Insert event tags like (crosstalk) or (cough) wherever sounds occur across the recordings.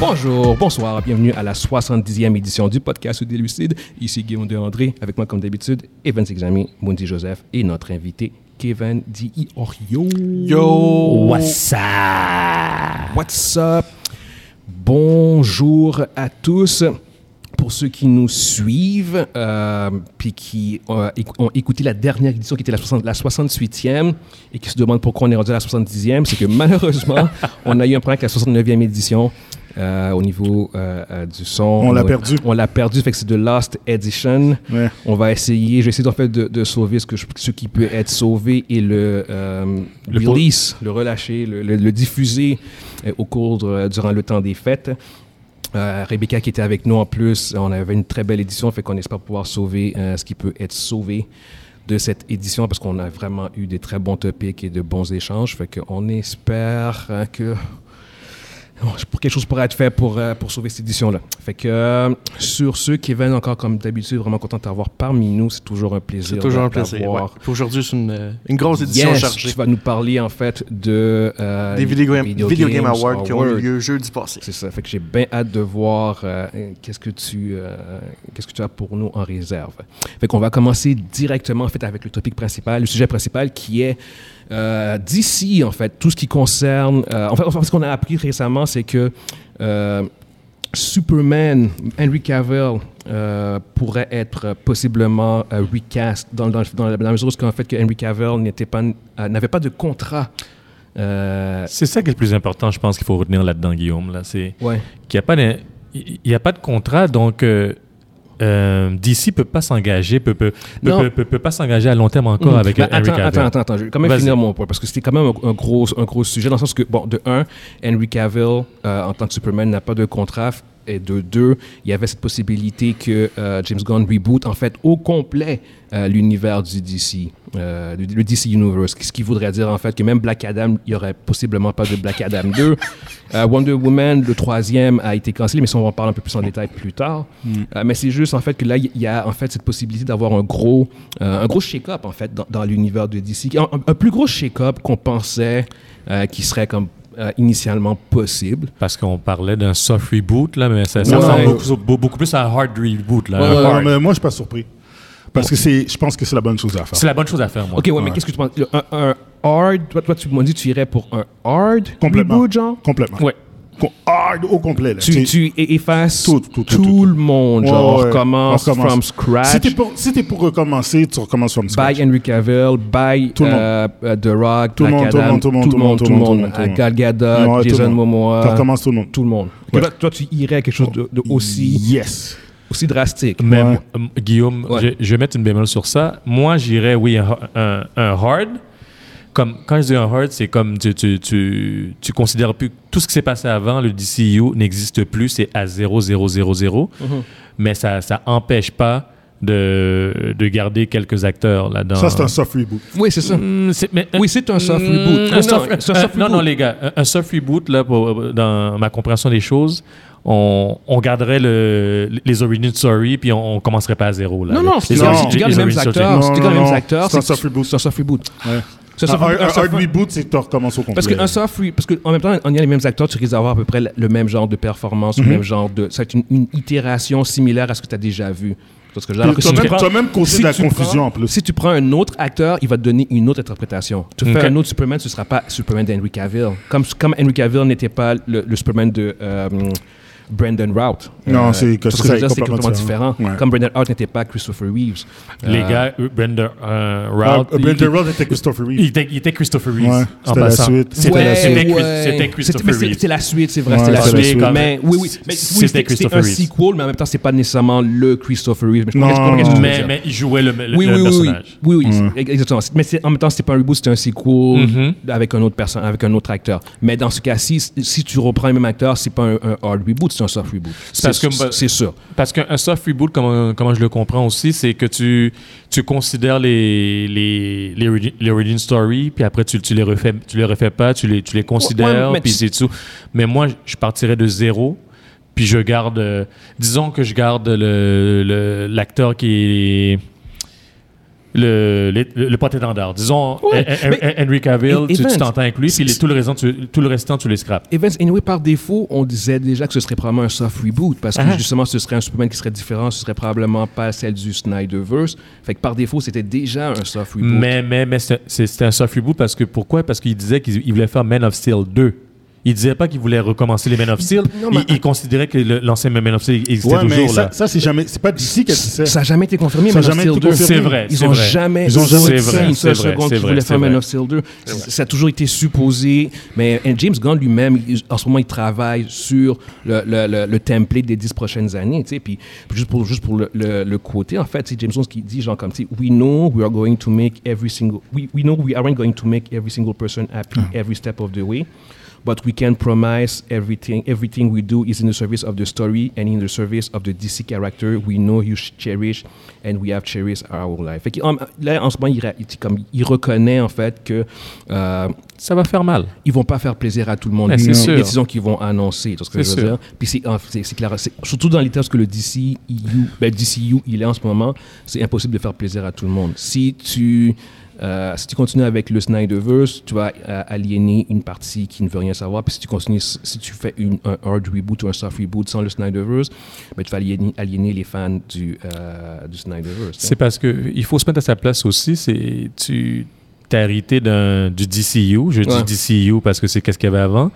Bonjour, bonsoir, bienvenue à la 70e édition du podcast des Lucides. Ici Guillaume de André, avec moi comme d'habitude, Evan Sexami, Mundi Joseph et notre invité Kevin Di Orio. Yo! What's up? What's up? Bonjour à tous. Pour ceux qui nous suivent, euh, puis qui euh, éc- ont écouté la dernière édition qui était la, 60 la 68e et qui se demandent pourquoi on est rendu à la 70e, c'est que (laughs) malheureusement, on a eu un problème avec la 69e édition euh, au niveau euh, euh, du son. On l'a Au- perdu. On l'a perdu, fait que c'est de Last Edition. Ouais. On va essayer, je vais essayer en fait de, de sauver ce, que je- ce qui peut être sauvé et le, euh, Le release, le relâcher, le, le- le diffuser euh, au cours de- durant le temps des fêtes. Euh, Rebecca qui était avec nous en plus, on avait une très belle édition, fait qu'on espère pouvoir sauver euh, ce qui peut être sauvé de cette édition parce qu'on a vraiment eu des très bons topics et de bons échanges, fait qu'on espère hein, que oh, pour quelque chose pourrait être fait pour, euh, pour sauver cette édition-là. Fait que euh, sur ceux qui viennent encore comme d'habitude, vraiment content de t'avoir parmi nous. C'est toujours un plaisir. C'est toujours de un plaisir. t'avoir. ouais. Puis Aujourd'hui, c'est une, euh, une grosse édition Yes, chargée. tu vas nous parler en fait de euh, Des Video Game- Video Game Games Awards qui ont eu Awards. lieu jeudi passé. C'est ça. Fait que j'ai bien hâte de voir euh, qu'est-ce que tu euh, qu'est-ce que tu as pour nous en réserve. Fait qu'on va commencer directement en fait avec le topic principal, le sujet principal qui est euh, d'ici en fait tout ce qui concerne. euh, en fait, en fait, ce qu'on a appris récemment, c'est que euh, Superman, Henry Cavill euh, pourrait être euh, possiblement euh, recast dans, dans, dans la, dans la mesure où ce qu'en fait que Henry Cavill n'était pas euh, n'avait pas de contrat. Euh, C'est ça qui est le plus important, je pense, qu'il faut retenir là-dedans, Guillaume. Là. C'est ouais. qu'il n'y a, pas de- il y a pas de contrat, donc euh, euh, DC ne peut pas s'engager peut, peut, peut- Non. peut- peut- peut pas s'engager à long terme encore Mhm. avec Ben, euh, Henry attends, Cavill. attends, attends, attends, je vais quand même Vas-y. finir mon point parce que c'était quand même un, un gros, un gros sujet dans le sens que, bon, de un, Henry Cavill, euh, en tant que Superman, n'a pas de contrat. Et de deux, il y avait cette possibilité que euh, James Gunn reboot en fait au complet euh, l'univers du DC, euh, le, le DC Universe, ce qui voudrait dire en fait que même Black Adam, il y aurait possiblement pas de Black Adam 2. Euh, Wonder Woman, le troisième, a été cancellé, mais ça, on va en parler un peu plus en détail plus tard. Mm. Euh, mais c'est juste en fait que là, il y a en fait cette possibilité d'avoir un gros, euh, un gros shake-up en fait dans, dans l'univers de DC, un, un- un plus gros shake-up qu'on pensait euh, qui serait comme euh, initialement possible. Parce qu'on parlait d'un soft reboot, là, mais ça, ça Ouais. ressemble beaucoup, beaucoup- beaucoup plus à un hard reboot. là. Euh, Un hard. non, mais moi, je suis pas surpris. Parce que c'est, je pense que c'est la bonne chose à faire. C'est la bonne chose à faire, moi. Ok, ouais, mais qu'est-ce que tu penses Le- un, un hard Toi, toi, tu m'as dit que tu irais pour un hard Complètement. reboot, genre Complètement. Ouais. Co- hard au complet. Là. Tu, C'est- tu é- effaces Tout, tout, tout, tout, tout, tout. le monde, Ouais, genre ouais, on recommence on recommence. from scratch. Si t'es pour, si t'es pour recommencer, tu recommences from scratch. By Henry Cavill, by Tout le monde. euh, euh, The Rock, Tout le Black monde, tout le Adam, monde, tout le monde, tout le monde, tout le monde, euh, tout le monde. Gal Gadot, Ouais, tout le Jason monde. Tu Momoa, recommences tout le monde. tout le monde. Ouais. Oh, Toi, toi, tu irais à quelque chose euh, de, de aussi, Yes. aussi drastique. Mais Ouais. moi, euh, Guillaume, Ouais. je, je vais mettre une bémol sur ça. Moi, j'irais, oui, un, un- un hard. Comme, quand je dis un hard, c'est comme tu, tu, tu, tu considères plus que tout ce qui s'est passé avant, le DCU n'existe plus, c'est à 0, 0, 0, 0. Mais ça ça empêche pas de, de garder quelques acteurs là-dedans. Ça, c'est Ah. un soft reboot. Oui, c'est ça. Mm, c'est- mais- Oui, c'est un soft Mm, reboot. un Oui, soft- non, c'est un euh, soft non, reboot. non, les gars, un, un soft reboot, là, pour- euh, dans ma compréhension des choses, on, on garderait le, les origin story, puis on, on commencerait pas à zéro. Là, Non, Le- non, si tu les gardes origin- si tu gardes les les mêmes origin story. acteurs, Non, si tu non, gardes les non, mêmes acteurs, c'est un que- soft reboot. C'est un soft reboot. Ouais. C'est un Un, soft- un un soft- hard reboot, c'est que tu recommences au complet. Parce qu'un soft re- parce que en même temps, en ayant les mêmes acteurs, tu risques d'avoir à peu près le- le même genre de performance, Mm-hmm. le même genre de. Ça va être une, une itération similaire à ce que tu as déjà vu. Parce que, alors que Puis si t'as tu même- prends- t'as même causé de la tu confusion prends- en plus. Si tu prends un autre acteur, il va te donner une autre interprétation. Tu fais Ok. un autre Superman, ce ne sera pas Superman d'Henry Cavill. Comme, comme Henry Cavill n'était pas le, le Superman de. euh, Brandon Routh. Non, c'est que tout ce ça je est veux dire, c'est complètement complètement différent. différent. Ouais. Comme Brandon Routh n'était pas Christopher Reeves. Les Euh, gars, eux, Brenda euh, Ah, Rout, il- Brandon Roth était Christopher il, Reeve. était, il était Christopher Reeves. Ouais, en c'était la passant. suite. C'était Ouais, c'était ouais. Chris- c'était C'était- mais Christopher c'est- Reeves. C'était la suite, c'est vrai, Ouais, c'était la c'est la suite. suite. Mais oui, oui. Mais oui, C'était c'était- C'était Christopher un Reeves. sequel, mais en même temps, c'est pas nécessairement le Christopher Reeves. Mais je Non, comprends- je comprends ce que tu veux Mais, dire. mais il jouait le, le- oui, le oui, oui, oui, personnage. oui, oui, c'est- exactement. C'est- Mais c'est- en même temps, c'était pas un reboot, c'était un sequel Mhm. avec un autre personne, avec un autre acteur. Mais dans ce cas-ci, si- si tu reprends le même acteur, c'est pas un, un hard reboot, c'est un soft reboot. parce que- bah- c'est- c'est sûr. Parce qu'un soft reboot, comment, comment je le comprends aussi, c'est que tu, tu considères les, les, les, origi- les origin story, puis après tu, tu les refais, tu les refais pas, tu les, tu les Ouais, considères, ouais, mais puis tu- c'est tout. Mais moi, je partirais de zéro, puis je garde, euh, disons que je garde le- le- l'acteur qui est le, le, le, le porte-étendard. Disons, Ouais, Hen- mais- Hen- Henry Cavill, Et- tu tu Evans, t'entends avec lui, puis les- c'est- tout le, restant, tu, tout le restant, tu les scrapes. Evans Anyway, par défaut, on disait déjà que ce serait probablement un soft reboot parce que Ah. justement, ce serait un Superman qui serait différent, ce serait probablement pas celle du Snyderverse. Fait que par défaut, c'était déjà un soft reboot. Mais, mais, mais c'est- c'est- c'était un soft reboot parce que pourquoi Parce qu'il disait qu'il il voulait faire Man of Steel 2. Il disait pas qu'il voulait recommencer les Man of Steel. Non, mais- il, il considérait que le- l'ancien Man of Steel existait Ouais, mais toujours ça, là. ça, c'est jamais. C'est pas d'ici qu'elle disait. Ça n'a jamais été confirmé, Ça a Man of jamais Steel été 2. confirmé. C'est vrai. Ils c'est ont vrai. jamais, Ils ont jamais C'est dit vrai, une seule c'est vrai, seconde c'est qu'ils vrai, voulaient c'est faire Man vrai. of Steel 2. C'est- Ça a toujours été supposé, mais euh, James Gunn lui-même, il- en ce moment, il travaille sur le, le, le, le template des dix prochaines années. tu sais, Puis puis juste pour, juste pour le, le, le côté, en fait, c'est James Gunn qui dit genre comme, tu sais, we know we are going to make every single, we, we know we aren't going to make every single person happy every step of the way. But we can promise everything. Everything we do is in the service of the story and in the service of the DC character we know you sh- cherish and we have cherished our life. Fait qu'il- en- là, en ce moment, il, ra- il- comme, il reconnaît en fait que euh, Ça va faire mal. ils vont pas faire plaisir à tout le monde. Mais les, c'est les sûr. décisions qu'ils vont annoncer, tout ce que C'est je veux sûr. dire. Puis c'est, en- c'est- c'est clair, c'est- surtout dans les termes que le DCU, ben DCU, il est en ce moment, c'est impossible de faire plaisir à tout le monde. Si tu euh, si tu continues avec le Snyderverse, tu vas euh, aliéner une partie qui ne veut rien savoir. Puis si tu continues, si tu fais une, un hard reboot ou un soft reboot sans le Snyderverse, ben tu vas aliéner, aliéner les fans du, euh, du Snyderverse. C'est parce que il faut se mettre à sa place aussi. C'est tu t'es hérité d'un du DCU. Je Ouais. dis DCU parce que c'est qu'est-ce qu'il y avait avant.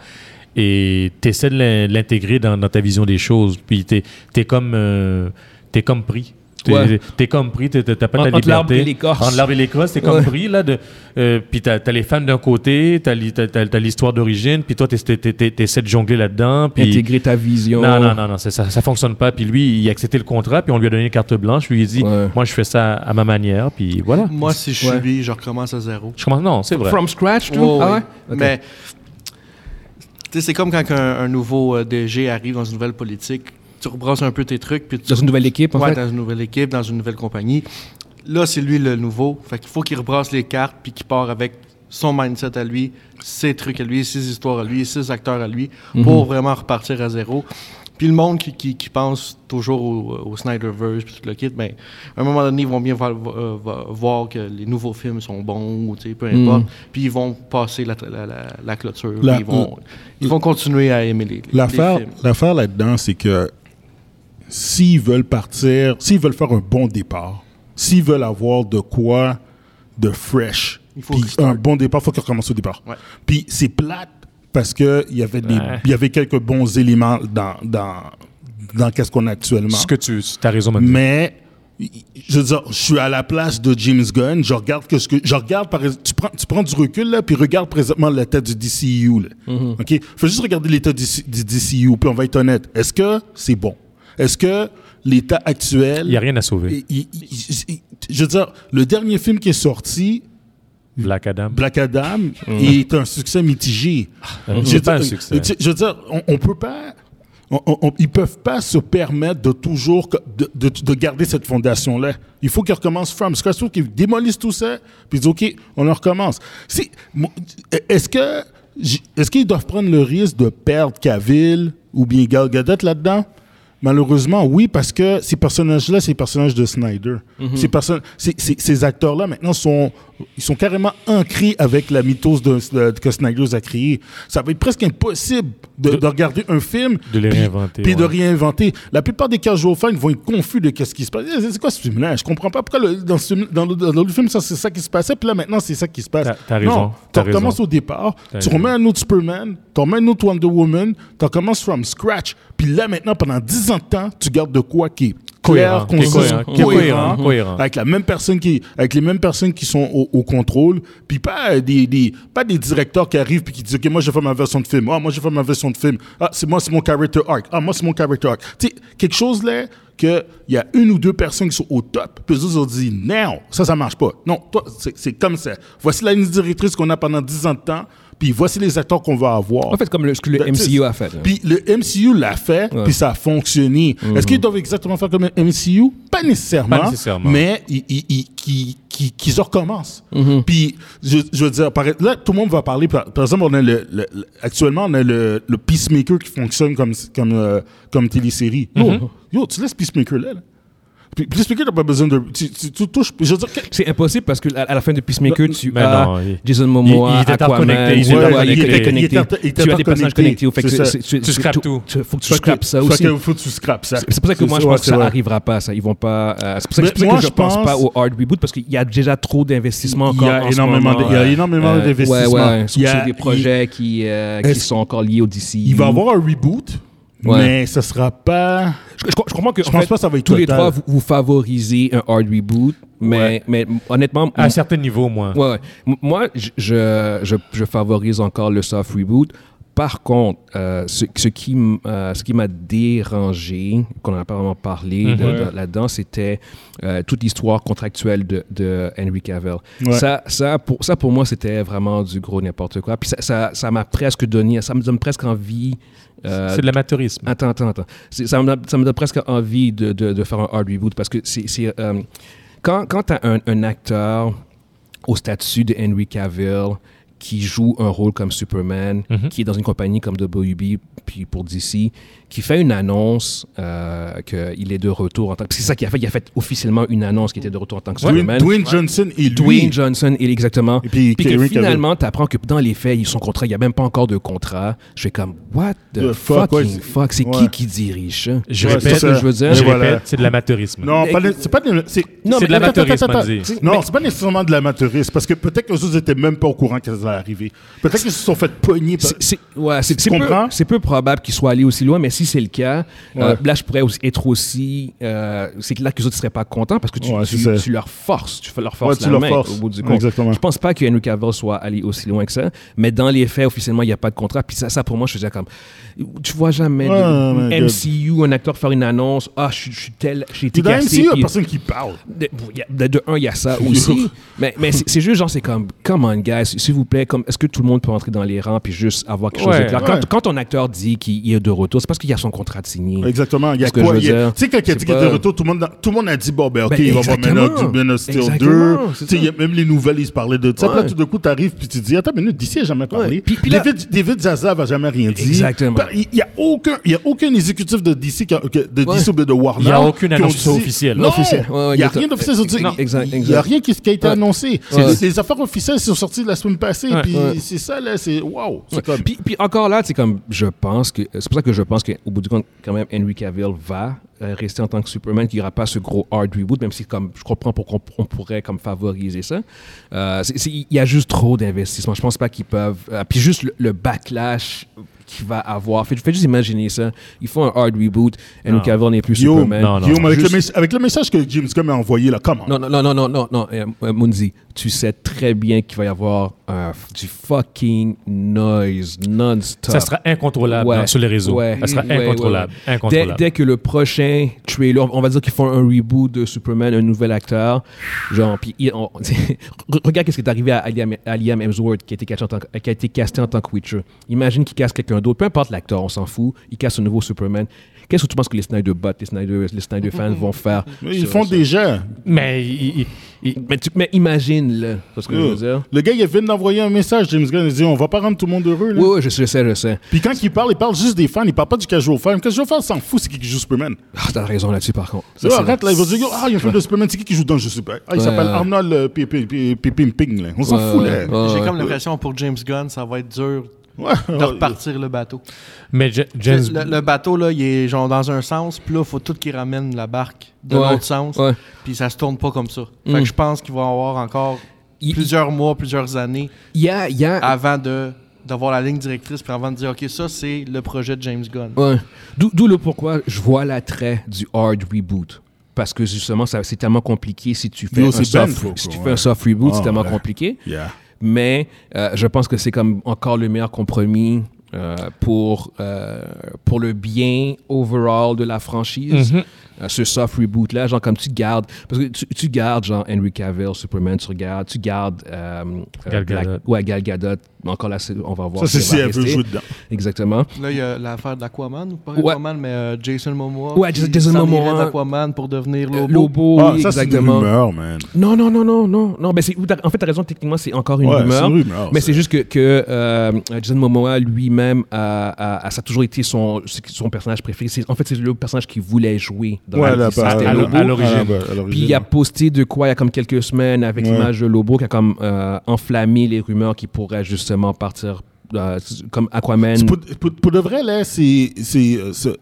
Et t'essaies de l'in- l'intégrer dans, dans ta vision des choses. Puis t'es es comme euh, t'es comme pris. T'es Ouais. t'es comme pris, t'es- t'as pas ta En- liberté. entre l'arbre et l'écorce. Entre l'arbre et l'écorce, t'es comme Ouais. pris, là. De, euh, puis t'as as les fans d'un côté, t'as li- t'as- t'as- t'as l'histoire d'origine, puis toi, t'es- t'es- t'es- t'es- t'essaies de jongler là-dedans. puis- Intégrer ta vision. non, non, non, non c'est ça, ça fonctionne pas. Puis lui, il a accepté le contrat, puis on lui a donné une carte blanche. Lui, il dit Ouais. Moi, je fais ça à ma manière, puis voilà. Moi, si je suis Ouais. lui, je recommence à zéro. Je commence, non, c'est vrai. From scratch, tout. Oh, Ah oui. ouais? Ok. Mais tu sais, c'est comme quand un, un nouveau euh, DG arrive dans une nouvelle politique, tu rebrasses un peu tes trucs, puis tu dans une nouvelle équipe, en Ouais, fait. dans une nouvelle équipe, dans une nouvelle compagnie. Là, c'est lui le nouveau. Fait qu'il faut qu'il rebrasse les cartes puis qu'il part avec son mindset à lui, ses trucs à lui, ses histoires à lui, ses acteurs à lui, pour vraiment repartir à zéro. Puis le monde qui, qui- qui pense toujours au, au Snyderverse puis tout le kit, ben, à un moment donné, ils vont bien voir, euh, va- voir que les nouveaux films sont bons ou tu sais, peu importe. Puis ils vont passer la, la- la- Mhm. la clôture. La- puis ils, vont, ils vont continuer à aimer les, les- L'affaire, les films. l'affaire là-dedans, c'est que s'ils veulent partir, s'ils veulent faire un bon départ, s'ils veulent avoir de quoi de fresh, Il faut puis restart. un bon départ, il faut qu'ils recommencent au départ. Ouais. Puis c'est plate parce qu'il y, avait des- Ouais. il y avait quelques bons éléments dans, dans, dans qu'est-ce qu'on a actuellement. Ce que tu as raison, Manu. Mais je veux dire, je suis à la place de James Gunn. Je regarde que ce que je regarde par tu prends tu prends du recul là, puis regarde présentement l'état du DCU là. Mm-hmm. OK, faut juste regarder l'état du, du DCU puis on va être honnête. Est-ce que c'est bon Est-ce que l'état actuel Il n'y a rien à sauver. il- il- il- il- je veux dire, le dernier film qui est sorti, Black Adam. Mm. Ah, Black Adam, est un succès mitigé. Je veux pas dire, un succès. je- Je veux dire, on, on peut pas. on- on- on- ils peuvent pas se permettre de toujours que- de, de- de garder cette fondation là. Il faut qu'ils recommencent from scratch, Il faut qu'ils démolissent tout ça, puis ils disent ok, on en recommence. Si- mo- est-ce que j- est-ce qu'ils doivent prendre le risque de perdre Cavill ou bien Gal Gadot là-dedans? Malheureusement, oui, parce que ces personnages-là, c'est les personnages de Snyder. Mhm. Ces, perso- ces, ces- ces acteurs-là, maintenant, sont, ils sont carrément ancrés avec la mythos de, de- que Snyder a créée. Ça va être presque impossible de, de regarder un film De les puis- réinventer, Puis de ouais. réinventer. La plupart des casual fans vont être confus de qu'est-ce qui se passe. Eh, C'est c'est quoi ce film-là? Je comprends pas pourquoi le- dans, ce, film- dans, le, dans le film, ça, c'est ça qui se passait, puis là, maintenant, c'est ça qui se passe. T'as- t'as Non, raison, tu t'as recommences raison. au départ, T'as tu raison. remets un autre Superman, tu remets un autre Wonder Woman, tu recommences from scratch. Puis là, maintenant, pendant 10 ans de temps, tu gardes de quoi qui est clair, Cohérent, qui est consistant, cohérent, qui est cohérent, cohérent. avec la même personne qui, avec les mêmes personnes qui sont au, au contrôle, puis pas euh, des, des- pas des directeurs qui arrivent puis qui disent ok moi je vais faire ma version de film, ah moi je vais faire ma version de film, ah c'est moi c'est mon character arc, ah moi c'est mon character arc, tu sais quelque chose là que il y a une ou deux personnes qui sont au top, puis eux autres, ils ont dit non ça ça marche pas, non toi c'est c'est comme ça, voici la ligne directrice qu'on a pendant 10 ans de temps, puis voici les acteurs qu'on va avoir. En fait, comme le, ce que le That's it. MCU a fait. hein. là. Puis le MCU l'a fait, puis ça a fonctionné. Mhm. Est-ce qu'ils doivent exactement faire comme le MCU Pas nécessairement. Pas nécessairement. Mais ils- ils- ils- qui- qui- qu'ils recommencent. Mhm. Puis je, je veux dire, par- là, tout le monde va parler. Par, par exemple, on a le, le- le- actuellement, on a le, le Mhm. Peacemaker qui fonctionne comme, comme, euh, comme télésérie. Yo, yo, tu laisses Peacemaker là. là. Puis, puis Peacemaker, t'as pas besoin de. Tu, tu- tu touches. Je veux dire, que- C'est impossible parce que à, à la fin de Peacemaker, tu Ben as non, il- Jason Momoa, il- il était Aquaman, interconnecté, il était ouais, il était interconnecté. Il était connecté. inter- il était Tu as des personnages connectés. interconnecté, au fait que c'est c'est- ça. c'est- c'est- Tu scrapes c'est- tout. tu- Faut que tu fait que- scrapes ça fait aussi. que faut que tu scrapes ça. C'est pour ça que moi, C'est- je ouais, pense que c'est ça vrai. n'arrivera pas, ça. Ils vont pas. euh, c'est pour ça, que- Mais c'est pour ça moi, que je je pense, pense- pas au hard reboot parce qu'il y a déjà trop d'investissements Il y encore. a en ce énormément moment, de- il y a euh, énormément euh, d'investissements. Ouais, ouais. Sur Il y a- sur des projets qui, euh, qui Est-ce- sont encore liés au DC. Il va avoir un reboot, Mm-hmm. Ouais. mais ça sera pas. Je, je- je comprends que. Je en pense fait, pas que ça va être Tous les total. trois, vous, vous favorisez un hard reboot, mais, Ouais. mais honnêtement. À un certain niveau, moi. Ouais, ouais. M- Moi, je, je, je- je favorise encore le soft reboot. Par contre, euh, ce, ce qui m- euh, ce qui m'a dérangé, qu'on n'a pas vraiment parlé de- de- là-dedans, c'était euh, toute l'histoire contractuelle de, de Henry Cavill. Ouais. Ça, ça, pour, ça, pour moi, c'était vraiment du gros n'importe quoi. Puis ça- ça ça m'a presque donné, ça me donne presque envie euh, C'est de l'amateurisme. Attends, attends, attends. C'est- Ça me, donne- ça me donne presque envie de, de- de faire un hard reboot parce que c'est. c'est, euh, quand quand tu as un, un acteur au statut de Henry Cavill qui joue un rôle comme Superman, qui est dans une compagnie comme WB, puis pour DC, qui fait une annonce euh, qu'il est de retour en tant que. C'est ça qu'il a fait. Il a fait officiellement une annonce qu'il était de retour en tant que Dwayne, Superman. Dwayne Johnson et lui. Dwayne Johnson, il- exactement. Et puis que Henry Cavill. finalement, tu apprends que dans les faits, il- son contrat, il n'y a même pas encore de contrat. Je fais comme, what the, The fuck, fucking ouais, fuck? C'est ouais. qui qui dirige ça? Je Ouais, C'est répète, ça que je veux dire. Et je voilà. répète, c'est de l'amateurisme. Non, pas de- c'est pas de, c'est, Non, C'est de mais- l'amateurisme, attends, attends, Andy. attends. non, c'est pas nécessairement de l'amateurisme, parce que peut-être que les autres étaient même pas au courant qu'elles allaient arriver. Peut-être qu'ils se sont fait pogner. par- C'est- c'est- ouais, c'est- c'est peu, comprends? c'est peu probable qu'il soit allé aussi loin, mais si c'est le cas, euh, là, je pourrais aussi être aussi. euh, c'est que là que les autres ne seraient pas contents parce que tu, Ouais, tu, c'est ça. tu leur forces. Tu fais leur force Ouais, tu la leur main forces. au bout du Ouais, compte. exactement. Je pense pas que Henry Cavill soit allé aussi loin que ça, mais dans les faits, officiellement, il n'y a pas de contrat. Puis ça, ça, pour moi, je faisais comme. Tu vois jamais Ouais, de- ouais, MCU, un acteur faire une annonce. Ah, je suis- je suis tel. J'ai Puis été dans cassé. MCU, il y a puis- personne qui parle. de, bon, y a- de- de un, il y a (laughs) ça aussi. mais mais c'est c'est juste genre, c'est comme, come on, guys, s'il vous plaît, comme, est-ce que tout le monde peut entrer dans les rangs puis juste avoir quelque chose Ouais, de clair? Quand, ouais. quand ton acteur dit qu'il il est de retour, c'est parce qu'il y a son contrat de signé. Exactement. Il y a Ce que je quoi veux il y a- dire, Tu sais, quand il a c'est dit qu'il pas- était de retour, tout le, monde, tout le monde a dit bon, ben, OK, Ben, il va avoir Man exactement. of, Man of Steel 2. Exactement, c'est Tu sais, il y a même les nouvelles, ils se parlaient de ça. Puis Ouais. là, tout d'un coup, tu arrives, puis tu dis attends, mais nous, d'ici, il n'a jamais parlé. Ouais. Puis- puis là- David, David Zaza n'a jamais rien dit. Exactement. Par- Il n'y a, aucun- il y a aucun exécutif de DC, qui a- que- de Ouais. DC ou de Warner. Il y a aucune qui ont annonce dit- officielle. Non, Officielle. Ouais, ouais, Il n'y a il y a- rien d'officiel. sur- Non, exact, Il n'y exact. a rien qui qui a été Ouais. annoncé. Ouais. C'est- Les affaires officielles sont sorties la semaine passée. Puis Ouais. c'est ça, là, c'est wow. Ouais. C'est comme. Puis, puis encore là, c'est comme je pense que c'est pour ça que je pense qu'au bout du compte, quand même, Henry Cavill va euh, rester en tant que Superman, qu'il n'y aura pas ce gros hard reboot, même si comme je comprends pourquoi on, on pourrait comme favoriser ça. Euh, c'est- c'est- Il y a juste trop d'investissements. Je pense pas qu'ils peuvent. euh, puis juste le, le backlash qu'il va avoir. Fait, fais juste imaginer ça. Ils font un hard reboot. Henry Non. Cavill n'est plus Guillaume, Superman. non, non. Guillaume, avec, Juste- le mes- avec le message que James Gunn a envoyé, là, comment Non, non, non, non, non, non, non, euh, euh, Mundi, tu sais très bien qu'il va y avoir euh, f- du fucking noise non-stop. Ça sera incontrôlable Ouais. hein, sur les réseaux. Ouais. Ça sera Ouais, ouais, incontrôlable. ouais. Dès, incontrôlable. dès que le prochain trailer, on va dire qu'ils font un reboot de Superman, un nouvel acteur, genre, puis il- on- (laughs) re- regarde qu'est-ce qui est arrivé à, à Liam, à Liam Hemsworth qui a, été casté en tant que, qui a été casté en tant que Witcher. Imagine qu'il casse quelqu'un d'autre, peu importe l'acteur, on s'en fout, il casse un nouveau Superman. Qu'est-ce que tu penses que les Snyder bots, les Snyder, les Snyder fans vont faire Ils sur font ça? déjà. Mais il- il- il- Mais, tu- mais imagine là, c'est ce que je veux dire. Le gars, il vient d'envoyer un message, James Gunn, il dit on va pas rendre tout le monde heureux. Là. Oui, oui, je sais, je sais, je sais. Puis quand il parle, il parle juste des fans, il parle pas du casual fan. Le casual fan s'en fout, c'est qui qui joue Superman. Ah, t'as raison là-dessus par contre. Ça, Là, c'est- arrête, là, il va dire Yo, ah, il y a un film de Superman, c'est qui qui joue dans Je sais pas. Ah, il Ouais, s'appelle ouais. Arnold euh, P- P- P- P- Pim Ping, là. On s'en Ouais, fout, ouais, là. ouais. J'ai Ah, comme l'impression pour James Gunn, ça va être dur Ouais. (laughs) de repartir le bateau. mais Ja- James, Le, le bateau, là, il est genre dans un sens, puis là, faut tout qu'il ramène la barque de Ouais, l'autre sens, ouais. puis ça se tourne pas comme ça. Fait Mm. que je pense qu'il va y avoir encore Il- plusieurs mois, plusieurs années Il y a, il y a, avant de d'avoir la ligne directrice, puis avant de dire, OK, ça, c'est le projet de James Gunn. Ouais. D'où d'où le pourquoi je vois l'attrait du hard reboot. Parce que justement, ça- c'est tellement compliqué si tu fais, Yo, un c'est soft, Ben Foco, si tu ouais. fais un soft reboot, c'est Ah, tellement ouais. compliqué. Yeah. Mais euh, je pense que c'est comme encore le meilleur compromis euh, pour, euh, pour le bien overall de la Mhm. franchise. Euh, ce soft reboot là, genre comme tu gardes, parce que tu, tu gardes genre Henry Cavill, Superman, tu regardes, tu gardes euh, euh, Gal Gadot. Black- ouais, Gal Gadot Encore là, c'est- on va voir. Ça, c'est si si va elle veut rester. jouer dedans. Exactement. Là, il y a l'affaire d'Aquaman, ou pas Ouais. Aquaman, mais euh, Jason Momoa. Ouais, qui Jason s'en Momoa. irait d'Aquaman pour devenir Euh, Lobo. Lobo, ah, oui, ça, c'est une exactement. rumeur, man. Non, non, non, non, non. non ben c'est- ou t'as- en fait, tu as raison, techniquement, c'est encore une Ouais, rumeur. c'est une rumeur, mais ça. c'est juste que, que euh, Jason Momoa lui-même, a, a- a- ça a toujours été son, c'est son personnage préféré. C'est- En fait, c'est le personnage qu'il voulait jouer dans Ouais, la- là, c'était bah, à Lobo. l'origine. Puis il a posté de quoi il y a comme quelques semaines avec Ouais. l'image de Lobo qui a comme euh, enflammé les rumeurs qui pourraient justement partir euh, comme Aquaman. C'est Pour, pour- pour de vrai, là, c'est. c'est, euh, c'est- euh,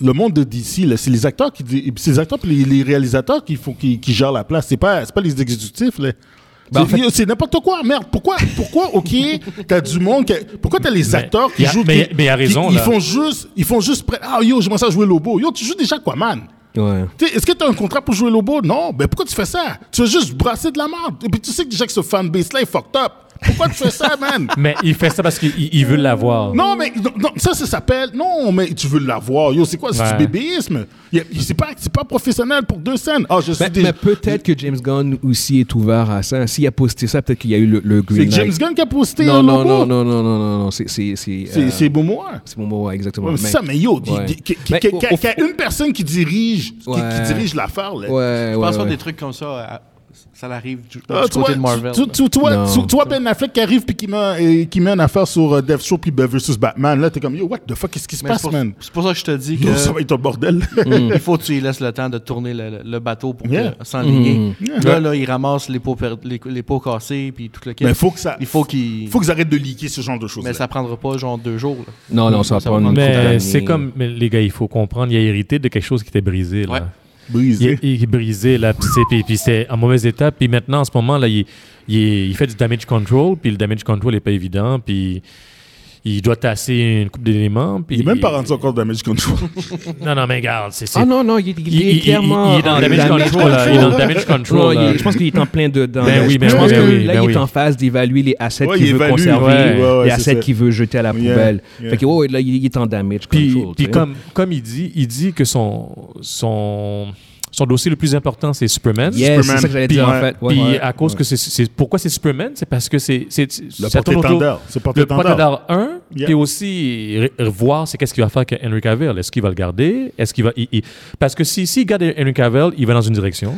Le monde de DC, là, c'est les acteurs qui di- c'est les acteurs puis les, les réalisateurs qui font qui, qui gèrent la place. C'est pas c'est pas les exécutifs là. Ben, en c'est fait- yo, c'est n'importe quoi. Merde, pourquoi pourquoi OK, t'as du monde qui- pourquoi t'as les acteurs qui Ben, y a- jouent mais- qui- mais il a qui- raison, ils là. font juste ils font juste pré- ah yo, j'aimerais ça jouer Lobo. Yo, tu joues déjà Aquaman. Ouais. T'sais, Est-ce que tu as un contrat pour jouer Lobo? Non. Ben pourquoi tu fais ça? Tu veux juste brasser de la merde. Et puis tu sais que déjà que ce fanbase-là est fucked up. Pourquoi tu fais ça, man? Mais il fait ça parce qu'il il- il veut l'avoir. Non, mais non, non, ça, ça s'appelle. Non, mais tu veux l'avoir. Yo, c'est quoi? C'est Ouais. du bébéisme. Y a- y- C'est pas, c'est pas professionnel pour deux scènes. Ah, je suis Mais, des- mais peut-être que James Gunn aussi est ouvert à ça. S'il a posté ça, peut-être qu'il y a eu le, le Green C'est James Light. Gunn qui a posté. non, un non, logo. non, non, non, non, non, non, c'est c'est c'est C'est euh, c'est beau moi. c'est mon mot ouais, exactement. Ouais, mais c'est ça, mais yo, ouais. Mais au- au- qu'il y a une personne qui dirige, qui, qui Ouais. dirige l'affaire, ouais, là. ouais, Je pense ouais. que des trucs comme ça, à- ça l'arrive du, Ah, du tu vois, côté de Marvel. tu- là. tu- tu vois- Non. tu- tu vois Ben Affleck qui arrive puis qui met, et qui met une affaire sur euh, Death Show puis ben, versus Batman. Là, t'es comme, yo, what the fuck, qu'est-ce qui se Mais c'est passe, pour, man? c'est pour ça que je te dis que Yo, ça va être un (laughs) bordel. il faut que tu lui laisses le temps de tourner le, le- le bateau pour Mm. Yeah. que- s'enligner. Mm. Yeah. Là, là, il ramasse les pots, per- les, les pots cassés puis tout le kit. Mais faut que ça. Il faut qu'il. Faut qu'ils arrêtent de leaker ce genre de choses. Mais ça prendra pas genre deux jours. là. Non, non, ça va Ça prendre va une prendre- couple Mais d'années. c'est comme, mais les gars, il faut comprendre, il a hérité de quelque chose qui était brisé. Là. Ouais. Il, brisé. est- il est brisé, là, puis c'est- puis- puis c'est en mauvaise état. Puis maintenant, en ce moment, là, il, il est- il fait du damage control, puis le damage control n'est pas évident, puis il doit tasser une coupe d'éléments. puis Il est même pas rendu encore damage control. Non, non, mais regarde, c'est. c'est- Ah non, non, il, il- il il, il- est clairement. il est dans en le damage damage control, là. Il est dans le damage Non, control. il là. est- je pense qu'il est en plein dedans. Ben oui, ben je pense oui, que ben oui, là, ben il est oui. en phase d'évaluer les assets Ouais, qu'il il veut évalue, conserver, Ouais, ouais. ouais, les c'est assets ça. qu'il veut jeter à la Yeah, poubelle. yeah. Fait que, oh, là, il, il est en damage Puis, control. tu puis sais. comme, comme il dit, il dit que son, son, son dossier le plus important, c'est Superman. Yes, c'est Superman. ça que j'allais Puis- dire en fait. Ouais, Puis ouais. à cause que c'est- c'est. Pourquoi c'est Superman C'est parce que c'est. c'est- Le ça tourne autour- porte-étendard. C'est Le porte-étendard. Potadar 1, Yeah. puis aussi re- revoir c'est qu'est-ce qu'il va faire avec Henry Cavill. Est-ce qu'il va le garder Est-ce qu'il va il- il- parce que si s'il garde Henry Cavill, il va dans une direction.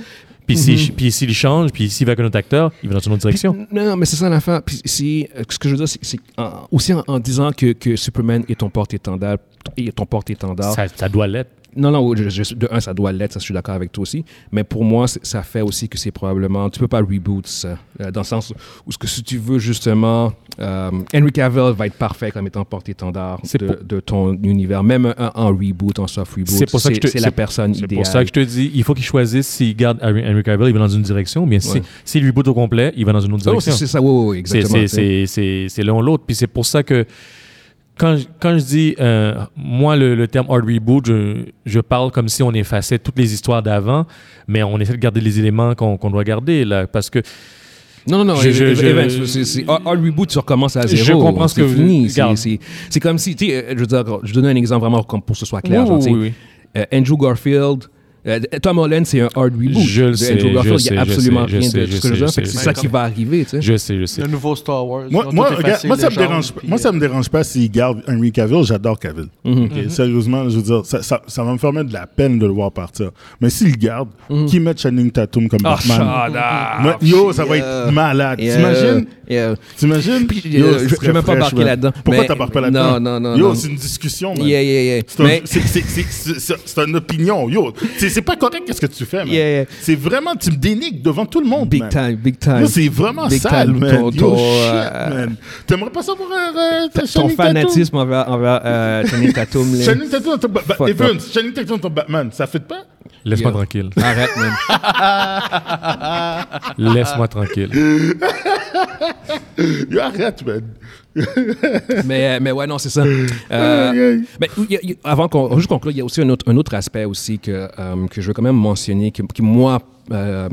Puis Mm-hmm. si- puis s'il change, puis s'il va avec un autre acteur, il va dans une autre direction. Non, mais c'est ça l'affaire. Puis si, euh, ce que je veux dire, c'est, c'est en- aussi en, en disant que, que Superman est ton porte-étendard, est ton Ah. porte-étendard. Ça, ça doit l'être. Non, non, je- je- de un, ça doit l'être, ça, je suis d'accord avec toi aussi. Mais pour moi, c'est- ça fait aussi que c'est probablement. Tu peux pas reboot ça. euh, dans le sens où, ce que si tu veux justement. euh, Henry Cavill va être parfait comme étant porte-étendard C'est de, pour- de ton univers. Même un, un reboot, en soft reboot. C'est pour ça que je te- la personne C'est idéale. pour ça que je te dis, il faut qu'il choisisse s'il garde Henry Henry Cavill, il va dans une direction, mais si Ouais. s'il lui boot au complet, il va dans une autre Oh, c'est, direction. c'est ça, oui, oui, oui, C'est- exactement. c'est- tu sais. C'est c'est- c'est l'un ou l'autre. Puis c'est pour ça que quand je, quand je dis, euh, moi, le, le terme hard reboot, je, je parle comme si on effaçait toutes les histoires d'avant, mais on essaie de garder les éléments qu'on qu'on doit garder, là, parce que Non, non, non. Je- Je, je- je- reboot, tu recommences à Je zéro. comprends ce C'est que vous- fini. C'est- Regarde. C'est c'est comme si, tu sais, euh, je veux dire, je donne un exemple vraiment comme pour que ce soit clair. Oui, genre, oui, tu sais, oui, euh, Andrew Garfield, euh, Tom Holland, c'est un hard reboot. Je le de sais, Andrew je Garfield, il sais, n'y je a absolument sais, je rien sais, de je ce que sais, je veux dire. je Fait que sais. C'est ça qui va arriver, tu sais. je sais, je sais. Le nouveau Star Wars. Moi, là, moi, tout est regarde, facile, moi, ça les me jambes, dérange pas. puis, Moi, ça euh, me dérange pas s'il garde Henry Cavill. J'adore Cavill. Mhm. Ok, Sérieusement, je veux dire, ça, ça, ça va me faire mettre de la peine de le voir partir. Mais s'il garde, Mhm. qui met Channing Tatum comme Ah, Batman? Moi, yo, ça va être malade. euh, T'imagines? T'imagines? Puis, Yo, euh, ce je- serait je vais même pas fresh, embarquer man. là-dedans. Pourquoi Mais- t'embarques pas non, là-dedans? non, non, Yo, non. c'est une discussion, man. Yeah, yeah, yeah. C'est un- Mais- c'est- c'est- c'est- c'est- c'est- c'est une opinion, yo. C'est c'est pas correct qu'est-ce que tu fais, man. Yeah, yeah. C'est vraiment, tu me dénigres devant tout le monde, Big man. time, big time. Yo, c'est vraiment Big sale, time. man. Ton- Yo, ton, shit, euh, man. T'aimerais pas savoir euh, euh, ta Ton Channing Tatum? fanatisme envers, envers euh, Channing Tatum. là. Channing Tatum dans ton Ba- Ba- Fuck Evans, Channing Tatum dans ton Batman, ça fait pas? Laisse-moi Yo. tranquille. Arrête, man. Laisse-moi tranquille. Yo, arrête, man. mais, euh, mais ouais, non, c'est ça. Euh, ben, il y a- il y a- avant qu'on juste conclure, il y a aussi un autre, un autre aspect aussi que, euh, que je veux quand même mentionner, qui, qui, moi, euh,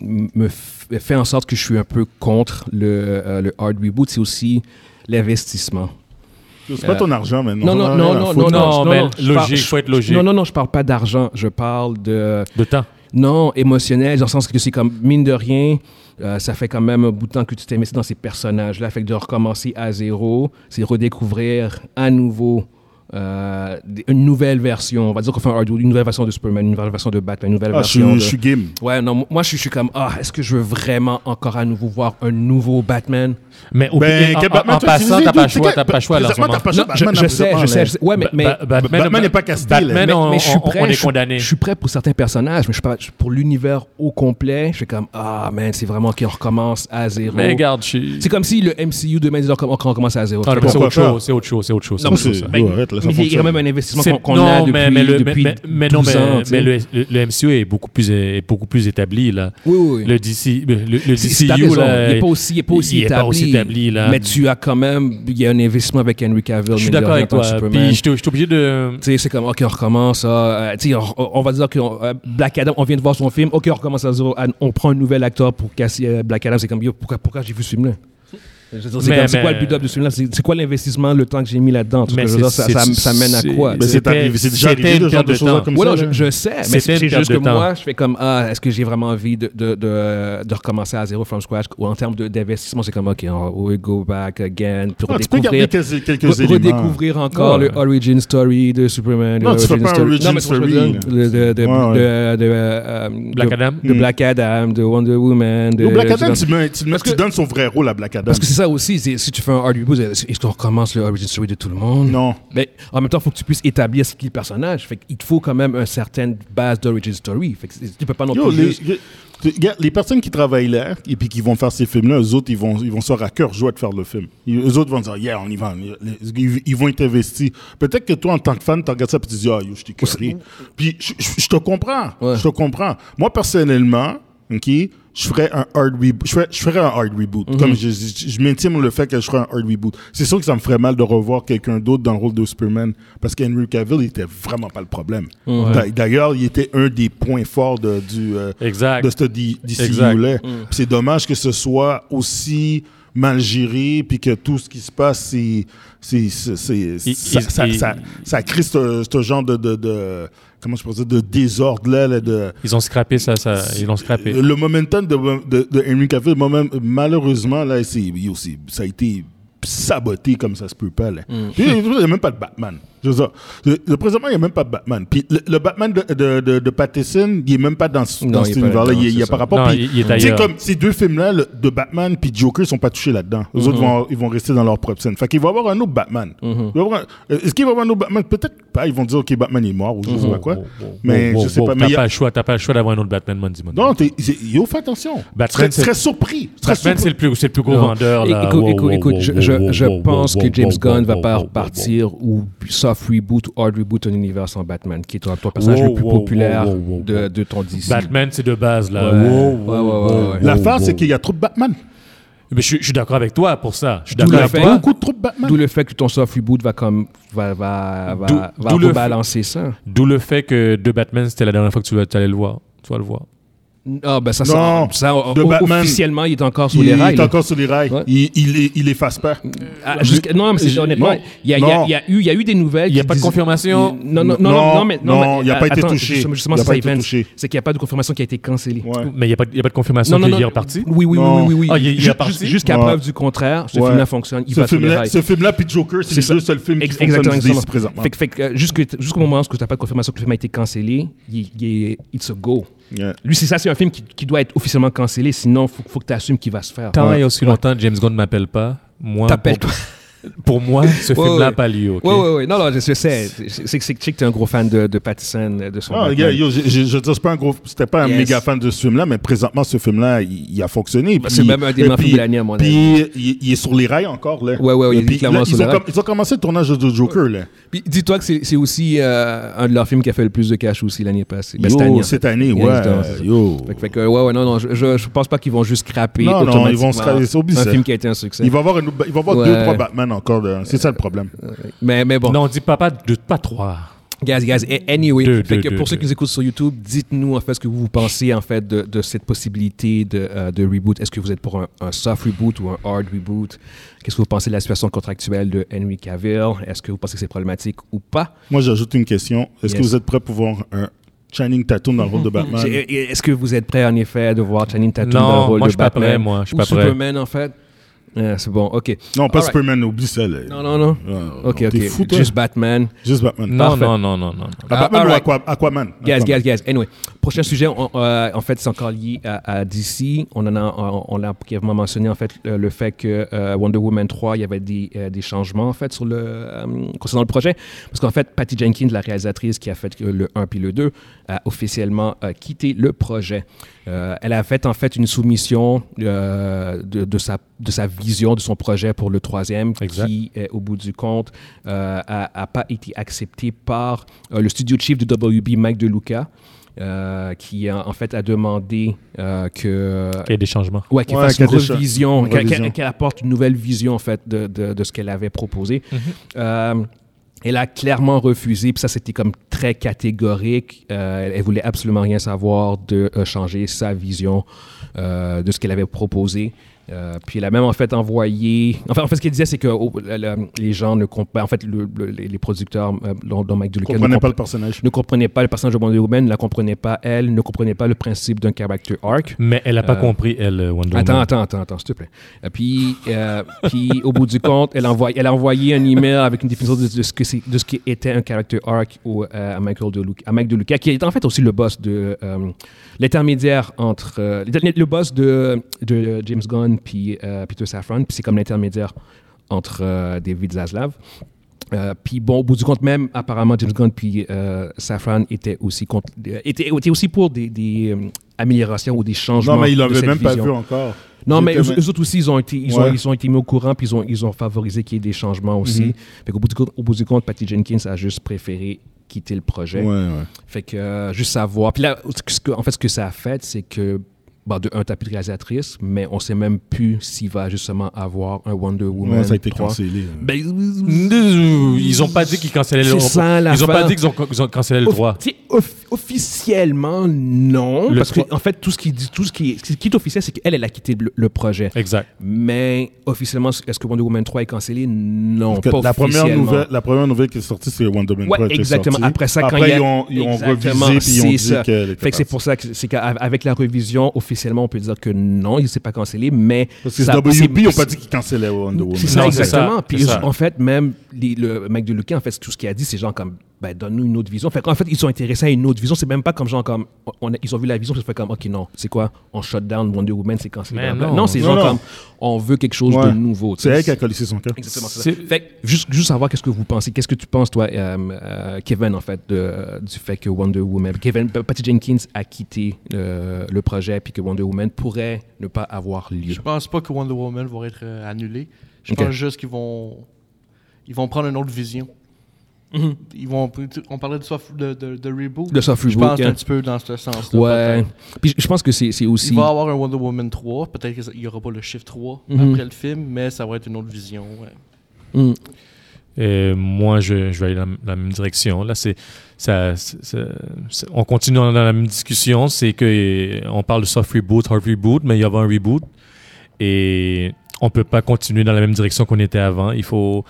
m- me f- fait en sorte que je suis un peu contre le, euh, le hard reboot, c'est aussi l'investissement. Yo, C'est pas ton argent, man. Non, On en non, a non, rien à non, foutre. non, non, non, mais je logique, parle- faut être logique. Non, non, non, je parle pas d'argent, je parle de... De temps. Non, émotionnel, dans le sens que c'est comme, mine de rien, Euh, ça fait quand même un bout de temps que tu t'es mis dans ces personnages-là. Fait que de recommencer à zéro, c'est redécouvrir à nouveau euh, des- une nouvelle version. On va dire qu'on fait un hardwood, une nouvelle version de Superman, une nouvelle version de Batman, une nouvelle Ah, je, version suis- de... je suis game. Ouais, non, moi, je suis- je suis comme, ah, est-ce que je veux vraiment encore à nouveau voir un nouveau Batman Mais au Ben, en- quel en- Batman, toi, en tu passant, disais, t'as pas le tu- choix, tu- t'as pas le choix là en ce présentement, moment. t'as pas le choix. Non, je, Ah, Batman, je à sais, présent, je sais, là. je sais. Ouais, mais, Ba- mais, Ba- Batman, Batman n'est pas castille, là. Batman, mais- on, mais je suis on- prêt, on je est suis- condamné. Je suis prêt pour certains personnages, mais je suis pas pour l'univers au complet. Je suis comme, ah, man, c'est vraiment qu'on recommence à zéro. Mais regarde, je suis- C'est comme si le MCU demain disait on recommence à zéro. Ah, non, mais c'est Pourquoi autre chose, pas? c'est autre chose, c'est autre chose. Non, c'est mais autre chose, ça. c'est- Ouais, arrête, là, mais ça il y a fonctionne. quand même un investissement C'est- qu'on qu'on non, a depuis, mais, mais le, depuis mais, mais non, 12 mais, euh, ans, tu sais. mais le, le- le MCU est beaucoup plus, est beaucoup plus établi là. Oui, oui, oui. Le DC, le, le Si- si t'as DCU raison, là, il n'est pas aussi, il est pas aussi il est établi. pas aussi établi, là. Mais tu as quand même, il y a un investissement avec Henry Cavill. Je suis mine de d'accord rien, avec en tant toi. que Superman. Puis j'étais j'étais obligé de. Tu sais, c'est comme, OK, on recommence. ah, euh, tu sais, on, on- on va dire que euh, Black Adam, on vient de voir son film. OK, on recommence à zéro. Ah, On prend un nouvel acteur pour casser euh, Black Adam. C'est comme, yo, pourquoi, pourquoi j'ai vu ce film-là? Je veux dire, C'est Mais- comme, c'est quoi mais- le build-up de ce film-là? C'est c'est quoi l'investissement, le temps que j'ai mis là-dedans? Tu sais, Mais je veux dire, c'est- Ça, ça, c'est- ça mène à c'est- quoi? mais Mais c'est C'était- arrivé, c'est déjà c'était arrivé, une le genre perte de de choses temps. comme Ouais, ça. non, là. je, je sais, mais C'était c'est une c'est perte juste que de temps. moi, je fais comme, ah, est-ce que j'ai vraiment envie de, de, de, de recommencer à zéro from scratch? Ou en termes de- d'investissement, c'est comme, OK, on, we go back again, puis Ah, tu peux garder redécouvrir. quelques, quelques Re- éléments. redécouvrir encore Ouais. le origin story de Superman. Non, le tu fais pas un origin Non, mais c'est ce que je veux story, dire, le- de- de- Ouais, de- ouais. de, euh, de- Black Adam? De Black Adam, de Wonder Woman. De, Au Black Adam, de- tu, mets- tu mets- Parce tu que- donnes son vrai rôle à Black Adam. Parce que c'est ça aussi, c'est- si tu fais un hard reboot, est-ce est-ce qu'on recommence le origin story de tout le monde? Non. Mais en même temps, il faut que tu puisses établir ce qu'est le personnage. Fait qu'il te faut quand même une certaine base d'origin story. Fait que c'est- tu peux pas non Yo, plus les, juste- les- regarde, les personnes qui travaillent là et puis qui vont faire ces films-là, eux autres, ils vont, ils vont sortir à cœur joie de faire le film. Ils, eux autres vont dire, yeah, on y va. Les- Ils, ils vont être investis. Peut-être que toi, en tant que fan, tu regardes ça et tu dis, ah, yo, je t'ai curé. Puis je, je- je te comprends. Ouais. Je te comprends. Moi, personnellement, OK, je ferais un hard reboot. Je ferais, je ferais un hard reboot. Comme je, je, je m'intime le fait que je ferais un hard reboot. C'est sûr que ça me ferait mal de revoir quelqu'un d'autre dans le rôle de Superman parce qu'Henry Cavill, il était vraiment pas le problème. D'a- D'ailleurs, il était un des points forts de, du, euh, Exact. de ce D- Exact. Mm. DCU-là. C'est dommage que ce soit aussi mal géré, puis que tout ce qui se passe, c'est, c'est, c'est- c'est- Il- ça, il- ça- il- ça- ça crée ce, ce genre de, de, de- comment je peux dire, de désordre-là, là, de, Ils ont scrappé ça, ça. Ils l'ont scrappé. le momentum de, de, de Henry Cavill, moi-même, malheureusement, là, c'est, yo, c'est- ça a été saboté comme ça se peut pas. Là. Hmm. Puis, Il n'y a même pas de Batman. Je veux dire, le, le- présentement, il n'y a même pas de Batman. Puis le, le Batman de, de, de, de Pattinson, il n'est même pas dans, ce- Non, dans il est cet pas univers-là. là-dedans, Il n'y a c'est pas ça. rapport. Non, Puis, il- il est tu sais, ailleurs. comme ces deux films-là, le- de Batman puis Joker, ne sont pas touchés là-dedans. Les Mm-hmm. autres, vont, ils vont rester dans leur propre scène. Fait qu'il va y avoir un autre Batman. Il va y avoir un- euh, Est-ce qu'il va y avoir un autre Batman Peut-être pas. Ils vont dire, OK, Batman est mort ou je ne sais pas quoi. Mm-hmm. Wow, wow, Mais wow, je sais wow, pas. Mais il T'as y a- pas le choix, t'as pas le choix d'avoir un autre Batman, mon Dieu, mon Dieu. non, t'es- c'est- yo, fais attention. Batman, tu serais, tu serais c'est- surpris. Tu serais Batman, surpris. c'est le plus, c'est le plus gros Non. vendeur. Là. Écoute, Wow, écoute, wow, écoute, wow, je, wow, je, wow, je wow, pense wow, que James wow, Gunn wow, va wow, pas wow, partir ou soft reboot ou hard reboot un univers sans Batman, qui est ton, ton personnage le Wow, plus wow, populaire wow, wow, wow. de, de ton DC. Batman, c'est de base là. Ouais. Wow, Ouais, ouais, ouais, ouais. Oh, L'affaire, c'est qu'il y a trop de Batman. Mais je, je suis d'accord avec toi pour ça. Je suis D'où d'accord le avec fait, toi. Beaucoup de trop de Batman. d'où le fait que ton soft reboot va comme va va va, D'où- va d'où le fait- rebalancer ça. D'où le fait que de Batman, c'était la dernière fois que tu, vas- tu allais le voir. Tu vas le voir. Ah ben ça, Non, ça, ça, de o- Batman. officiellement il est encore sur Il les rails. est là. encore sur les rails. Ouais. Il, il, est- il efface pas. Ah, jusqu'à- non mais c'est- Je- honnêtement, non, il y a, il y a- non. il y a eu il y a eu des nouvelles. Il n'y a pas de Non confirmation. non non non non, mais Non, mais- euh, il a pas été attends, touché. Justement, justement, Il a c'est pas ça, été Evans. touché. c'est qu'il n'y a pas de confirmation qui a été cancellée. Ouais. Mais il n'y a, pas de- il y a pas de Non, confirmation non, qu'il non. est reparti. Oui, oui, oui, Non. oui, oui. Ah, il est- il est Ju- reparti? ju- Jusqu'à Ouais. preuve du contraire, ce Ouais. film-là fonctionne. Il Ce va sur les film-là, rails. ce film-là, puis Joker, c'est C'est ça. le seul film qui Ex- fonctionne Exactement. du exactement. DC présentement. Fait que- fait que, euh, jusque- Jusqu'au moment où tu n'as pas de confirmation que le film a été cancellé, il, il est it's a go. Yeah. Lui, c'est ça, c'est un film qui, qui doit être officiellement cancellé, sinon il faut, faut que tu assumes qu'il va se faire. Tant et aussi longtemps, James Gunn ne m'appelle pas. Moi, T'appelles pour, (laughs) pour moi, ce Ouais, film-là n'a ouais. pas lieu. ok? Oui, oui, oui. Non, non, je sais. C'est c'est que c'est que tu es un gros fan de, de Pattinson, euh, de son. Ah, Batman. gars, yo, je- je je veux dire, c'est pas un gros, c'était pas un Yes. méga fan de ce film-là, mais présentement, ce film-là, il, il a fonctionné. Puis- Bah, c'est même un des et meilleurs puis- films de l'année, à mon avis. Puis, il, il est sur les rails encore, là. Ouais, ouais, ouais, Et il est puis, clairement là, sur ils les ont rails. com- Ils ont commencé le tournage de Joker, là. Puis dis-toi que c'est c'est aussi euh, un de leurs films qui a fait le plus de cash aussi l'année passée. Ben, Yo, cette année. en cette fait. année, Yeah, ouais. justement, c'est ça. Yo. Fait, que- fait que, ouais, ouais, non, non, je, je, je pense pas qu'ils vont juste scraper Non, non, automatiquement ils vont scraper, c'est obligé, un ça. film qui a été un succès. Il va y avoir, un autre- il va y avoir Ouais. deux, trois Batman encore. là. C'est ça le problème. Mais, mais bon, Non, on dit pas, pas, de, pas trois. guys, guys, a- anyway, Deux, fait deux, que deux, pour ceux deux. qui nous écoutent sur YouTube, dites-nous en fait ce que vous pensez en fait de, de cette possibilité de, euh, de reboot. Est-ce que vous êtes pour un, un soft reboot ou un hard reboot? Qu'est-ce que vous pensez de la situation contractuelle de Henry Cavill? Est-ce que vous pensez que c'est problématique ou pas? Moi, j'ajoute une question. Est-ce que Yes. vous êtes prêts pour voir un Channing Tatum dans le rôle de Batman. J'ai- Est-ce que vous êtes prêt en effet de voir Channing Tatum Non, dans le rôle de moi, je suis pas Batman prêt, moi, je suis Ou pas prêt. Superman en fait Euh, C'est bon, ok. Non, pas Alright. Superman, oublie ça. Là. Non, non, non. non, Ok, t'es ok. fou, toi. Juste Batman. Juste Batman. Non, Parfait. non, non, non, non. Ah, Batman Ah, ou alright. Aqua- Aquaman Guys, Aquaman. guys, guys. Anyway, prochain sujet, on- euh, en fait, c'est encore lié à, à DC. On en a, on, on l'a brièvement mentionné, en fait, le, le fait que euh, Wonder Woman 3, il y avait des, euh, des changements, en fait, sur le, euh, concernant le projet. Parce qu'en fait, Patty Jenkins, la réalisatrice qui a fait euh, le 1 puis le 2, a officiellement euh, quitté le projet. Euh, elle a fait, en fait, une soumission euh, de, de sa, de sa vision, de son projet pour le troisième, Exact. qui qui, euh, au bout du compte, n'a pas été accepté par euh, le studio chief de WB, Mike DeLuca, euh, qui en en fait a demandé euh, que. Il y a des changements. Ouais, qu'il Ouais, fasse qu'il y une a des cho- revision, une qu'elle- revision. qu'elle- qu'elle apporte une nouvelle vision en fait de, de- de ce qu'elle avait proposé. Mhm. Euh, elle a clairement refusé, puis ça c'était comme très catégorique. Euh, elle voulait absolument rien savoir de euh, changer sa vision euh, de ce qu'elle avait proposé. Euh, puis elle a même en fait envoyé. Enfin, en fait, ce qu'elle disait, c'est que oh, la- la- les gens ne comprennent pas. En fait, le- le- les les producteurs, euh, dont, dont Mike Duluca, ne Comprenez pas compre- le personnage. ne comprenaient pas le personnage de Wonder Woman, ne la comprenaient pas elle, ne comprenaient pas le principe d'un character arc. Mais elle n'a pas Euh, compris, elle, euh, Wonder Attends, Woman. attends, attends, attends, s'il te plaît. Euh, puis, euh, puis au bout du compte, elle, envoie, elle a envoyé un email avec une définition de, de ce, que c'est- de ce qui était un character arc au, euh, à Michael DeLuca, à Mike DeLuca, qui est en fait aussi le boss de euh, l'intermédiaire entre euh, l'inter- le boss de, de James Gunn puis euh, Peter Safran, puis c'est comme l'intermédiaire entre euh, David Zaslav. Euh, puis bon, au bout du compte, même apparemment James Gunn puis euh, Safran étaient aussi contre, euh, étaient, étaient aussi pour des, des, euh, améliorations ou des changements. Non, mais il de l'avait cette même pas vision. vu encore. Non, mais J'étais eux, même- eux autres aussi, ils ont été, ils ont, Ouais. Mhm. ils ont été mis au courant, puis ils ont, ils ont favorisé qu'il y ait des changements aussi. Fait qu'au bout du compte, au bout du compte, Patty Jenkins a juste préféré quitter le projet. Ouais, ouais. Fait que euh, juste savoir. Puis là, ce que- en fait, ce que ça a fait, c'est que, bah, de un, t'as plus de réalisatrice, mais on sait même plus s'il va justement avoir un Wonder Woman. Ouais, ça a été 3. cancellé. là. Ben, Ils ont pas dit qu'ils cancellaient le C'est ça, Ils ont pas l'affaire. dit qu'ils ont, qu'ils ont cancellé le Off- droit. tu sais, off- officiellement, non. Le parce trois- que, en fait, tout ce qui dit, tout ce qui, ce qui est officiel, c'est qu'elle, elle a quitté le, le projet. Exact. Mais officiellement, est-ce que Wonder Woman 3 est cancellé Non, Que pas la, première officiellement. nouvelle, la première nouvelle qui est sortie, c'est Wonder Woman Ouais, 3 était exactement. sortie. Après ça, quand Après, il y a- ils ont, ils ont Exactement, revisé puis ils ont c'est dit ça. qu'elle était Fait que c'est partie. pour ça que c'est qu'avec la révision, officiellement, on peut dire que non, il ne s'est pas cancellé, mais Parce que ça- WB c'est- n'ont pas dit qu'ils cancellaient Wonder Woman. C'est ça, Non, c'est exactement. ça, Puis c'est eux- ça. en fait, même les- le mec de Lucas, en fait, tout ce qu'il a dit, c'est genre comme, ben, donne-nous une autre vision. Fait qu'en fait, ils sont intéressés à une autre vision. C'est même pas comme genre comme, on a- ils ont vu la vision, puis ils se font comme, ok, non, c'est quoi, on shut down Wonder Woman, c'est cancellé. Mais blablabla. non. Non, c'est Non, genre non. comme, on veut quelque chose Ouais. de nouveau. tu C'est sais. elle qui a collissé son cœur. Exactement. c'est C'est- ça. Fait que juste, juste savoir qu'est-ce que vous pensez. Qu'est-ce que tu penses, toi, euh, euh, Kevin, en fait, de- du fait que Wonder Woman, Kevin, P- Patty Jenkins a quitté euh, le projet puis que Wonder Woman pourrait ne pas avoir lieu. euh, Je pense pas que Wonder Woman va être euh, annulée. Je Ok. pense juste qu'ils vont ils vont prendre une autre vision. Mm-hmm. Ils vont on parlait de soft- de, de, de reboot. De soft Je reboot, pense hein. un petit peu dans ce sens-là. Ouais. peut-être. Puis je je pense que c'est c'est aussi. Il va y avoir un Wonder Woman 3, peut-être qu'il n'y aura pas le chiffre 3 Mhm. après le film, mais ça va être une autre vision. ouais. Mm. Et moi, je, je vais aller dans la même direction. Là, c'est, ça, c'est- ça- c'est- on continue dans la même discussion. C'est que eh, on parle de soft reboot, hard reboot, mais il y avait un reboot et on peut pas continuer dans la même direction qu'on était avant. Il faut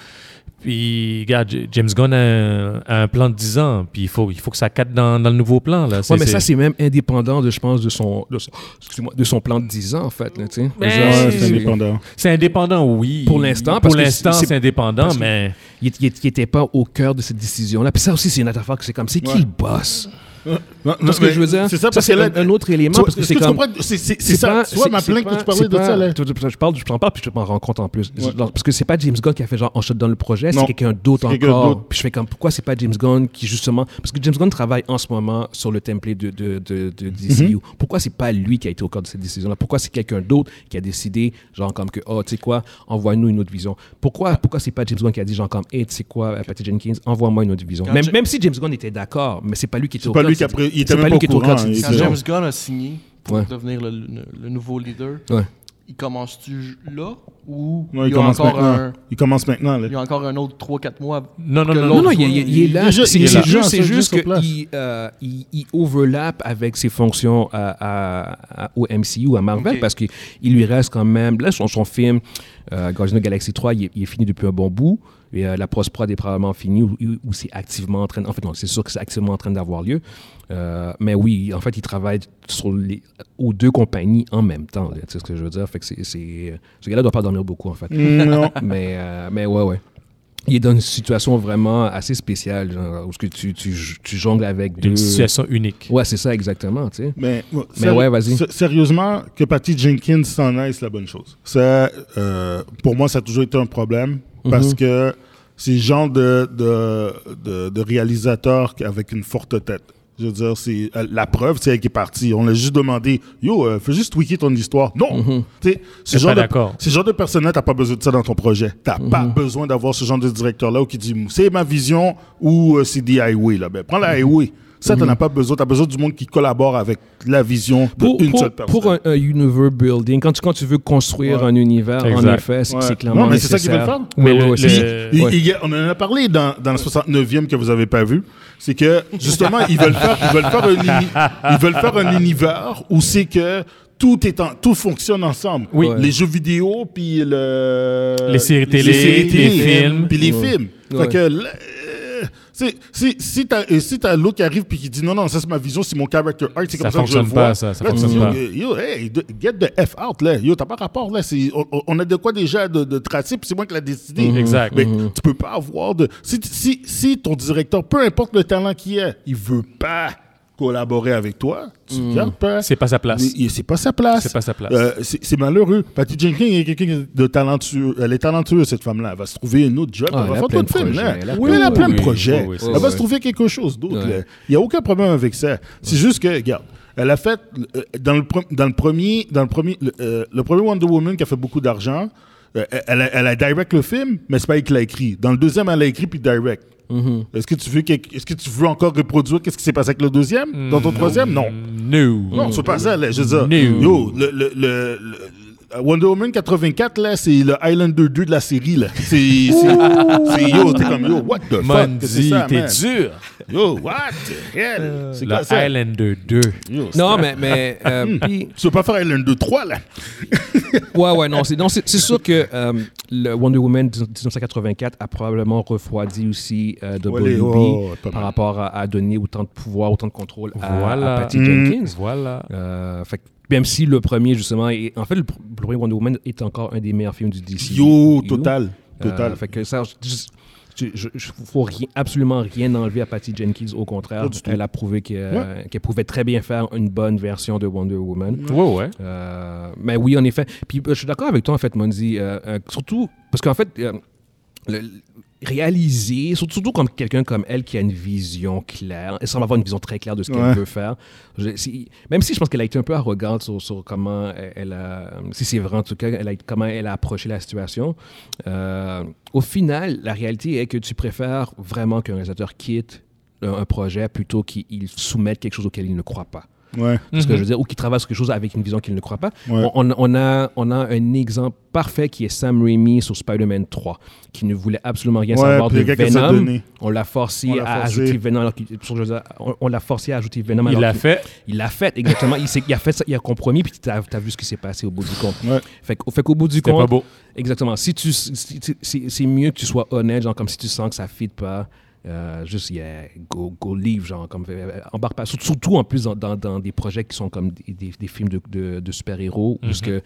puis, regarde, J- James Gunn a un, a un plan de 10 ans, puis il faut, il faut que ça cadre dans, dans le nouveau plan. Là. Ouais, mais ça, c'est même indépendant, de, je pense, de son, de son, excuse-moi, de son plan de 10 ans, en fait. là, tu sais. Mais- Genre, Ouais, Ben, c'est c'est- indépendant. c'est indépendant, oui. Pour l'instant, parce Pour que l'instant, c'est- c'est indépendant, parce que- mais... Il n'était pas au cœur de cette décision-là. Puis ça aussi, c'est une autre affaire que c'est comme, c'est qui Ouais. le boss? Non, Tu vois non, ce que mais je veux dire? C'est ça parce que c'est là. un, un autre élément, tu- parce que est-ce c'est tu comme... comprends? C'est- C'est c'est ça. Tu vois ma plainte que tu parlais de ça, là. Je parle, je t'en parle, puis je m'en rends compte en plus. Ouais. Genre, Parce que c'est pas James Gunn qui a fait genre on shot dans le projet, c'est Non. quelqu'un d'autre C'est quelqu'un encore. d'autre. Puis je fais comme pourquoi c'est pas James Gunn qui justement parce que James Gunn travaille en ce moment sur le template de de de, de DCU. Mm-hmm. Pourquoi c'est pas lui qui a été au cœur de cette décision là Pourquoi c'est quelqu'un d'autre qui a décidé genre comme que oh tu sais quoi, envoie-nous une autre vision. Pourquoi pourquoi c'est pas James Gunn qui a dit genre comme hey tu sais quoi euh, Patty Jenkins, envoie-moi une autre vision. Quand Même, j'ai- même si James Gunn était d'accord, mais c'est pas lui qui était au pas cœur. lui de qui a cette- pris- il était c'est même pas lui au qui était au cœur de courant, cette il était- Quand C'est décision. James Gunn a signé pour Ouais. devenir le, le- le nouveau leader, Ouais. il commence-tu là ou Non, il, il y a commence encore maintenant. un, Il commence maintenant, là. il y a encore un autre 3-4 mois Non, non, que non, Non, l'autre non, il, soit- il- il est il est là. juste- C'est il est c'est là. juste, Juste c'est sur juste place. qu'il euh, il- il overlap avec ses fonctions à, à- à- au MCU, à Marvel, Ok. parce qu'il il lui reste quand même. Là, son, son film euh, Guardians of the Galaxy 3, il, est- il est fini depuis un bon bout. Et, euh, la post-prod est probablement finie ou, ou- ou c'est activement en train. En fait, non, c'est sûr que c'est activement en train d'avoir lieu. Euh, mais oui, en fait, ils travaillent sur les, aux deux compagnies en même temps. là, tu sais ce que je veux dire? Fait que c'est, c'est- ce gars-là doit pas dormir beaucoup, en fait. Non. (laughs) mais, euh, mais ouais, ouais. Il est dans une situation vraiment assez spéciale, genre, où ce que tu, tu, tu jongles avec deux. Une situation unique. Ouais, c'est ça, exactement, tu sais. Mais, Mais ouais, vas-y. sé- Sérieusement, que Patty Jenkins s'en aille, c'est la bonne chose. Ça, euh, pour moi, ça a toujours été un problème Mhm. parce que c'est le genre de, de, de, de réalisateur qui- avec une forte tête. Je veux dire, c'est euh, la preuve, c'est elle qui est partie. On l'a juste demandé, yo, euh, fais juste tweaker ton histoire. Non, Mhm. Tu sais, ce T'es genre pas de d'accord. ce genre de personne-là, t'as pas besoin de ça dans ton projet. T'as Mhm. pas besoin d'avoir ce genre de directeur-là ou qui dit c'est ma vision ou euh, c'est des highway. Là. Ben, prends Mhm. la highway. Ça, t'en as pas besoin. T'as besoin du monde qui collabore avec la vision de Pour, une pour- seule personne. pour un, un universe building, quand tu, quand tu veux construire Ouais. un univers, en Exact. effet, c'est, Ouais. c'est clairement Non, mais c'est ça qu'ils nécessaire. veulent faire. Mais Ouais, le- ouais, ouais, le- c'est- Il- ouais. il y a- on en a parlé dans, dans la 69e que vous avez pas vu. C'est que, justement, ils veulent faire, ils veulent faire, un, uni- ils veulent faire un univers où c'est que tout, est en- tout fonctionne ensemble. Oui. Les jeux vidéo, puis le... Les séries télé, les films. Puis les Ouais. films. Ouais. Fait que, là, euh, c'est- si, si t'as euh, si t'as l'autre qui arrive puis qui dit non, non, ça c'est ma vision, c'est mon character art, c'est Ça comme ça, que je le fonctionne vois. pas, ça, ça Là, tu fonctionne dis, Euh, Yo, yo, hey, de- get the F out, là. Yo, t'as pas rapport, là. C'est- On, on- on a de quoi déjà de, de tracer, puis c'est moi qui l'a décidé. Mhm. Exact. Mais tu peux pas avoir de. Si, si, si ton directeur, peu importe le talent qu'il est, il veut pas collaborer avec toi, tu gardes pas. Mhm. C'est pas sa place. Mais- et C'est pas sa place. C'est pas sa place. Euh, c'est c'est malheureux. Patty Jenkins est quelqu'un de talentueux. Elle est talentueuse, cette femme-là. Elle va se trouver une autre job. Ah, elle elle a va faire plein d'autres de films. projets. là. Elle a Oui, plein Elle a de plein de projets. projets. Oui, oui, oui, Elle va oui. se trouver quelque chose d'autre. Ouais. là. Il n'y a aucun problème avec ça. C'est juste que, regarde, elle a fait, euh, dans le, pre- dans le premier, dans le premier, le, euh, le premier Wonder Woman qui a fait beaucoup d'argent, euh, elle, a, elle a direct le film, mais c'est pas elle qui l'a écrit. Dans le deuxième, elle l'a écrit puis direct. Mm-hmm. Est-ce que tu veux quelque- est-ce que tu veux encore reproduire qu'est-ce qui s'est passé avec le deuxième dans ton troisième non No. non, c'est pas ça. Là. Je veux dire, Mm-hmm. No. yo, le, le, le, le- Wonder Woman 84, là, c'est le Highlander 2 de la série. là. C'est c'est- c'est- yo, t'es comme yo, what the fuck? que c'est Mondi, ça, t'es man? dur. Yo, what the hell? C'est quoi Le ça? Highlander 2. Yo, c'est- Non, mais, mais (laughs) euh, puis- Tu veux pas faire Highlander 3, là? Ouais, ouais, non, c'est, non, c'est, c'est sûr que euh, le Wonder Woman 1984 a probablement refroidi aussi euh, WB Ouais, les- oh, pas mal. par rapport à, à donner autant de pouvoir, autant de contrôle à, Voilà. à Patty Mm. Jenkins. Voilà. Euh, fait que même si le premier, justement, est- en fait, le, pr- le premier Wonder Woman est encore un des meilleurs films du DC. Yo, total. Total. Euh, fait que ça, je- je- je- je- faut rien- absolument rien enlever à Patty Jenkins. Au contraire, Pas du tout. elle a prouvé que, euh, qu'elle pouvait très bien faire une bonne version de Wonder Woman. Ouais, ouais. Euh, mais oui, en effet. Puis euh, je suis d'accord avec toi, en fait, Monzi. Euh, euh, surtout, parce qu'en fait, euh, le- le- réaliser, surtout, surtout comme quelqu'un comme elle qui a une vision claire, elle semble avoir une vision très claire de ce qu'elle Ouais. veut faire. Je- si- même si je pense qu'elle a été un peu arrogante sur, sur comment elle, elle a, si c'est vrai en tout cas, elle a- comment elle a approché la situation. Euh, au final, la réalité est que tu préfères vraiment qu'un réalisateur quitte un, un projet plutôt qu'il soumette quelque chose auquel il ne croit pas. Ouais. C'est ce que je veux dire, ou qui travaille sur quelque chose avec une vision qu'il ne croit pas. Mhm. Ouais. On, on- on a, on a un exemple parfait qui est Sam Raimi sur Spider-Man 3, qui ne voulait absolument rien Ouais, savoir puis de le gars qui s'est Venom. donné. On l'a forcé, On l'a à forcé. ajouter Venom. alors qu'il- je veux dire, on on l'a forcé à ajouter Venom. Il alors l'a qu'il- fait. Il l'a fait, exactement. il, s'est- il a fait ça, il a compromis, puis tu as, vu ce qui s'est passé au bout du compte. Ouais. Fait, qu'au- fait qu'au bout du C'était compte. pas beau. Exactement. Si tu, si- si- si- c'est mieux que tu sois honnête, genre comme si tu sens que ça fit pas, euh, juste yeah, go, go leave, genre comme euh, embarque pas. Surtout, surtout, en plus dans, dans- dans des projets qui sont comme des, des- des films de, de- de super-héros où Mhm. ce que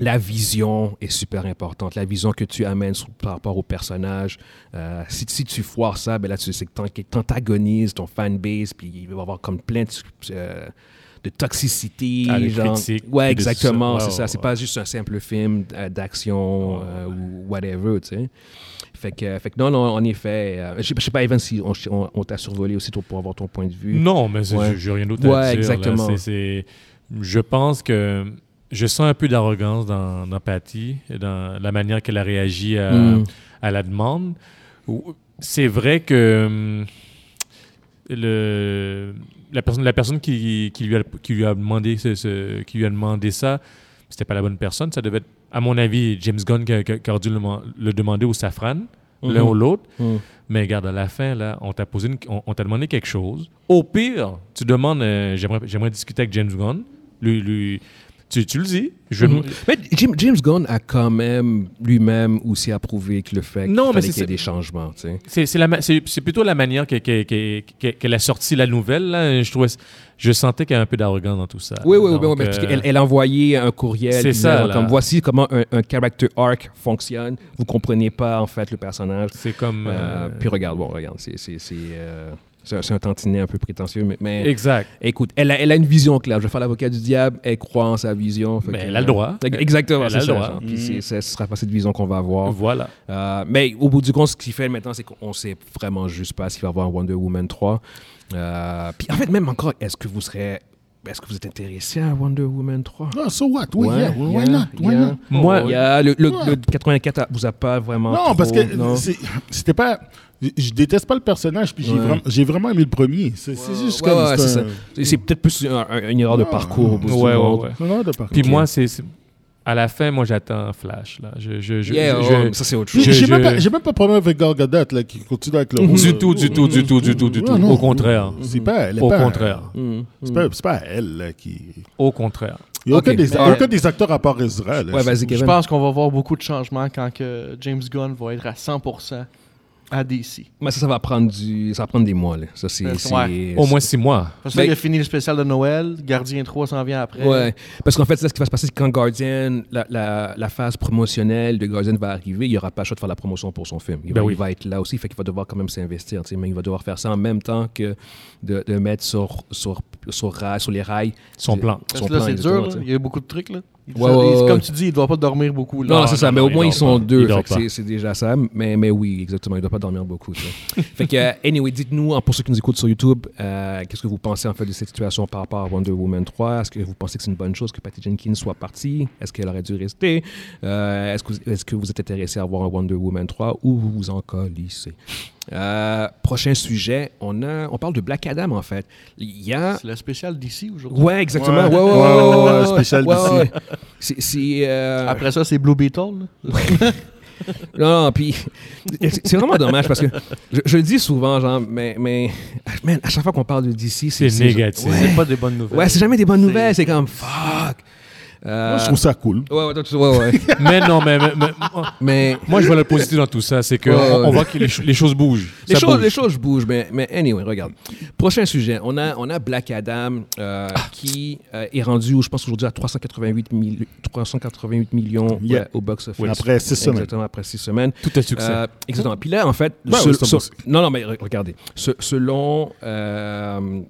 la vision est super importante, la vision que tu amènes sur- par rapport au personnage. Euh, si, si tu foires ça, ben là tu sais que t'en- que t'antagonises ton fanbase, puis il va y avoir comme plein de, euh, de toxicité, Ah, les genre. critiques, ouais, puis de tout ça. exactement, Ouais, c'est ouais, ça. C'est ouais. pas juste un simple film euh, d'action euh, ou whatever, tu sais. Fait que, euh, fait que non, non, en effet, euh, je sais pas- je sais pas, Evan, si on, on- on t'a survolé aussi pour avoir ton point de vue. Non, mais c'est- Ouais. j'ai- j'ai rien d'autre à Ouais, dire. là. exactement. C'est- c'est- je pense que je sens un peu d'arrogance dans, dans Patty, et dans la manière qu'elle a réagi à, Mm. à la demande. Ou- C'est vrai que hum, le, la personne, la personne qui, qui lui a, qui lui a demandé ce- ce- qui lui a demandé ça, c'était pas la bonne personne. Ça devait être, à mon avis, James Gunn qui, a- qui a- qui aurait dû le, man- le demander au Safran, l'un Mhm. ou l'autre. Mm. Mais regarde, à la fin, là, on t'a posé une- on, on t'a demandé quelque chose. Au pire, tu demandes, euh, j'aimerais, j'aimerais discuter avec James Gunn. Lui, lui, tu, tu le dis. Je, Mhm. Mais Jim- James Gunn a quand même lui-même aussi approuvé que le fait qu'il Non, mais fallait c'est qu'il y ait ça. des changements. tu sais. C'est c'est la ma- c'est- c'est plutôt la manière que- que- que- que- qu'elle a sorti la nouvelle. là. Je, trouvais, je sentais qu'il y avait un peu d'arrogance dans tout ça. Oui, oui, oui, Donc, oui, mais euh, parce qu'elle elle envoyait un courriel. C'est email, ça, là. Comme voici comment un, un character arc fonctionne. Vous comprenez pas, en fait, le personnage. C'est comme. Euh, euh, puis regarde, bon, regarde, c'est c'est- c'est, euh, c'est un- c'est un tantinet un peu prétentieux, mais, mais exact. écoute, elle a, elle a une vision claire. Je vais faire l'avocat du diable, elle croit en sa vision. fait Mais que- elle a le droit. Ex- Exactement, Elle c'est a le ça. droit. genre. Puis c'est- c'est- ce sera pas cette vision qu'on va avoir. Voilà. Euh, mais au bout du compte, ce qu'il fait maintenant, c'est qu'on sait vraiment juste pas s'il va y avoir un Wonder Woman 3. Euh, puis en fait, même encore, est-ce que vous serez. Est-ce que vous êtes intéressé à Wonder Woman 3 Ah, so what? Oui, yeah, why yeah, not? Why yeah. not? Moi- Il y a le, le- Ouais. le 84 a- vous a pas vraiment. Non, parce trop, que non? c'est- c'était pas. je- Je déteste pas le personnage, puis j'ai Ouais. vraiment- j'ai vraiment aimé le premier. C'est c'est juste Ouais, comme. ouais, c'est c'est un- ça. C'est- c'est peut-être plus un- un- une erreur de Ah. parcours au bout du Ouais, ouais, compte. ouais. Non, non, de par- Puis Ok. moi, c'est. c'est- À la fin, moi, j'attends Flash. Là. Je, je, je, Yeah, je- ouais, mais ça, c'est autre J'ai chose. je- j'ai même, pas- j'ai même pas de problème avec Gal Gadot, là, qui continue avec le rôle. du de- tout, du tout, du tout, du tout, du Non, tout. non. Au contraire. C'est pas elle. est Au pas- contraire. Mm. C'est pas, c'est pas elle là, qui. Au contraire. Il n'y a Ok, aucun, des, mais- aucun des acteurs à part Ezra. là. Ouais, vas-y, Je Kevin. pense qu'on va voir beaucoup de changements quand que James Gunn va être à 100% à DC. Mais ça, ça va prendre du, ça va prendre des mois. Là. Ça, c'est, Ouais. c'est- Au moins six mois. Parce Ben- qu'il a fini le spécial de Noël, Gardien 3 s'en vient après. Ouais, parce qu'en fait, là, ce qui va se passer, c'est que quand Guardian, la, la- la phase promotionnelle de Guardian va arriver, il n'y aura pas le choix de faire la promotion pour son film. Il, Ben va, oui. il va être là aussi, fait qu'il va devoir quand même s'investir, tu sais, mais il va devoir faire ça en même temps que de, de mettre sur, sur, sur, ra- sur les rails Son de- plan. son Parce que là, plan, c'est exactement, dur, là. tu sais. il y a beaucoup de trucs. Là. Il- Ouais, ça- ouais, il- ouais. Comme tu dis, il ne doit pas dormir beaucoup. Là. Non, c'est ça, non, mais non, au il moins ils dort sont pas. deux, Il fait dort que c'est- pas. c'est déjà ça. Mais, mais oui, exactement, il ne doit pas dormir beaucoup. tu sais. fait (laughs) que, euh, anyway, dites-nous, hein, pour ceux qui nous écoutent sur YouTube, euh, qu'est-ce que vous pensez en fait de cette situation par rapport à Wonder Woman 3 Est-ce que vous pensez que c'est une bonne chose que Patty Jenkins soit partie Est-ce qu'elle aurait dû rester Euh, Est-ce que, vous- est-ce que vous êtes intéressé à voir un Wonder Woman 3 ou vous vous en colissez Euh, prochain sujet, on, a, on parle de Black Adam en fait. Il y a C'est le spécial DC aujourd'hui. Ouais, exactement. Ouais. Ouais, ouais, ouais, Ouais, ouais, ouais, ouais, spécial ouais, d'ici. ouais. C'est- C'est. euh, Après ça, c'est Blue Beetle. là. Non, non, puis (laughs) c'est c'est vraiment dommage parce que je, je le dis souvent, genre, mais, mais man, à chaque fois qu'on parle de DC, c'est C'est négatif. Ouais, C'est pas des bonnes nouvelles. ouais, c'est jamais des bonnes nouvelles. C'est comme fuck. Euh, Moi, je trouve ça cool. Ouais, ouais, toi, tu- (laughs) ouais, ouais. mais non, mais, mais- mais- moi- mais moi, je vois le positif dans tout ça. C'est qu'on Ouais, ouais. on voit que les, cho- les choses bougent. les Ça choses, bouge. les choses bougent, mais, mais anyway, regarde. Prochain sujet, on a, on a Black Adam euh, Ah. qui euh, est rendu, je pense aujourd'hui à 388, mille- 388 millions Yeah. ouais, au box office. Oui, après six semaines. Exactement, après six semaines. Tout est succès. Euh, exactement. Puis là, en fait, Ouais, sel- ouais, c'est sel- impossible. non, non, mais re- regardez, Se- selon euh,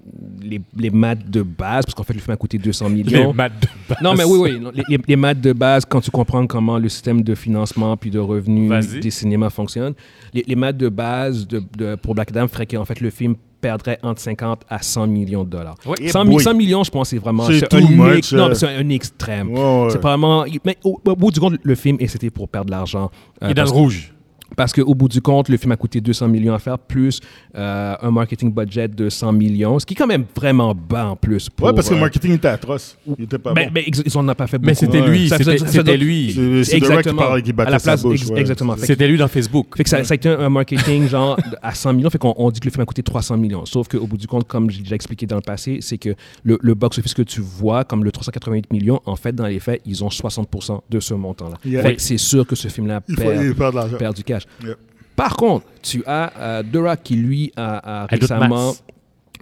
les, les maths de base, parce qu'en fait, le film a coûté 200 les millions. maths de base. non, mais oui, oui, non, les, les- les maths de base, quand tu comprends comment le système de financement puis de revenus Vas-y. des cinémas fonctionne, les, les maths de base de, de- pour Black Adam ferait qu'en fait, le film perdrait entre 50 à 100 millions de dollars. Ouais. 100, mi- boy. 100 millions, je pense, c'est vraiment C'est c'est too un, much, ex- non, euh. c'est un extrême. Ouais, ouais. C'est probablement. Mais au, au bout du compte, le film, et c'était pour perdre de l'argent. euh, Il est dans parce le que- rouge. parce qu'au bout du compte, le film a coûté 200 millions à faire, plus euh, un marketing budget de 100 millions, ce qui est quand même vraiment bas en plus. Pour, Ouais, parce que le euh, marketing était atroce. Il était pas ben, bon. ben, ils, ils en ont pas fait beaucoup. Mais c'était Ouais. lui. Ça faisait- C'était ça c'était faisait- lui. C'est- c'est Direct qui Exactement. parlait, qui à battait la sa place, bouche. ex- ouais. Exactement. Fait que- C'était lui dans Facebook. fait que ça, ça a été un, un marketing genre à 100 millions, fait qu'on on dit que le film a coûté 300 millions. Sauf qu'au bout du compte, comme j'ai déjà expliqué dans le passé, c'est que le, le box-office que tu vois, comme le 388 millions, en fait, dans les faits, ils ont 60% de ce montant-là. Yeah. Fait que c'est sûr que ce film-là Il faut perd, il perd de l'argent. perd du cash. Yeah. Par contre, tu as euh, The Rock qui, lui, a, a À d'autres récemment, masses.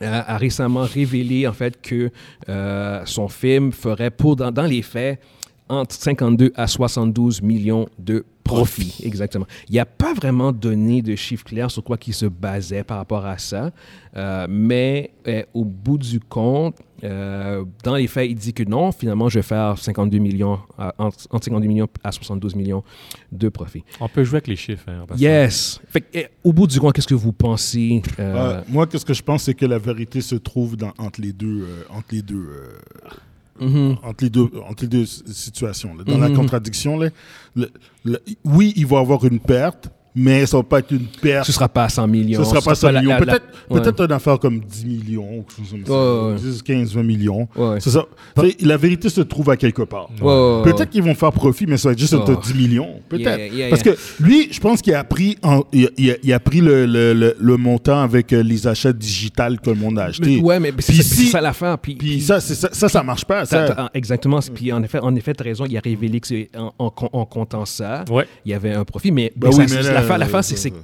a, a récemment révélé en fait que euh, son film ferait pour, dans, dans les faits, entre 52 à 72 millions de profits. Exactement. Il n'y a pas vraiment donné de chiffre clair sur quoi qu'il se basait par rapport à ça, euh, mais euh, au bout du compte, euh, dans les faits, il dit que non, finalement, je vais faire 52 millions, à- entre, entre 52 millions à 72 millions de profits. On peut jouer avec les chiffres. hein, en passant. Yes. Fait que, eh, au bout du compte, qu'est-ce que vous pensez euh, Euh, moi, qu'est-ce que je pense, c'est que la vérité se trouve dans, entre les deux, euh, entre les deux, euh, entre les deux, entre les deux s- situations. là. Dans la contradiction, là, le- le- oui, il va avoir une perte, mais ça va pas être une perte. Ce sera pas à 100 millions. Ce sera pas 100 la- millions. la- la- Peut-être ouais. peut-être une affaire comme 10 millions, ou quelque chose comme ça. Ouais, ouais, ouais. 10, 15, 20 millions. Ouais. C'est ça. Tu sais, La vérité se trouve à quelque part. Ouais, ouais, ouais, ouais. Peut-être qu'ils vont faire profit, mais ça va être juste Oh. de 10 millions. Peut-être. Yeah, yeah, Parce yeah. que lui, je pense qu'il a pris, en- il, a- il a, il a pris le, le- le- le montant avec euh, les achats digitales que l'on a achetés. Mais- ouais, mais c'est Puis ça- si- c'est ça l'affaire. Puis, Puis ça, c'est ça, ça, ça marche pas. T'as- ça. t'as- exactement. c'est- Puis en effet, en effet, t'as raison. Il a révélé que c'est en, en, con- en comptant ça, Ouais. il y avait un profit. Mais, Ben mais oui, ça, mais c'est- là, la fin, la fin, euh, c'est c'est euh, que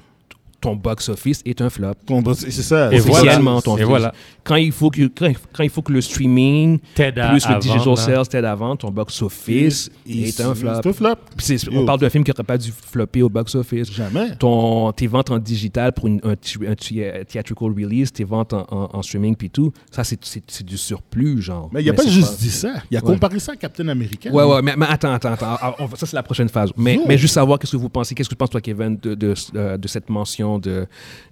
ton box office est un flop. Qu'on doit- C'est ça. Et c'est voilà. ça. Officiellement, ton Et voilà. Quand il faut que quand, il- quand il faut que le streaming T'aide à- plus à le digital vendre, hein. sales t'aide à vendre, ton box office Et est un flop. C'est un flop. Puis c'est- Yo. on parle d'un film qui n'aurait pas dû flopper au box office. Jamais. Ton, tes ventes en digital pour une, un, thi- un thi- un theatrical release, tes ventes en, en- en streaming puis tout, ça c'est- c'est c'est du surplus genre. Mais il a pas c'est juste dit ça. Il a Ouais. comparé ça à Captain America. Ouais, ouais, mais, mais attends, attends, attends. Ah, on va- ça, c'est la prochaine phase. Mais, Yo. mais juste savoir qu'est-ce que vous pensez, qu'est-ce que tu penses, toi, Kevin, de, de, euh, de cette mention de,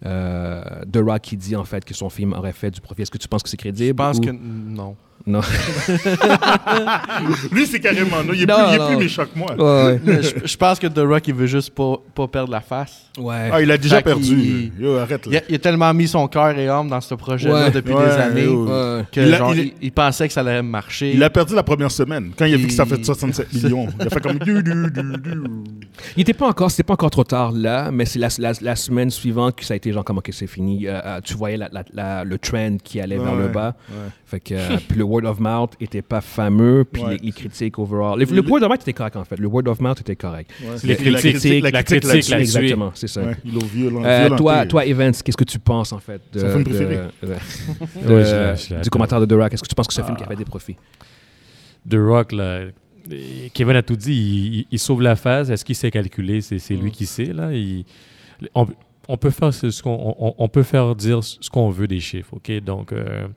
euh, de Rock qui dit, en fait, que son film aurait fait du profit. Est-ce que tu penses que c'est crédible? Je pense ou- que non. Non. Lui, c'est carrément. non, il est, Non, plus, il est non. plus méchant que moi. ouais. je, je pense que The Rock, il veut juste pas, pas perdre la face. (laughs) Ouais. Ah, il a déjà Fait qu'il- perdu. Yo, arrête là. Il a, il a tellement mis son cœur et âme dans ce projet-là Ouais. depuis Ouais, des années yo. Ouais. que Il a- genre, il a- il, il pensait que ça allait marcher. Il a perdu la première semaine quand il a vu que ça fait Il- 67 millions. Il a fait comme. du, du, du, du. Il était pas encore, c'était pas encore trop tard là, mais c'est la, la, la semaine suivante que ça a été genre comment que c'est fini. Euh, euh, tu voyais la, la, la- le trend qui allait vers le Ouais, bas. ouais. Fait que euh, puis le word of mouth était pas fameux, puis Ouais. les, les critiques overall. Le, le word of mouth était correct en fait. Le word of mouth était correct. Les Et la critiques, critique, la la critique critique, là-dessus. là-dessus. Exactement, c'est ça. Ouais, il l'a violent- Euh, violenté. toi, toi, Evans, qu'est-ce que tu penses en fait de, Son film de- préféré. de- Euh, je l'ai- je l'ai du adoré. commentaire de Durac Est-ce que tu penses que c'est un film qui a fait des profits The Rock, là, eh, Kevin a tout dit, il, il- il sauve la phase. Est-ce qu'il sait calculer C'est c'est Mm. lui qui sait. Là. Il- on, on peut faire ce ce qu'on on, on peut faire dire ce qu'on veut des chiffres. ok Donc, euh,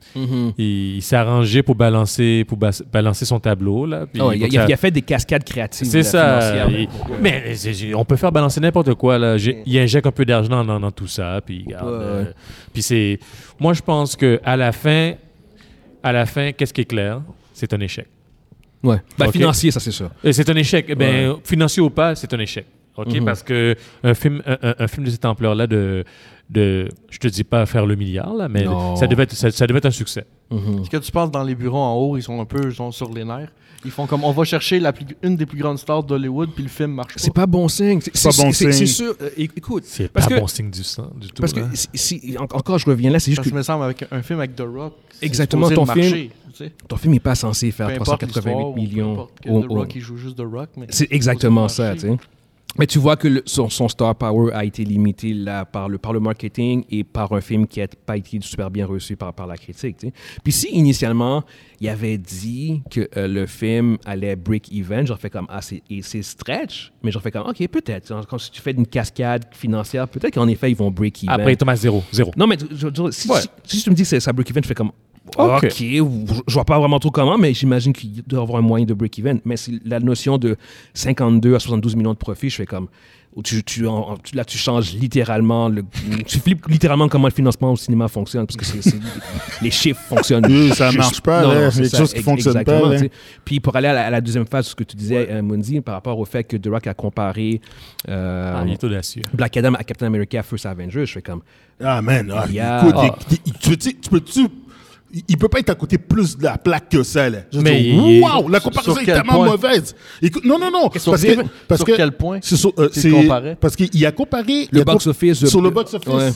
il, il s'est arrangé pour balancer, pour bas- balancer son tableau. Là, puis Ah ouais, il, pour a, que il a- ça- il a fait des cascades créatives. C'est là, ça. financières, Il- mais c'est- c'est- on peut faire balancer n'importe quoi. Là. J'ai- Il injecte un peu d'argent dans, dans- dans tout ça. Puis, regarde, Mm. Ouais, ouais. euh, puis c'est. Moi, je pense que à la fin, à la fin, qu'est-ce qui est clair C'est un échec. Ouais. Ben, Ok. Financier, ça c'est sûr. Euh, C'est un échec. Eh ben, Financier ou pas, c'est un échec. OK? Parce que un film, un, un- un film de cette ampleur-là, de, de, je te dis pas faire le milliard, là, mais Non. ça devait, être, ça, ça devait être un succès. Ce que tu penses dans les bureaux en haut, ils sont un peu ils sont sur les nerfs. Ils font comme on va chercher la plus- une des plus grandes stars d'Hollywood, puis le film marche C'est pas. pas bon signe. C'est C'est pas c'est- bon c'est- signe. C'est sûr. Euh, éc- écoute, C'est pas parce que, bon signe du sang du tout. hein. parce là. que si, si- en- encore, je reviens là, c'est juste Parce que que me semble avec un film avec The Rock, c'est Exactement, supposé ton marcher, film- tu sais. ton film n'est pas censé faire Peu importe 388 l'histoire, ou peu millions. importe que au- The au- Rock, il joue juste The Rock. mais C'est supposé exactement ça, marcher. tu sais. Mais tu vois que le- son, son star power a été limité là par le, par le marketing et par un film qui n'a pas été super bien reçu par, par la critique. tu sais. Puis si initialement, il avait dit que euh, le film allait break even, j'aurais fait comme, ah, c'est et c'est stretch, mais j'aurais fait comme, ok, peut-être. Quand si tu fais une cascade financière, peut-être qu'en effet, ils vont break even. Après, il tombe à zéro. Zéro. Non, mais je- je- si, Ouais. si- si tu me dis que c'est- ça break-even, je fais comme. Ok. Ok, je je vois pas vraiment trop comment, mais j'imagine qu'il doit y avoir un moyen de break-even. Mais c'est la notion de 52 à 72 millions de profit, je fais comme. où Tu, tu en- tu- là, tu changes littéralement. Le, (laughs) tu flippes littéralement comment le financement au cinéma fonctionne, parce que c'est- c'est- les chiffres fonctionnent. Oui, ça juste- marche pas, là. c'est Il y a quelque ça, chose qui ex- fonctionne pas, exactement, là. tu sais. Puis pour aller à la, à la deuxième phase, ce que tu disais, euh, Mundi, par rapport au fait que The Rock a comparé euh, Ah, il est audacieux. Black Adam à Captain America First Avengers, je fais comme. Ah, man. ah, Yeah. écoute, Ah. il- il- tu veux- tu sais, tu peux-tu. il- Il peut pas être à côté plus de la plaque que ça, là. Je veux Mais dire, il est- wow, la sur- comparaison sur est quel tellement point? mauvaise. Écoute, non, non, non. Parce Sur que, quel- parce sur que- quel point c'est sur- euh, tu c'est- comparais? Parce qu'il a comparé. Le il a box comp- office de- Sur le box office. Ouais.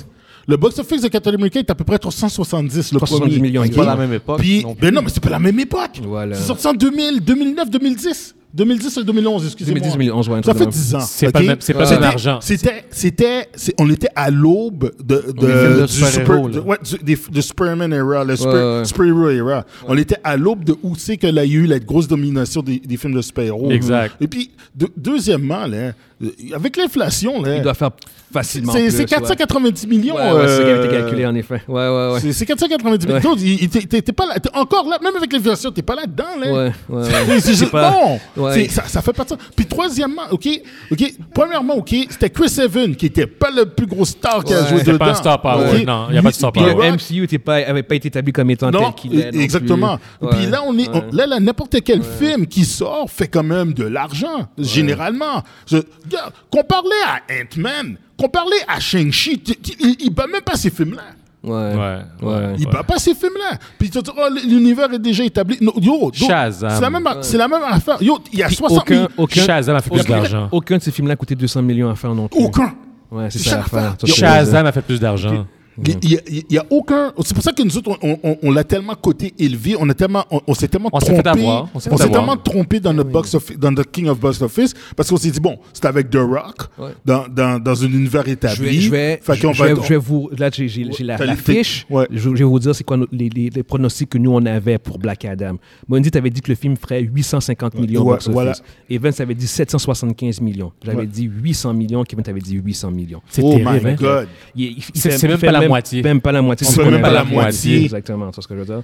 Le box office de Captain America est à peu près 370, le 370 premier. millions, C'est pas Oui. la même époque. Puis, non plus. ben non, mais c'est pas la même époque. Voilà. C'est sorti en 2000, 2009, 2010. 2010 et 2011, excusez-moi. 2010, 2011, ouais, un Ça truc fait de 10 ans. C'est ok? pas le même- c'est pas le C'était- même argent. C'était, c'était, c'est- on était à l'aube de, de, Des films de du super, super-héros, de- là. ouais, du- des- de Superman era, le super, Ouais, ouais. super-hero era. On était à l'aube de où c'est que là, il y a eu la grosse domination des, des films de super-héros. Exact. Et puis, de- deuxièmement, là, euh, avec l'inflation, là, Il doit faire facilement. c'est, plus, c'est 490 ouais. millions. Ouais, ouais, c'est ce qui avait été euh, calculé, en effet. Ouais, ouais, ouais. c'est, c'est 490 Ouais. millions. D'autres, il- il- T'es, t'es- t'es pas là, t'es encore là, même avec l'inflation, t'es pas là-dedans. Là. Ouais, ouais, (laughs) ouais. C'est- c'est juste- Euh, pas- non! Ouais. C'est- Ça, ça fait pas de ça. Puis troisièmement, OK, OK, premièrement, OK, c'était Chris Evans qui était pas le plus gros star qui a Ouais. joué C'était dedans. pas un star power, OK? non, y a pas de star Puis- Puis power. puis le Rock- MCU n'avait pas, avait pas été établi comme étant Ah non, tel qu'il est. non plus. exactement. Ouais. Puis là, on est, on- là, là, n'importe quel film qui sort fait quand même de l'argent, généralement. Je, regarde, comparé à Ant-Man, Comparé à Shang-Chi, t- t- il, il bat même pas ces films-là. Ouais. Ouais, ouais. Il bat pas ces films-là. Puis tu te dis, oh, l'univers est déjà établi. No, yo, donc, Shazam. c'est la même, c'est la même affaire. Yo, il y a 60 Aucun, 000. aucun, Shazam a fait plus aucun- d'argent. aucun de ces films-là a coûté 200 millions à faire non plus. Aucun. Ouais, c'est ça C'est cher à l'affaire. faire. Ça, c'est- Shazam a fait plus d'argent. Il y a- il y, a- il y a aucun. C'est pour ça que nous autres, on, on- on l'a tellement côté élevé, on a tellement, on, on s'est tellement On s'est trompé, fait avoir, on s'est fait avoir. tellement trompé dans notre box office, dans notre King of Box Office, parce qu'on s'est dit bon, c'est avec The Rock, Ouais. dans, dans, dans un univers Je établi. vais, je vais, Fait je, qu'on je va vais, être- je vais vous. Là, j'ai, j'ai, j'ai la, T'as la les faits. fiche. Ouais. Je, je vais vous dire c'est quoi nos- les, les, les pronostics que nous on avait pour Black Adam. Mondi t'avais dit que le film ferait 850 millions Ouais, box office. voilà. Evans avait dit 775 millions. J'avais Ouais. dit 800 millions. Kevin t'avait dit 800 millions. C'est oh terrible. my hein. God. Il- il- il fait- C'est- il c'est fait même pas la moitié. Même pas la moitié. On ce fait qu'on même pas appelle la moitié. Exactement, c'est ce que je veux dire.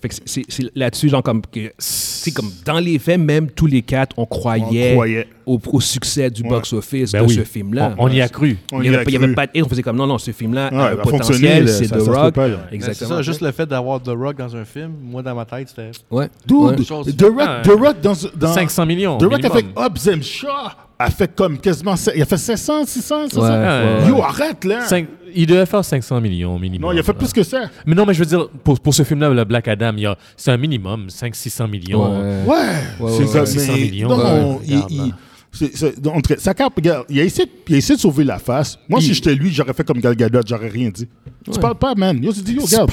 Fait que c'est- c'est, c'est là-dessus, genre, comme, que, c'est comme dans les faits, même tous les quatre, on croyait, On croyait. Au, au succès du box-office Ben de oui. ce film-là. On, on y a cru. On il n'y y avait, a pas- il y cru. avait pas de hate, on faisait comme non, non, ce film-là Ouais, a un il a fonctionné, potentiel, là, c'est ça- The ça se peut Rock. pas, là. Ouais, Exactement. C'est ça, juste le fait d'avoir The Rock dans un film, moi dans ma tête, c'était. Ouais. Dude, Ouais. Chose. The Rock, The Rock dans, dans 500 millions. The Rock a fait minimum. Hobbs and Shaw, a fait comme quasiment, il a fait 500, 600, c'est Ouais, ça? ouais, Yo, ouais. arrête là. Cinq- il devait faire 500 millions minimum. non, il a fait plus que ça. Mais non, mais je veux dire, pour, pour ce film-là, le Black Adam, il y a- c'est un minimum, 500-600 millions. Ouais. Ouais, ouais, c'est ouais. ça. 600 mais millions, Non, ouais, il, regarde, il, là. c'est- c'est- donc, en tout cas, Saka, regarde, il a, essayé, de- il a essayé de sauver la face. Moi, si j'étais lui, j'aurais fait comme Gal Gadot, j'aurais rien dit. Tu parles pas, man. Yo, tu dis, yo, regarde.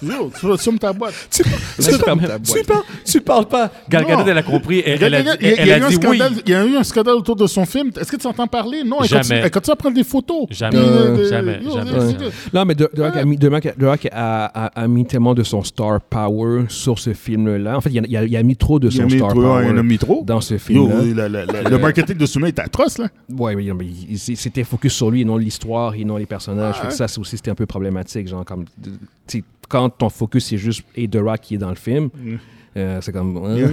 Yo, tu assumes ta boîte. Tu, tu fermes ta boîte. parles, tu parles pas. Gal Non. Gadot, elle a compris. Elle, Gal elle a, Gadot, dit- Il y a- il y elle a a eu un dit oui. scandale- il y a eu un scandale autour de son film. Est-ce que tu entends parler? Non, elle Jamais. continue, elle continue à prendre des photos. Jamais. Puis, euh, de- Jamais, yo, jamais, c'est- jamais. c'est- Non, mais The The Rock, a mis, The Rock- The Rock a, a- a mis tellement de son star power sur ce film-là. En fait, il y a- il y a, il y a mis trop de Il y a son mis star trop, power il y en a mis trop. dans ce Yo, film-là. la- la- la- le marketing de Soumet est atroce, là. Ouais, oui, mais il- il- c'était focus sur lui et non l'histoire et non les personnages. Fait que Ça, c'est aussi c'était un peu problématique, genre comme de- tu sais, quand ton focus c'est juste et The Rock qui est dans le film, euh, c'est comme euh,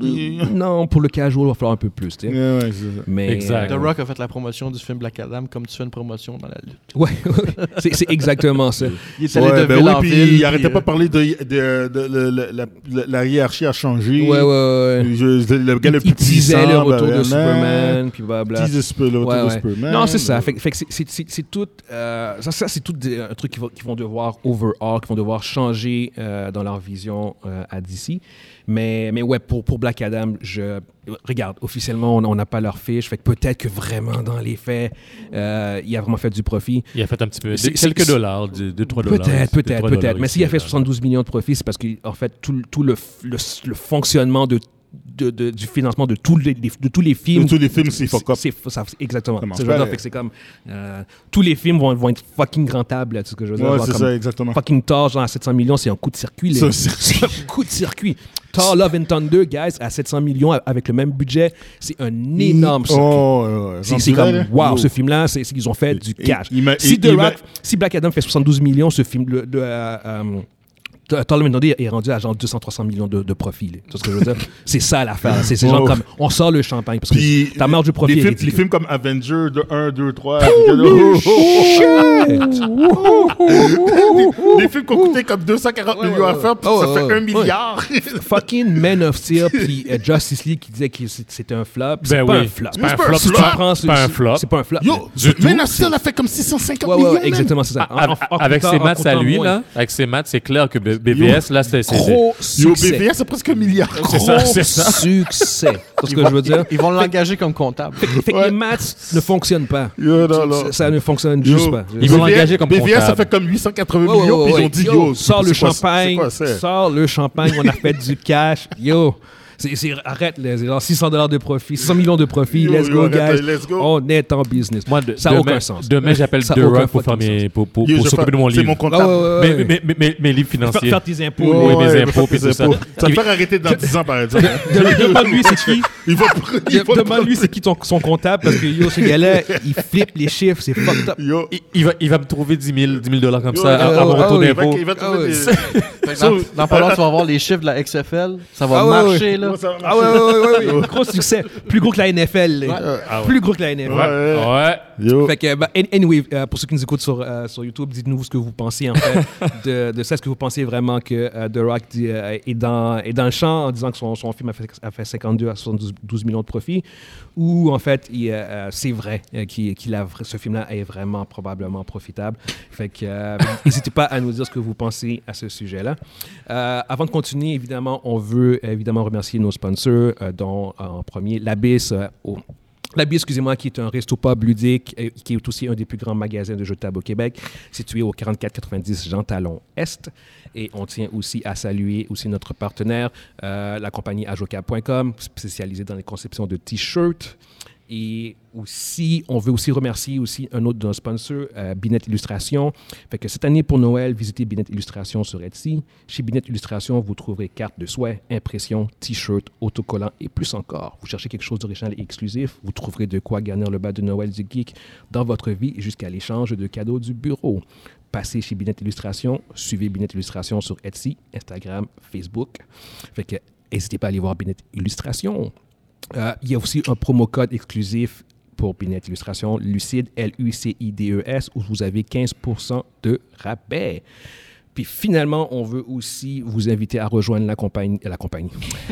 Yeah. non pour le casual il va falloir un peu plus, tu sais. Ouais, ouais, c'est ça. Mais euh, Exact. The Rock a fait la promotion du film Black Adam comme tu fais une promotion dans la lutte. Ouais, (laughs) ouais. c'est c'est exactement ça. Il est allé Ouais, de ben ville oui, en puis ville, il arrêtait euh, pas de parler de, de- de- de- la- la, la- la hiérarchie a changé. Ouais, ouais, ouais. Je- je- le gars le Il- plus il disait puissant, le retour ben, de ben, Superman, puis blabla. Tease de Sp- le retour Ouais, de ouais. Superman. ben. Non, c'est ça. Fait, que- fait que c'est- c'est- c'est c'est tout. euh, ça, ça, c'est tout des- un truc qu'ils vont, qu'ils vont devoir overhaul, qu'ils vont devoir changer euh, dans leur vision euh, à DC. Mais, mais ouais, pour, pour Black Adam, je. Regarde, officiellement, on on n'a pas leur fiche. Fait que peut-être que vraiment, dans les faits, euh, il a vraiment fait du profit. Il a fait un petit peu, C'est- des- quelques c'est- dollars, Oh 2-3 dollars. Peut-être, deux, peut-être, trois peut-être. dollars Mais s'il a ici, fait là. 72 millions de profits, c'est parce que en fait, tout, le- tout le, f- le, s- le fonctionnement de, de- de- du financement de tous les, des- de tous les films. De tous les films, c'est fuck up. c'est- ça- exactement. Ça marche C'est ce que je veux pas. dire. Fait que c'est comme. euh, tous les films vont, vont être fucking rentables, là, tu sais ce que je veux dire. Ouais, Genre c'est comme ça, exactement. Fucking Thor, genre à 700 millions, c'est un coup de circuit. là. C'est un circuit. C'est un (laughs) coup de circuit. Thor Love and Thunder, guys, à 700 millions a- avec le même budget, c'est un énorme circuit. Oh, ouais, ouais. C'est J'en c'est dirais, comme, là. wow, Yo. ce film-là, c'est c'est qu'ils ont fait du Et- cash. il m'a- si, il- The il m'a- Rock- si Black Adam fait 72 millions, ce film, le, de, euh, euh, T- Tall Man Dundee est rendu à genre 200-300 millions de, de profit. là. Tu vois ce que je veux (laughs) dire? c'est ça l'affaire. C'est c'est genre Oh. comme, on sort le champagne parce Puis, que ta marge du profit est les films, les ridicule. films comme Avenger de 1, 2, 3. Oh, oh, (laughs) oh. Les films qui ont coûté comme 240 millions à faire, puis Oh, ça ouais, fait ouais. 1 milliard. Fucking Man of Steel puis euh, Justice League qui disait que c'est- c'était un flop. C'est Ben pas oui. un flop. C'est pas C'est un pas un flop. Si si tu tu flop. prends ce- C'est pas un flop. C'est pas un flop. Yo, Du Man tout, of Steel a fait comme 650 Ouais, ouais, millions. ouais, man. exactement, c'est ça. En- Ah, en- en ah, Avec comptant- ses en maths à comptant lui, moins. là, avec ses maths, c'est clair que B- BVS, là, c'est. c'est- Gros Yo, succès. BVS, c'est presque un milliard. Gros ça, c'est ça. succès. C'est ce que je veux dire. Ils vont l'engager comme comptable. (laughs) Fait que Ouais. les maths ne fonctionnent pas. Yo, non, non. Ça, ça ne fonctionne Yo, juste pas. Ils vont BVS l'engager comme BVS, ça comptable. fait comme 880 Ouais, ouais, millions, ouais, puis ils ouais. ont dit, Yo, yo, c'est- sors le c'est quoi- champagne, C'est quoi ça? sors le champagne, on a fait du cash, yo. C'est, c'est- arrête, les, c'est genre 600 dollars de profit, 100 millions de profit, Yo, let's yo, go, arrête, guys. let's go. On est en business. Moi, de- ça n'a demain- aucun sens. Demain, j'appelle Ça a The aucun Rock pour faire fucking mes- pour- pour- Yo, pour je s'occuper fais- de mon C'est mon livre. Ah ouais, comptable. ouais, ouais. Mes- mes- mes- mes- Mes livres Faire- financiers. faire tes impôts. Ouais, lui. ouais. mes il va impôts, faire puis tes tout ça. impôts. Ça va te faire arrêter dans (laughs) 10 ans, par exemple. De- Demande-lui c'est qui. Il va (laughs) il va- Demande-lui c'est qui ton- son comptable parce que yo, ce gars-là, il flippe les chiffres, c'est fucked up. Yo. Il- Il va, il va me trouver 10 000 10 000 dollars comme Yo, ça à- yo, à mon oh, retour oh, il Il va- d'impôt. il va Ah ouais. trouver des... Dans, So- dans pas longtemps, tu vas voir les chiffres de la XFL. Ça va Ah ouais, marcher, là. Moi, ça va Ah ouais, ouais, ouais, ouais, ouais. Gros succès. Plus gros que la NFL. là. Plus gros que la NFL. Ouais. Yo. Fait que, bah, an- anyway, euh, pour ceux qui nous écoutent sur, euh, sur YouTube, dites-nous ce que vous pensez en fait de, de ça. Est-ce que vous pensez vraiment que euh, The Rock dit, euh, est, dans, est dans le champ en disant que son, son film a fait, a fait 52 à 72 millions de profits ou en fait il, euh, euh, c'est vrai euh, qu'il, qu'il a, vra- ce film-là est vraiment probablement profitable? Fait que euh, n'hésitez pas à nous dire ce que vous pensez à ce sujet-là. Euh, avant de continuer, évidemment, on veut euh, évidemment remercier nos sponsors, euh, dont euh, en premier l'Abyss. euh, au- L'Abbé, excusez-moi, qui est un resto pub ludique, euh, qui est aussi un des plus grands magasins de jeux de table au Québec, situé au 4490 Jean Talon Est. Et on tient aussi à saluer aussi notre partenaire, euh, la compagnie ajoca.com, spécialisée dans les conceptions de t-shirts. Et aussi, on veut aussi remercier aussi un autre de nos sponsors, euh, Binette Illustration. Fait que cette année pour Noël, visitez Binette Illustration sur Etsy. Chez Binette Illustration, vous trouverez cartes de souhait, impressions, t-shirts, autocollants et plus encore. Vous cherchez quelque chose d'original et exclusif, vous trouverez de quoi gagner le bas de Noël du geek dans votre vie jusqu'à l'échange de cadeaux du bureau. Passez chez Binette Illustration, suivez Binette Illustration sur Etsy, Instagram, Facebook. Fait que n'hésitez pas à aller voir Binette Illustration. Euh, il y a aussi un promo code exclusif pour Binette Illustration, Lucide, L-U-C-I-D-E-S, E où vous avez 15% de rabais. Puis finalement, on veut aussi vous inviter à rejoindre la compagnie, la compagnie, (laughs)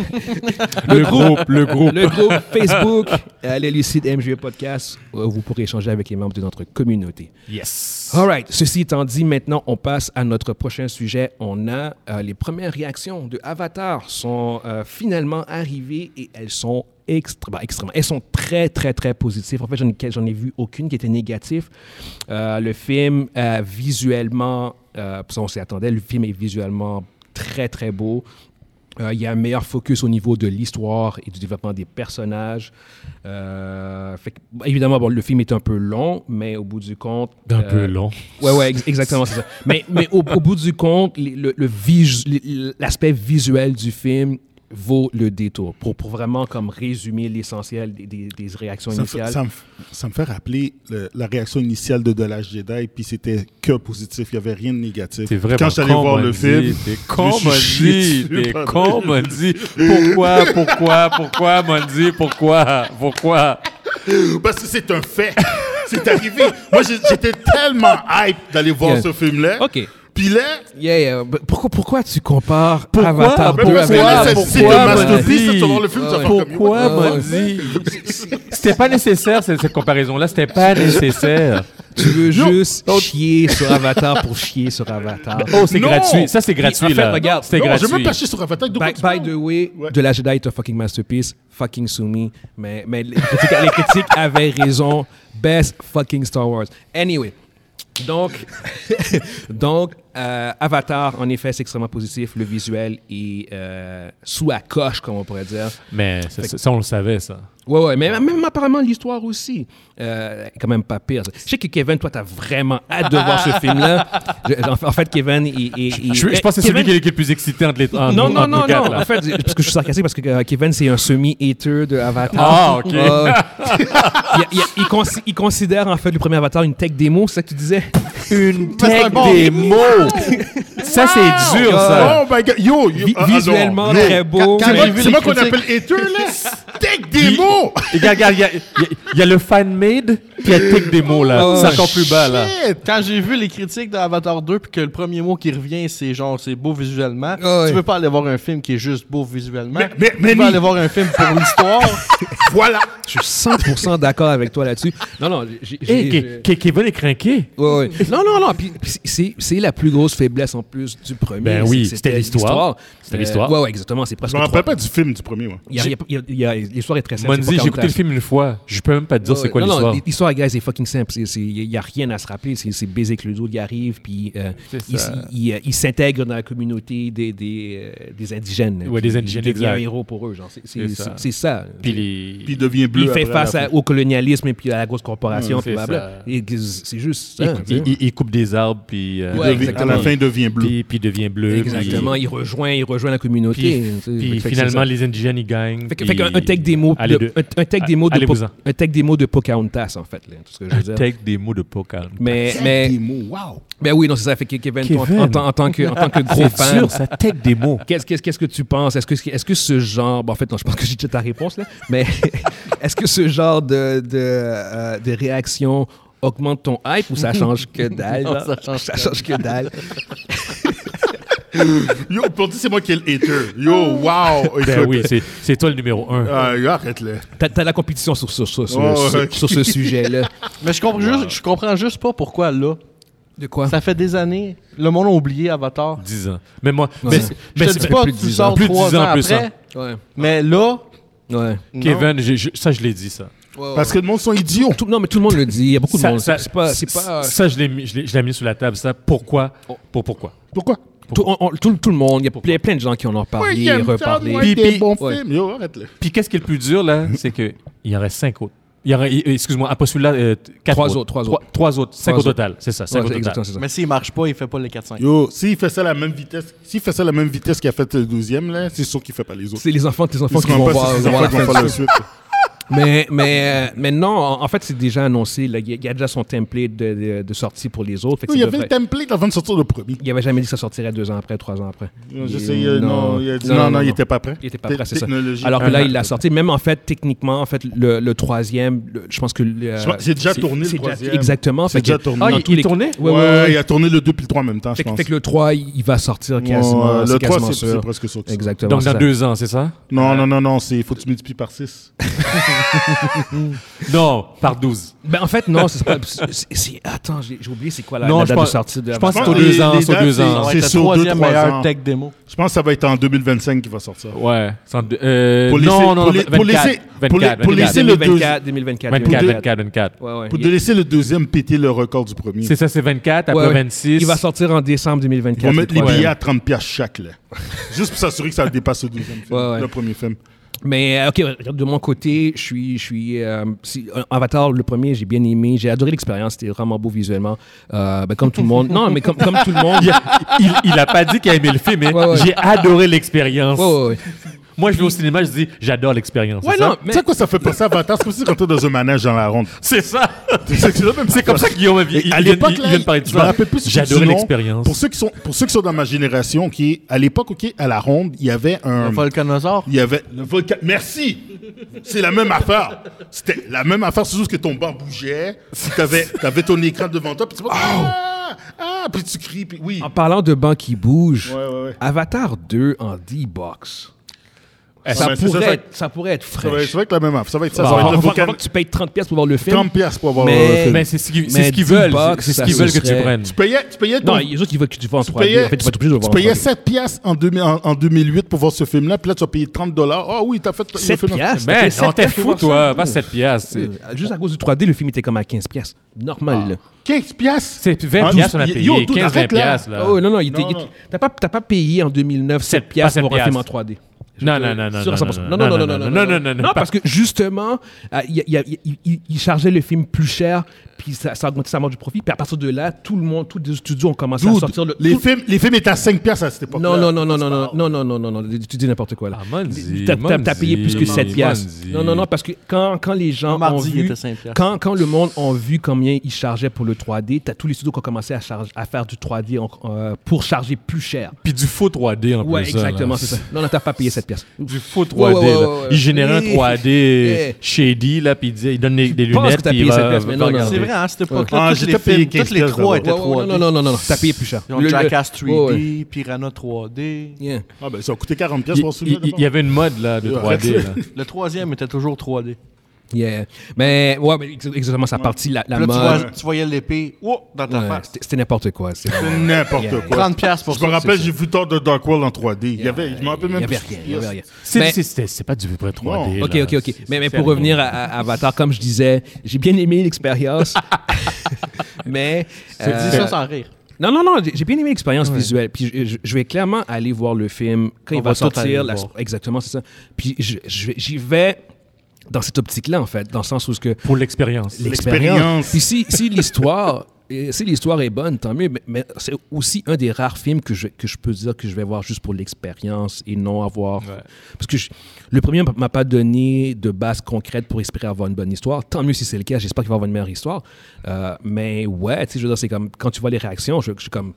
Le groupe, le groupe. le groupe Facebook, euh, les Lucides MGE Podcast, où vous pourrez échanger avec les membres de notre communauté. Yes. All right. Ceci étant dit, maintenant, on passe à notre prochain sujet. On a euh, les premières réactions de Avatar sont euh, finalement arrivées et elles sont extra- ben, extrêmement, elles sont très, très, très positives. En fait, j'en ai, j'en ai vu aucune qui était négative. Euh, le film, euh, visuellement, euh, parce qu'on s'y attendait, le film est visuellement très, très beau. Euh, Il y a un meilleur focus au niveau de l'histoire et du développement des personnages. Euh, fait que, bah, évidemment, bon, le film est un peu long, mais au bout du compte. ben, Un euh, peu long. Ouais, ouais, ex- exactement, c'est ça. Mais, mais au, au bout du compte, les- le- le visu- les- l'aspect visuel du film vaut le détour. Pour, pour vraiment comme résumer l'essentiel des, des- des réactions Ça me, fait, initiales. ça me f- ça me fait rappeler le- la réaction initiale de The Last Jedi, puis c'était que positif, il n'y avait rien de négatif. T'es vraiment Quand j'allais con, voir le Mandy, film, T'es con, je me suis Mandy. chié dessus T'es pendant- con, Mandy. Pourquoi, pourquoi, pourquoi, Mandy? Pourquoi, pourquoi? parce que c'est un fait. c'est arrivé. Moi, j'ai- j'étais tellement hype d'aller voir Yeah. ce film-là. OK. Puis là, Yeah, yeah. B- Pourquoi, pourquoi tu compares Pourquoi? Avatar Mais deux parce que avec là, c'est- Avatar c'est trois, le Mandy? masterpiece, Mandy? tu vas voir le film, tu vas faire comme, Pourquoi, Ouais, ouais. Mandy? C'était pas nécessaire, cette, cette comparaison-là. C'était pas nécessaire. Tu veux juste chier sur Avatar pour chier sur Avatar. Oh, c'est Non! gratuit. Ça, c'est gratuit, en fait, là. regarde, C'était Non, gratuit. je veux même pas chier sur Avatar. De quoi By, tu by parles? the way, Ouais. de la Jedi est un fucking masterpiece. Fucking Sumi. Mais, mais les, critiques, les critiques avaient raison. Best fucking Star Wars. Anyway. (laughs) Donc, donc euh, Avatar, en effet, c'est extrêmement positif. Le visuel est euh, sous la coche, comme on pourrait dire. Mais ça, ça, ça, on le savait, ça. Ouais, ouais, mais même apparemment l'histoire aussi, euh, est quand même pas pire. Je sais que Kevin, toi, t'as vraiment hâte de voir ce (laughs) film-là. Je- en, en fait, Kevin, il, il- il- Je, je pense que c'est Kevin- celui qui est, qui est le plus excitant de les entre Non, nous- non, entre nous non, quatre, non. là. En fait, je- parce que je suis sarcastique parce que euh, Kevin, c'est un semi-hater de Avatar. Ah, ok. (laughs) Euh, il- il- il, consi- il considère en fait le premier Avatar une tech démo, c'est ça que tu disais? Une Mais c'est tech un bon- des mots. Ça, c'est dur, ça. Oh my god, yo, yo Vi- ah, ah, non. visuellement Yo. très beau. quand C'est mais- moi, j'ai vu c'est les moi qu'on critiques- appelle hater, (laughs) là. Tech des mots. Et Regarde, regarde, il y a- il y, a- il y a le fan-made, puis il y a tech des mots, là. Oh, c'est encore plus bas, là. Shit. Quand j'ai vu les critiques d'Avatar 2 puis que le premier mot qui revient c'est genre c'est beau visuellement, Ah ouais. tu peux pas aller voir un film qui est juste beau visuellement. Mais- mais- mais tu peux oui. aller voir un film (laughs) pour l'histoire. Voilà. Je suis 100% d'accord avec toi là-dessus. Non, non, j'ai... j'ai- Hey, j'ai- Ke- Ke- Kevin est craqué. Ouais, ouais. Non, non, non. Puis, puis c'est- c'est la plus grosse faiblesse en plus du premier. Ben oui, C'est- c'était l'histoire. C'était Euh, l'histoire. Ouais, ouais, exactement. C'est Je presque. me trois- rappelle pas du film du premier, moi. Il y a- il y a- il y a- il y a- L'histoire est très simple. Monzi, c'est pas j'ai écouté le Pocahontas. film une fois. Je peux même pas te dire c'est quoi Non, non, l'histoire. L'histoire, guys, est fucking simple. C'est- c'est- Il n'y a rien à se rappeler. C'est c'est basic. Le dude, il arrive, puis euh, C'est il, ça. il- il, euh, il s'intègre dans la communauté des, des, euh, des indigènes. Ouais, Puis des indigènes, Il devient un exact. héros pour eux. genre. C'est- C'est C'est ça. c'est- c'est ça. Puis les- Puis il devient bleu. Il fait après la face à- fin. au colonialisme et puis à la grosse corporation. Ouais, puis Mmh, c'est blablabla. ça. Et C'est juste il, ça. tu sais. il- il- il coupe des arbres, puis, euh, Ouais, Il devient- à la fin, il devient bleu. puis, puis il devient bleu. Exactement, puis- il rejoint, il rejoint la communauté. Puis, tu sais. puis Fait que c'est finalement, ça. les indigènes, ils gagnent. Fait, que- puis- fait qu'un un tech démo, Allez, de, deux. un, un tech démo de, Allez-vous-en. un tech démo de Pocahontas, en fait. là, tout ce que je veux dire. Take des mots de poker. (laughs) Mais, mais, Des mots, wow. ben oui, non, c'est ça. Fait que Kevin, toi, en- Kevin. En, tant- en tant que, en tant que gros C'est fan, sûr, ça take des mots. Qu'est-ce qu'est-ce- qu'est-ce que tu penses? Est-ce que, est que ce genre... bon, en fait, non, je pense que j'ai déjà ta réponse, là. Mais (laughs) est-ce que ce genre de, de, euh, de réaction augmente ton hype ou ça change (laughs) que dalle? Non, là? ça change ça change que dalle. Yo, pour dire, c'est moi qui ai le hater. Yo, Oh. wow. Ben Écoute, oui, c'est- c'est toi le numéro un. ah, yo, arrête-le. T'as t'as la compétition sur, sur, sur, sur- Ouais, sur- ouais. sur ce (laughs) sujet-là. Mais je comprends, juste, je comprends juste pas pourquoi là. De quoi? (laughs) Ça fait des années. Le monde a oublié Avatar. 10 ans. Mais moi, Ouais. mais, Ben, Ça mais je te dis pas que plus de tu 10 ans. sors Plus de trois 10 ans, ans, plus, après, hein. Ouais. mais là, ouais. Kevin, j'ai- je- ça, je l'ai dit, ça. Parce que le monde sont idiots. Tout- non, mais tout le monde le dit. Il y a beaucoup de Ça- monde. ça- C'est pas... Oh. c'est pas- ça, je l'ai mis, je l'ai- je l'ai mis sur la table, ça. Pourquoi? Pour pourquoi? Pourquoi? tout, on- on- tout- tout le monde. Il y a plein, plein de gens qui en ont parlé, il aime ça, reparlé. moi, Puis- des puis- bons ouais. films. Yo, arrête-le. Puis qu'est-ce qui est le plus dur, là? Mm. C'est qu'il y en reste 5 autres. Il y en aurait- excuse-moi, après celui-là, euh, quatre Trois autres, trois autres. Trois autres, 5 Trois au autres. total, c'est ça, Ouais, 5 au c'est- total. exactement, c'est ça. mais s'il marche pas, il fait pas les 4-5. Yo, s'il fait ça à la même vitesse, s'il fait ça à la même vitesse qu'il a fait le deuxième, là, c'est sûr qu'il fait pas les autres. C'est les enfants, tes Ils enfants se qui vont rendent pas voir, sur ces voir enfants la qui fin vont du faire la film. suite. Mais, mais, euh, mais non, en en fait, c'est déjà annoncé. là. Il y a- il y a déjà son template de, de- de sortie pour les autres. Fait que Oui, Il y ça avait le devrait- template avant de sortir le premier. il avait jamais dit que ça sortirait deux ans après, trois ans après. Je Il- sais, euh, non, il a dit non, non, il était pas prêt. Il était pas Te- prêt, c'est ça. technologie. Alors que Ah, là, non. (laughs) il l'a sorti. Même en fait, techniquement, en fait, le, le troisième, le- je pense que. le- Je pense- c'est déjà tourné, le c'est déjà- troisième. Exactement. C'est Fait que- déjà tourné. dans Ah, il- tous il les- tournait? Ouais, ouais, Ouais, ouais. il a tourné le 2 puis le 3 en même temps, je Fait, que- pense. fait que le 3, il il va sortir Ouais, quasiment. le c'est 3, quasiment c'est sûr. c'est presque sûr. que c'est ça. Exactement. Donc c'est dans ça. 2 ans, c'est ça? Non, non, non, non, il faut que tu multiplies par 6. Non, par 12. Ben, en fait, non, c'est pas. c'est- c'est- Attends, j'ai j'ai oublié c'est quoi la, Non, la je date pense- de sortie de je pense Avatar. qu'au Les- deux ans, les c'est au dates, deux c'est- ans. Ça va C'est être le sur deux, troisième trois meilleur ans. tech démo. Je pense que ça va être en 2025 qu'il va sortir. Ouais. Sans deux- euh, Pour laisser- non, non, pour les- pour laisser- 24, pour les- 24, pour laisser- c'est le 2024, 2024. 24, 2024. 24, 24. Ouais, ouais. Pour Il- de laisser le deuxième péter le record du premier. C'est ça, c'est 24, Ouais, après ouais. 26. Il va sortir en décembre 2024. Ils vont mettre les je crois. billets à 30 piastres chaque, là. (laughs) Juste pour s'assurer que ça dépasse le deuxième film, Ouais, ouais. le premier film. Mais euh, ok, regarde, de mon côté, je suis, je suis euh, si- euh, Avatar le premier, j'ai bien aimé, j'ai adoré l'expérience, c'était vraiment beau visuellement, Euh, ben, comme tout le monde. Non, mais comme, comme tout le (laughs) monde. (laughs) Il a, il- il a pas dit qu'il a aimé le film, mais Ouais, ouais. j'ai adoré l'expérience. Ouais, ouais, ouais. Moi, je vais au cinéma, je dis, j'adore l'expérience. Ouais, c'est non, ça? Tu mais sais quoi ça fait penser à Avatar? C'est comme si tu rentrais dans un manège dans la ronde. C'est ça. (laughs) C'est C'est comme ça que Guillaume il, il, à vient, l'époque, il- il là, vient de parler de je me ça. rappelle plus. c'est J'adorais du nom. l'expérience. Pour ceux qui sont, pour ceux qui sont dans ma génération, qui à l'époque, ok, à la ronde, il y avait un, Le Volcanosaur. il y avait le volcan. Merci. C'est la même affaire. C'était la même affaire, c'est juste que ton banc bougeait. T'avais, t'avais ton écran devant toi, puis tu Oh! vas- ah, ah, puis tu cries, puis oui. en parlant de bancs qui bougent, Ouais, ouais, ouais. Avatar 2 en D-Box, Eh, ça, mais c'est ça, pourrait ça- être- ça pourrait être Ça va être fraîche. ça va être la même affaire. Ça va être ça. Bon, ça va être le faut- faut- volcan. faut que tu payes 30 pièces pour voir le film. 30 piastres pour avoir le Mais- film. Mais c'est ce qu'ils Mais c'est ce qu'ils dix veulent. bucks, C'est ce ça qu'ils se veulent que tu serait- prennes. Tu payais, tu payais ton- Non, il y a juste qui veulent que tu vas en Tu 3D. payais, en fait, tu vas être obligé de le tu voir en payais 3D. 7 piastres en, 2000 en, en 2008 pour voir ce film-là, puis là, tu as payé 30 dollars. Ah oui, t'as fait le 7 film. piastres? Mais T'as on fait t'es sept piastres fou, pour toi. voir Pas ça? 7 piastres. Euh, Juste à cause du 3D, le film était comme à 15 piastres. Ah. Normal, là. 15 piastres? C'est 20 Ah, piastres, on a yo, payé. tout 15, 20 arrête, là. piastres, là. Oh, non, non, il était- Non, il- non. t'as pas, t'as pas payé en 2009 7 Sept- piastres pas pour sept un film en piastres. 3D. Non, non, non, non, Sur non, 100%. non, Non, non, non, non, non, non, non, non, non, non, parce que justement, euh, il y a- il y a- il- il- il chargeait le film plus cher, puis ça, ça augmentait sa marge du profit, puis à partir de là, tout le monde, tous les studios ont commencé à Dude, sortir le. les, tout- films, les films étaient à 5 piastres à cette époque-là. non, non, non, non, non, non, non, non, non, non, non, tu dis n'importe quoi là. Ah, Monzi, T'as- T'as t'as payé plus que Monzi, 7 piastres. Monzi. Non, non, non, parce que quand, quand les gens Le mardi, ont il vu, était cinq piastres. quand, quand le monde ont vu combien ils chargeaient pour le 3D, t'as tous les studios qui ont commencé à, charge- à faire du 3D en- euh, pour charger plus cher. Puis du faux 3D en plus. Ouais, ça, là. exactement, c'est ça. Non, non, t'as pas payé 7 piastres. Du faux 3D. Ouais, ouais, là. ouais, ouais. Il générait un Eh. 3D Eh. shady, là, puis il, disait- il donne des des Je pense lunettes. que t'as puis payé il va- cette pièce, mais non, va non. regarder. C'est vrai, hein, cette époque-là, Ah, tous j'étais les payé films, 15 toutes les trois étaient Ouais, ouais, ouais, 3D. non, non, non, non, non, t'as payé plus cher. Ils ont Le- le- Jackass 3D, Ouais, ouais. Piranha 3D. Yeah. Ah, ben, ça a coûté 40 piastres Il, pour ce il- il y avait une mode, là, de Ouais. (laughs) 3D. là. Le troisième était toujours 3D. Yeah. Mais, ouais, mais ex- exactement, ça partie la, la Puis là, tu, mode. vois- tu voyais l'épée oh, dans ta Ouais, face. c'était- C'était n'importe quoi. c'est vraiment- N'importe Yeah. quoi. 30 piastres pour Je me ça. rappelle, j'ai vu Thor de Dark World en 3D. Il y avait, je me rappelle Il même y avait plus. rien, il y avait rien. C'est- Mais- C'est c'était- c'est pas du vrai 3D. Ok, là. ok, ok. C'est- Mais, mais c'est pour rigolo. revenir à, à Avatar, comme je disais, j'ai bien aimé l'expérience. mais. Tu euh, dis ça sans rire. Non, non, non, j'ai j'ai bien aimé l'expérience visuelle. Puis je, je- je vais clairement aller voir le film quand On il va, va tout aller sortir. le la- voir. exactement, c'est ça. Puis je- je vais- j'y vais dans cette optique-là, en fait, dans le sens où ce que Pour l'expérience. l'expérience. L'expérience. Puis si, si l'histoire Et si l'histoire est bonne, tant mieux, mais, mais c'est aussi un des rares films que je, que je peux dire que je vais voir juste pour l'expérience et non avoir. Parce que je- le premier m'a pas donné de base concrète pour espérer avoir une bonne histoire. Tant mieux si c'est le cas, j'espère qu'il va avoir une meilleure histoire. Euh, mais ouais, tu sais, je veux dire, c'est comme quand tu vois les réactions, je, je suis comme.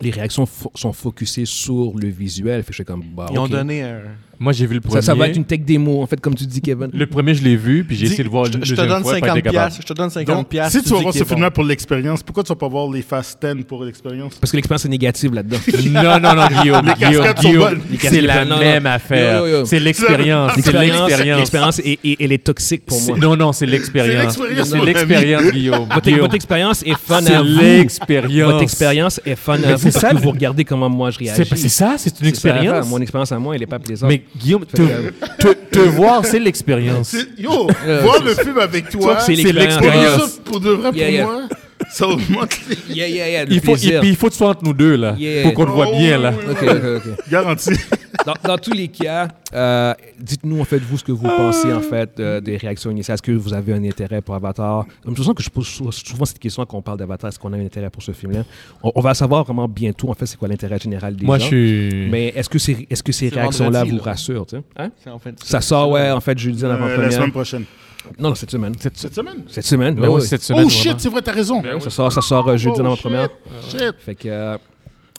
Les réactions fo- sont focusées sur le visuel. Fait que je suis comme. bah, Ils ont ok. donné un. Moi, j'ai vu le ça, premier. ça va être une tech démo, en fait, comme tu dis, Kevin. Le premier, je l'ai vu, puis j'ai Dis- essayé de voir je, le je te deuxième donne fois, pas été 50 capable. piastres, je te donne 50 Donc, piastres, si tu vas dis voir qu'il ce est bon. film-là pour l'expérience, pourquoi tu vas pas voir les Fast 10 pour l'expérience Parce que l'expérience est négative là-dedans. Non, non, non, Guillaume, Les cascades Guillaume, sont bonnes. Guillaume, Les c'est cascades sont la bonnes. Non, même non. affaire. Yo, yo, yo. C'est l'expérience, c'est L'expérience, l'expérience. l'expérience, et, et- elle est toxique pour C'est- moi. Non, non, c'est l'expérience. C'est l'expérience, C'est mon ami. l'expérience, Guillaume. Votre, Guillaume, votre expérience est fun C'est à vous. l'expérience. Votre expérience est fun à Mais vous c'est parce ça, que le- vous regardez comment moi je réagis. C'est c'est ça, c'est une C'est pas grave, expérience. Mon expérience à moi, elle n'est pas plaisante. Mais Guillaume, te, te, te voir, c'est (laughs) l'expérience. C'est- Yo, voir le film avec toi, Euh, Toi, c'est C'est l'expérience. pour, l'expérience. ça, pour de vrai, pour Yeah, yeah. moi, ça augmente (laughs) les Yeah, yeah, yeah, le Il faut, il, plaisir. puis il faut que tu sois entre nous deux, là, Yeah. pour qu'on te voit Oh, bien, oui, là. oui, oui. Ok, ok, ok. Garantie. dans, dans tous les cas, euh, dites-nous en fait vous ce que vous pensez en fait euh, des réactions initiales. Est-ce que vous avez un intérêt pour Avatar Comme je sens que je pose sou- souvent cette question quand on parle d'Avatar, est-ce qu'on a un intérêt pour ce film-là on, on va savoir vraiment bientôt en fait c'est quoi l'intérêt général des Moi, je gens. suis... Mais est-ce que ces, est-ce que ces C'est réactions-là vendredi, vous là. rassurent tu sais? Hein? C'est en fin de- Ça sort ouais en fait jeudi en Euh, la avant-première. semaine prochaine. Non non cette semaine. Cette, Cette semaine cette semaine. Ouais, ben Ah ouais, oui. cette semaine, Oh vraiment. shit, c'est vrai, t'as raison. Ça sort ça sort euh, jeudi en Oh, avant-première. shit, shit. Fait que, euh,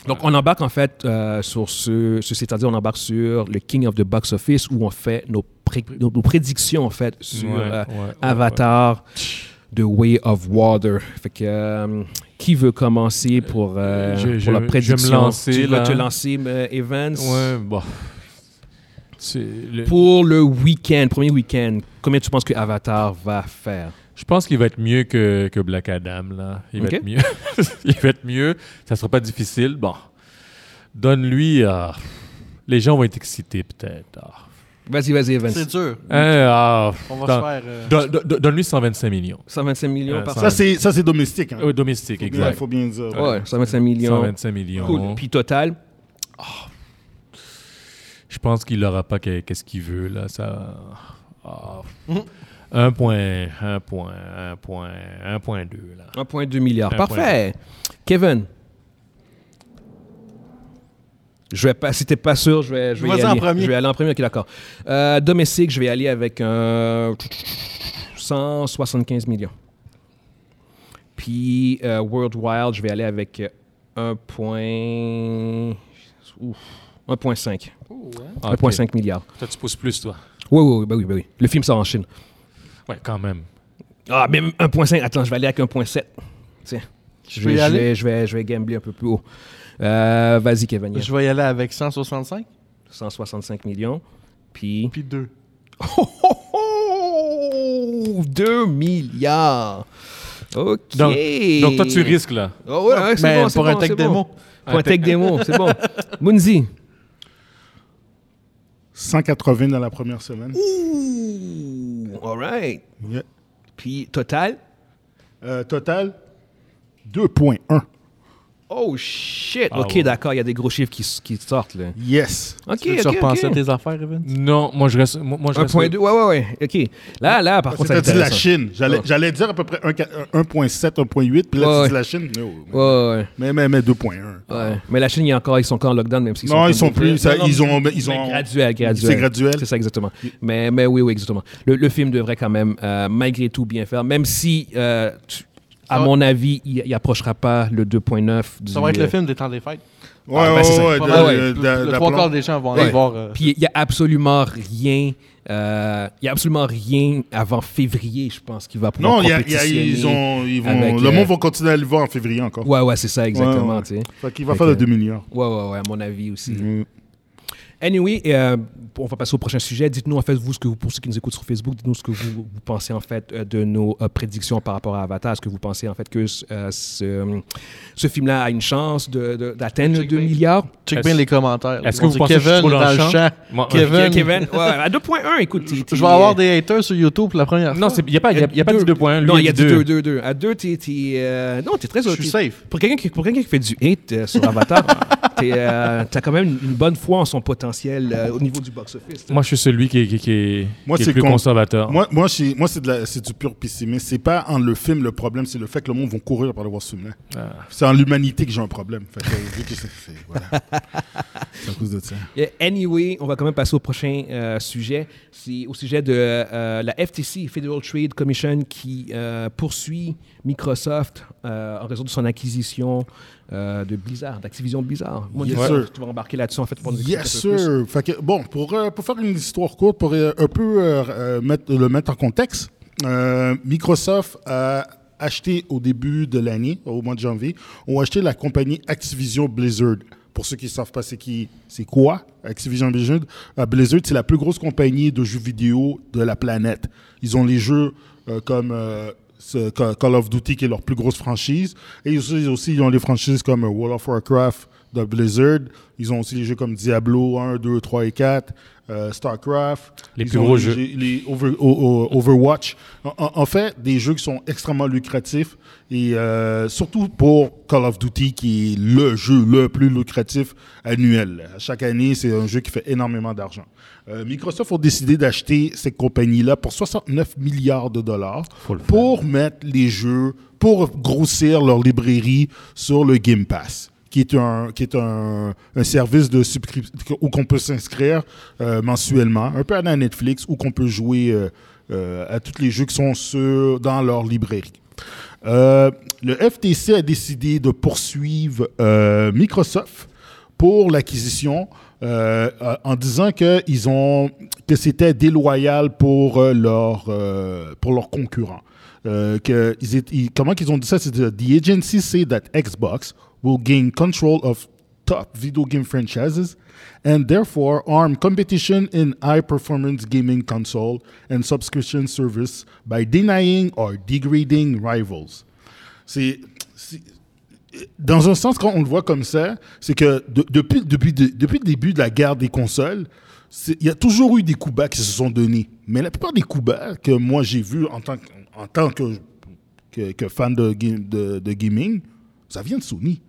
donc, on embarque en fait euh, sur ce, ce- c'est-à-dire on embarque sur le King of the Box Office où on fait nos, pré- nos, nos prédictions en fait sur Ouais, euh, ouais, ouais, Avatar, The Way of Water. Fait que, euh, qui veut commencer pour, euh, pour la Je- je- je vais me prédiction lancer, Tu vas là. te lancer, euh, Evans. Ouais, bon. C'est le- Pour le week-end, premier week-end, combien tu penses que Avatar va faire Je pense qu'il va être mieux que, que Black Adam, là. Il va Ok. être mieux. (laughs) Il va être mieux. Ça sera pas difficile. Bon. Donne-lui... ah, Les gens vont être excités, peut-être. Ah. Vas-y, vas-y, Evans. C'est dur. Hein, ah, On va dans- se faire. euh, don- don- Donne-lui 125 millions. 125 millions Ouais, par ça- Ça, c'est ça, c'est domestique. hein. Euh, domestique, Faut bien- exact. faut bien dire. Ouais, 125 millions. 125 millions. Cool. Puis total, Je pense qu'il n'aura pas que- qu'est-ce qu'il veut, là. Ça... Ah. Un point, un point, un point, un point deux, là. 1,2 milliard. 1,2. Parfait. Kevin. Je vais pas, si t'es pas sûr, je vais, je vais y Vas-y en aller. premier. Je vais aller en premier, ok, d'accord. Euh, domestique, je vais aller avec un 175 millions. Puis euh, World Wild, je vais aller avec euh, 1 point... ouf, 1,5. Ah, 1,5 milliard. Toi, tu pousses plus, toi. Oui, oui, oui, bah oui, bah oui. Le film sort en Chine. Ouais, quand même. Ah, mais 1,5. Attends, je vais aller avec 1,7. Tiens. Je Je peux vais, y je, aller? vais, je, vais, je vais gambler un peu plus haut. Euh, Vas-y, Kevin. yeah. Je vais y aller avec 165 165 millions. (laughs) Puis. puis 2. Oh, oh, oh, 2 milliards. OK. Donc, donc toi, tu risques, là. Ah ouais, ouais, c'est Mais bon, c'est pour bon, un tech c'est démo. Bon. Pour un tech démo, c'est bon. Munzi. 180 dans la première semaine. Ouh, all right. Yeah. Puis, total. Euh, total, 2.1. Oh, shit. Ah OK, ouais. d'accord, il y a des gros chiffres qui, s- qui sortent, là. Yes. OK, tu veux OK, tu OK. repenses à tes affaires, Evan? Non, moi, je reste... Moi, moi, je reste 1.2, ouais, ouais, ouais. OK. Là, là, par contre, T'as ça dit la intéressant. Chine. J'allais Ouais. j'allais dire à peu près un quat- un- 1.7, 1.8, puis là, Ouais, tu ouais. dis la Chine. No. Ouais, ouais, ouais. Mais, mais, mais 2.1. Ouais. Mais la Chine, il y a encore, ils sont encore en lockdown, même s'ils sont. Non, ils sont plus. ça- Non, non, ils ont. mais Ils ont Graduel, graduel. C'est graduel. C'est ça, exactement. Mais, mais oui, oui, exactement. Le, le film devrait quand même, euh, malgré tout, bien faire, même si, euh, tu- à Ça va- mon avis, il il approchera pas le 2.9 du. Ça va être le euh, film des temps des fêtes. Ouais, Ah, ben, c'est ouais, ça. ouais. Pas Euh, de- mal, ouais. de- Le- de- Le la trois plan- quarts des gens vont aller Ouais. voir. euh, Puis il y a absolument rien. euh, Il y a absolument rien avant février, je pense, qui va pouvoir Non, il y a- il y a- compétitionner. ils ont. Ils vont, avec, le euh, monde va continuer à le voir en février encore. Ouais, ouais, c'est ça, exactement. ouais. tu sais. Fait qu'il va Fait faire que- le 2 milliards. Ouais, ouais, ouais, à mon avis aussi. Anyway, euh, on va passer au prochain sujet. Dites-nous, en fait, vous, ce que vous, pour ceux qui nous écoutent sur Facebook, dites-nous ce que vous, vous pensez, en fait, euh, de nos euh, prédictions par rapport à Avatar. Est-ce que vous pensez, en fait, que euh, ce, ce film-là a une chance de- de- d'atteindre le Check 2 bien. milliards? Check Est-ce- bien les commentaires. Ils Est-ce que vont vous dire, pensez que je suis Kevin trop dans est le champ? Moi, ouais. Kevin, Ok, Kevin, ouais, à 2.1, écoute. t'es- t'es- Je vais avoir des haters sur YouTube pour la première fois. Non, c'est- il n'y a pas, il y a, il y a pas Deux. du 2.1. lui, Non, il y a dit du deux. 2, 2, 2. À 2, t'es... t'es, euh, Non, t'es très... Je suis t'es- safe. Pour quelqu'un qui, pour quelqu'un qui fait du hate euh, sur Avatar, (laughs) t'es, euh, t'as quand même une- une bonne foi en son potentiel euh, au niveau du box-office. Moi, je suis celui qui est, qui, qui est, Moi, qui est c'est plus con- Ah. conservateur. Moi, moi, c'est- moi c'est de la- c'est du pur pessimisme. C'est pas en le film le problème, c'est le fait que le monde va courir pour le voir ce film-là. Ah. C'est en l'humanité que j'ai un problème. Fait que, vu que c'est- c'est- (laughs) voilà. C'est à cause de ça. Et Anyway, on va quand même passer au prochain euh, sujet. C'est au sujet de euh, la FTC, Federal Trade Commission, qui euh, poursuit Microsoft euh, en raison de son acquisition euh, de Blizzard, d'Activision Blizzard. Moi, Yes, je- sir. Tu vas embarquer là-dessus, en fait, pour nous expliquer un Yes, peu plus. sir. Fait que, bon, pour, euh, pour faire une histoire courte, pour euh, un peu euh, euh, mettre, le mettre en contexte, euh, Microsoft a acheté au début de l'année, au mois de janvier, ont acheté la compagnie Activision Blizzard. Pour ceux qui ne savent pas c'est qui, c'est quoi Activision Blizzard, euh, Blizzard c'est la plus grosse compagnie de jeux vidéo de la planète. Ils ont les jeux euh, comme euh, ce- Ca- Call of Duty qui est leur plus grosse franchise. Et ils aussi, aussi, ils ont des franchises comme euh, World of Warcraft de Blizzard. Ils ont aussi des jeux comme Diablo 1, 2, 3 et 4, euh, StarCraft. Les Ils plus ont gros les jeux. les over- o- o- Overwatch. En, en- en fait, des jeux qui sont extrêmement lucratifs et euh, surtout pour Call of Duty qui est le jeu le plus lucratif annuel. À Chaque année, c'est un jeu qui fait énormément d'argent. Euh, Microsoft ont décidé d'acheter cette compagnie-là pour 69 milliards de dollars pour mettre les jeux, pour grossir leur librairie sur le Game Pass qui est un, qui est un, un service de subscription où qu'on peut s'inscrire euh, mensuellement, un peu à la Netflix, où qu'on peut jouer euh, euh, à tous les jeux qui sont sur, dans leur librairie. Euh, le FTC a décidé de poursuivre euh, Microsoft pour l'acquisition euh, euh, en disant que ils ont que c'était déloyal pour euh, leurs euh, pour leurs concurrents. Euh, que ils étaient- ils- comment qu'ils ont dit ça? C'est euh, the agency say that Xbox will gain control of top video game franchises and therefore arm competition in high performance gaming console and subscription service by denying or degrading rivals. C'est c'est- dans un sens, quand on le voit comme ça, c'est que de- depuis, depuis, de- depuis le début de la guerre des consoles, c'est- il y a toujours eu des coups bas qui se sont donnés. Mais la plupart des coups bas que moi j'ai vus en tant que, en tant que, que, que fan de, ga- de, de gaming, ça vient de Sony.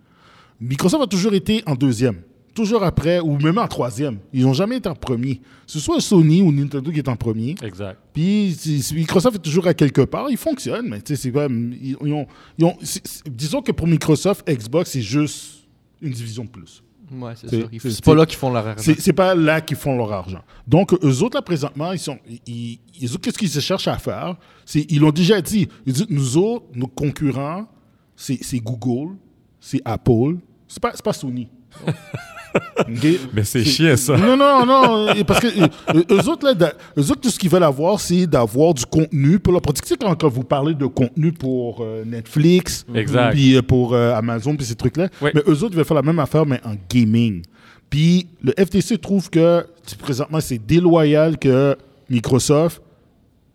Microsoft a toujours été en deuxième, toujours après ou même en troisième. Ils n'ont jamais été en premier. Ce soit Sony ou Nintendo qui est en premier. Exact. Puis si- si Microsoft est toujours à quelque part, ils fonctionnent, mais tu sais, c'est pas. Ils, ils ont, ils ont- c'est- c'est- disons que pour Microsoft, Xbox, c'est juste une division de plus. Ouais, c'est C'est- ça. Ils- c'est- C'est pas c'est- là qu'ils font leur argent. C'est c'est pas là qu'ils font leur argent. Donc, eux autres, là, présentement, ils sont. Ils, ils- Qu'est-ce qu'ils se cherchent à faire C'est- Ils l'ont déjà dit. Ils disent, nous autres, nos concurrents, c'est c'est Google, c'est Apple, c'est pas, c'est pas Sony. Ok? Mais c'est chiant, ça. Non, non, non, euh, parce que euh, euh, eux autres, là, d'a- eux autres, tout ce qu'ils veulent avoir, c'est d'avoir du contenu pour leur produit. Tu sais, quand, quand vous parlez de contenu pour euh, Netflix, Exact. puis euh, pour euh, Amazon, puis ces trucs-là, Oui. mais eux autres, ils veulent faire la même affaire, mais en gaming. Puis le FTC trouve que tu- présentement, c'est déloyal que Microsoft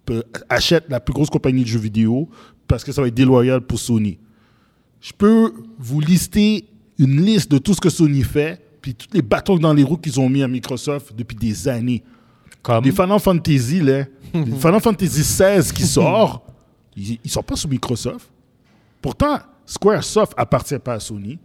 peut- achète la plus grosse compagnie de jeux vidéo parce que ça va être déloyal pour Sony. Je peux vous lister une liste de tout ce que Sony fait, puis tous les bâtons dans les roues qu'ils ont mis à Microsoft depuis des années. Comme. Les Final Fantasy, là, les Final Fantasy 16 qui sort, ils ne sont pas sous Microsoft. Pourtant, Squaresoft appartient pas à Sony.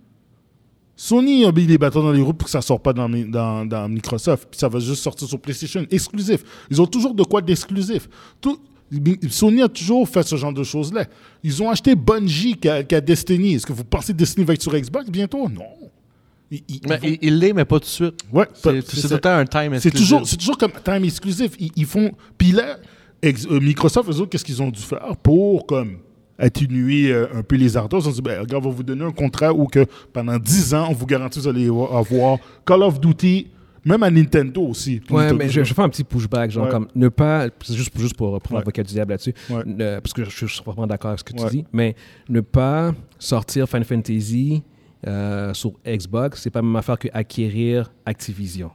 Sony a mis les bâtons dans les roues pour que ça ne sorte pas dans, mi- dans- dans Microsoft. Puis ça va juste sortir sur PlayStation. Exclusif. Ils ont toujours de quoi d'exclusif. Tout- Mi- Sony a toujours fait ce genre de choses-là. Ils ont acheté Bungie qu'à qu'à Destiny. Est-ce que vous pensez que Destiny va être sur Xbox bientôt? Non. Ils- ils- Mais ils vont- il il l'est, mais pas tout de suite. Ouais, C'est c'est c'est tout ça. le temps un time C'est exclusive. toujours, c'est toujours comme time exclusif. Ils, ils font. Puis là, ex- euh, Microsoft, eux autres, qu'est-ce qu'ils ont dû faire pour comme atténuer euh, un peu les ardeurs Ils ont dit ben, regarde, on va vous donner un contrat où que pendant 10 ans, on vous garantit que vous allez avoir- avoir Call of Duty, même à Nintendo aussi. Ouais, Nintendo, mais je, je fais un petit pushback, genre Ouais. comme ne pas, c'est juste, juste pour reprendre Ouais. l'avocat du diable là-dessus, Ouais. ne- parce que je, je suis vraiment d'accord avec ce que tu Ouais. dis, mais ne pas sortir Final Fantasy euh, sur Xbox, c'est pas la même affaire que acquérir Activision.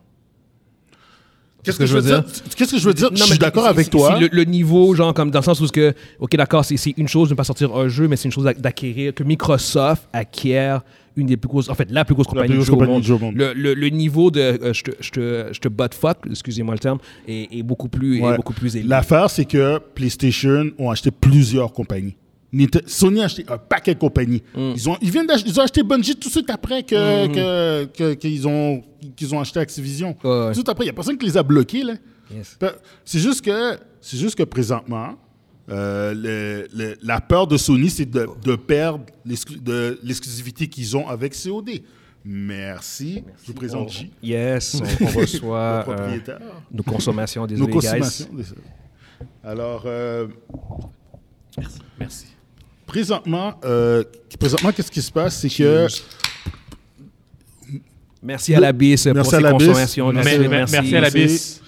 Qu'est-ce que, je veux dire, Qu'est-ce que je veux dire Non, Je mais suis d'accord c'est- avec c'est- toi. c'est Le, le niveau, genre, comme dans le sens où, ce que, OK, d'accord, c'est- c'est une chose de ne pas sortir un jeu, mais c'est une chose d'ac- d'acquérir, que Microsoft acquière une des plus grosses, en fait, la plus grosse compagnie, plus de grosse jeux au compagnie monde. de jeux au monde. Le, le- le niveau de euh, je te- je te- je te bats de fuck, excusez-moi le terme, est, est beaucoup plus, est Ouais. beaucoup plus élevé. L'affaire, c'est que PlayStation ont acheté plusieurs compagnies. Nite- Sony a acheté un paquet de compagnies. Mm. Ils, ont, ils, viennent d'ach- ils ont acheté Bungie tout de suite après que, que- que- qu'ils, ont, qu'ils ont acheté Activision. Ouais, Mm-hmm. ouais. Tout de suite après, il n'y a personne qui les a bloqués. Là. Yes. Pe- C'est, juste que, c'est juste que présentement, euh, le- le- la peur de Sony, c'est de, de perdre l'exclu- de l'exclusivité qu'ils ont avec COD. Merci. Je vous présente J. Yes, on, (laughs) on reçoit Le euh, propriétaire. nos consommations, désolé Nos consommations. désolé. Alors, euh, Merci. présentement, euh, présentement qu'est-ce qui se passe? C'est que. guys. Merci à la BIS pour Merci à ces la BIS. consommations. Merci, Merci, merci, à la BIS.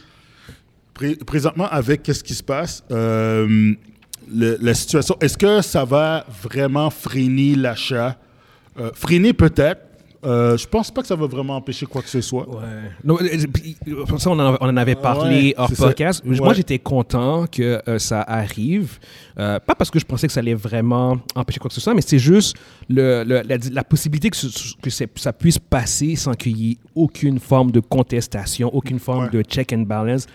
Pré- présentement, avec qu'est-ce qui se passe, euh, le- la situation, est-ce que ça va vraiment freiner l'achat? Euh, freiner peut-être. Euh, je pense pas que ça va vraiment empêcher quoi que ce soit. Ouais. Non, euh, puis, euh, ça, on en, on en avait parlé Ouais, hors c'est ça. podcast. Ouais. Moi, j'étais content que euh, ça arrive. Euh, pas parce que je pensais que ça allait vraiment empêcher quoi que ce soit, mais c'est juste le, le- la, la possibilité que, ce- que c'est- ça puisse passer sans qu'il y ait aucune forme de contestation, aucune forme Ouais. de check and balance.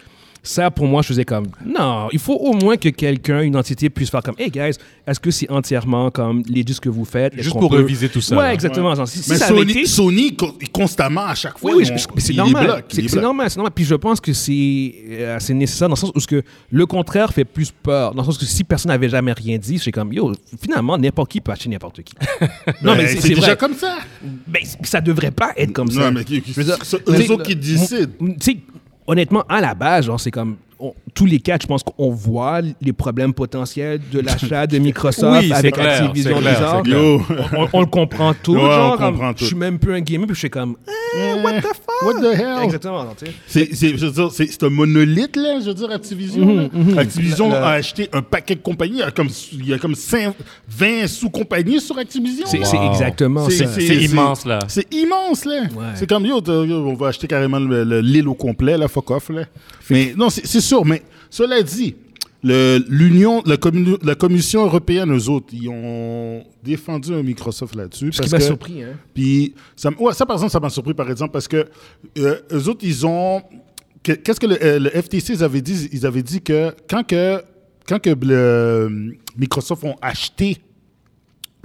Ça, pour moi, je faisais comme non, il faut au moins que quelqu'un, une entité, puisse faire comme hey guys, est-ce que c'est entièrement comme les disques que vous faites Est-ce Juste qu'on pour reviser tout ça, Ouais, là. exactement. Genre, si, si Mais ça avait Sony, été- Sony, co- constamment, à chaque fois, oui, oui, ils je- ont- je- mais c'est ils les normal. bloquent, ils C'est les c'est bloquent. normal, c'est normal. Puis je pense que c'est euh, c'est nécessaire dans le sens où ce que le contraire fait plus peur. Dans le sens que si personne n'avait jamais rien dit, c'est comme yo, finalement n'importe qui peut acheter n'importe qui. (laughs) non mais c'est c'est Ben, déjà vrai. comme ça. Mais c- ça devrait pas être comme ça. Non, mais qui- qui- Je veux dire, c'est tu sais, eux autres qui décident. tu sais, honnêtement, à la base, genre, c'est comme. on- tous les quatre, je pense qu'on voit les problèmes potentiels de l'achat de Microsoft Oui, c'est avec clair, Activision c'est clair, Blizzard. c'est clair. Yo. On, on le comprend tout. Ouais, on genre, comme, comprend Je tout. suis même plus un gamer, puis je suis comme. Eh, (laughs) what the fuck? What the hell? Exactement, tu sais. C'est, c'est- je veux dire, c'est, c'est un monolithe, là, je veux dire, Activision. Mhm, là. Activision a acheté un paquet de compagnies. Il y a comme, il y a comme cinq- 20 sous-compagnies sur Activision. C'est là. c'est exactement ça. C'est immense, là. C'est immense, là. Ouais. C'est comme, yo, t'as- yo, on va acheter carrément le- le- l'île au complet, là, fuck off, là. Mais non, c'est c'est sûr, mais cela dit, le- l'Union, la, commu- la Commission européenne, eux autres, ils ont défendu un Microsoft là-dessus. Ce qui parce m'a que- surpris, hein. Puis, ça, m- ouais, ça, par exemple, ça m'a surpris, par exemple, parce que euh, eux autres, ils ont. que- Qu'est-ce que le, euh, le FTC, ils avaient dit Ils avaient dit que quand que, quand que le- Microsoft ont acheté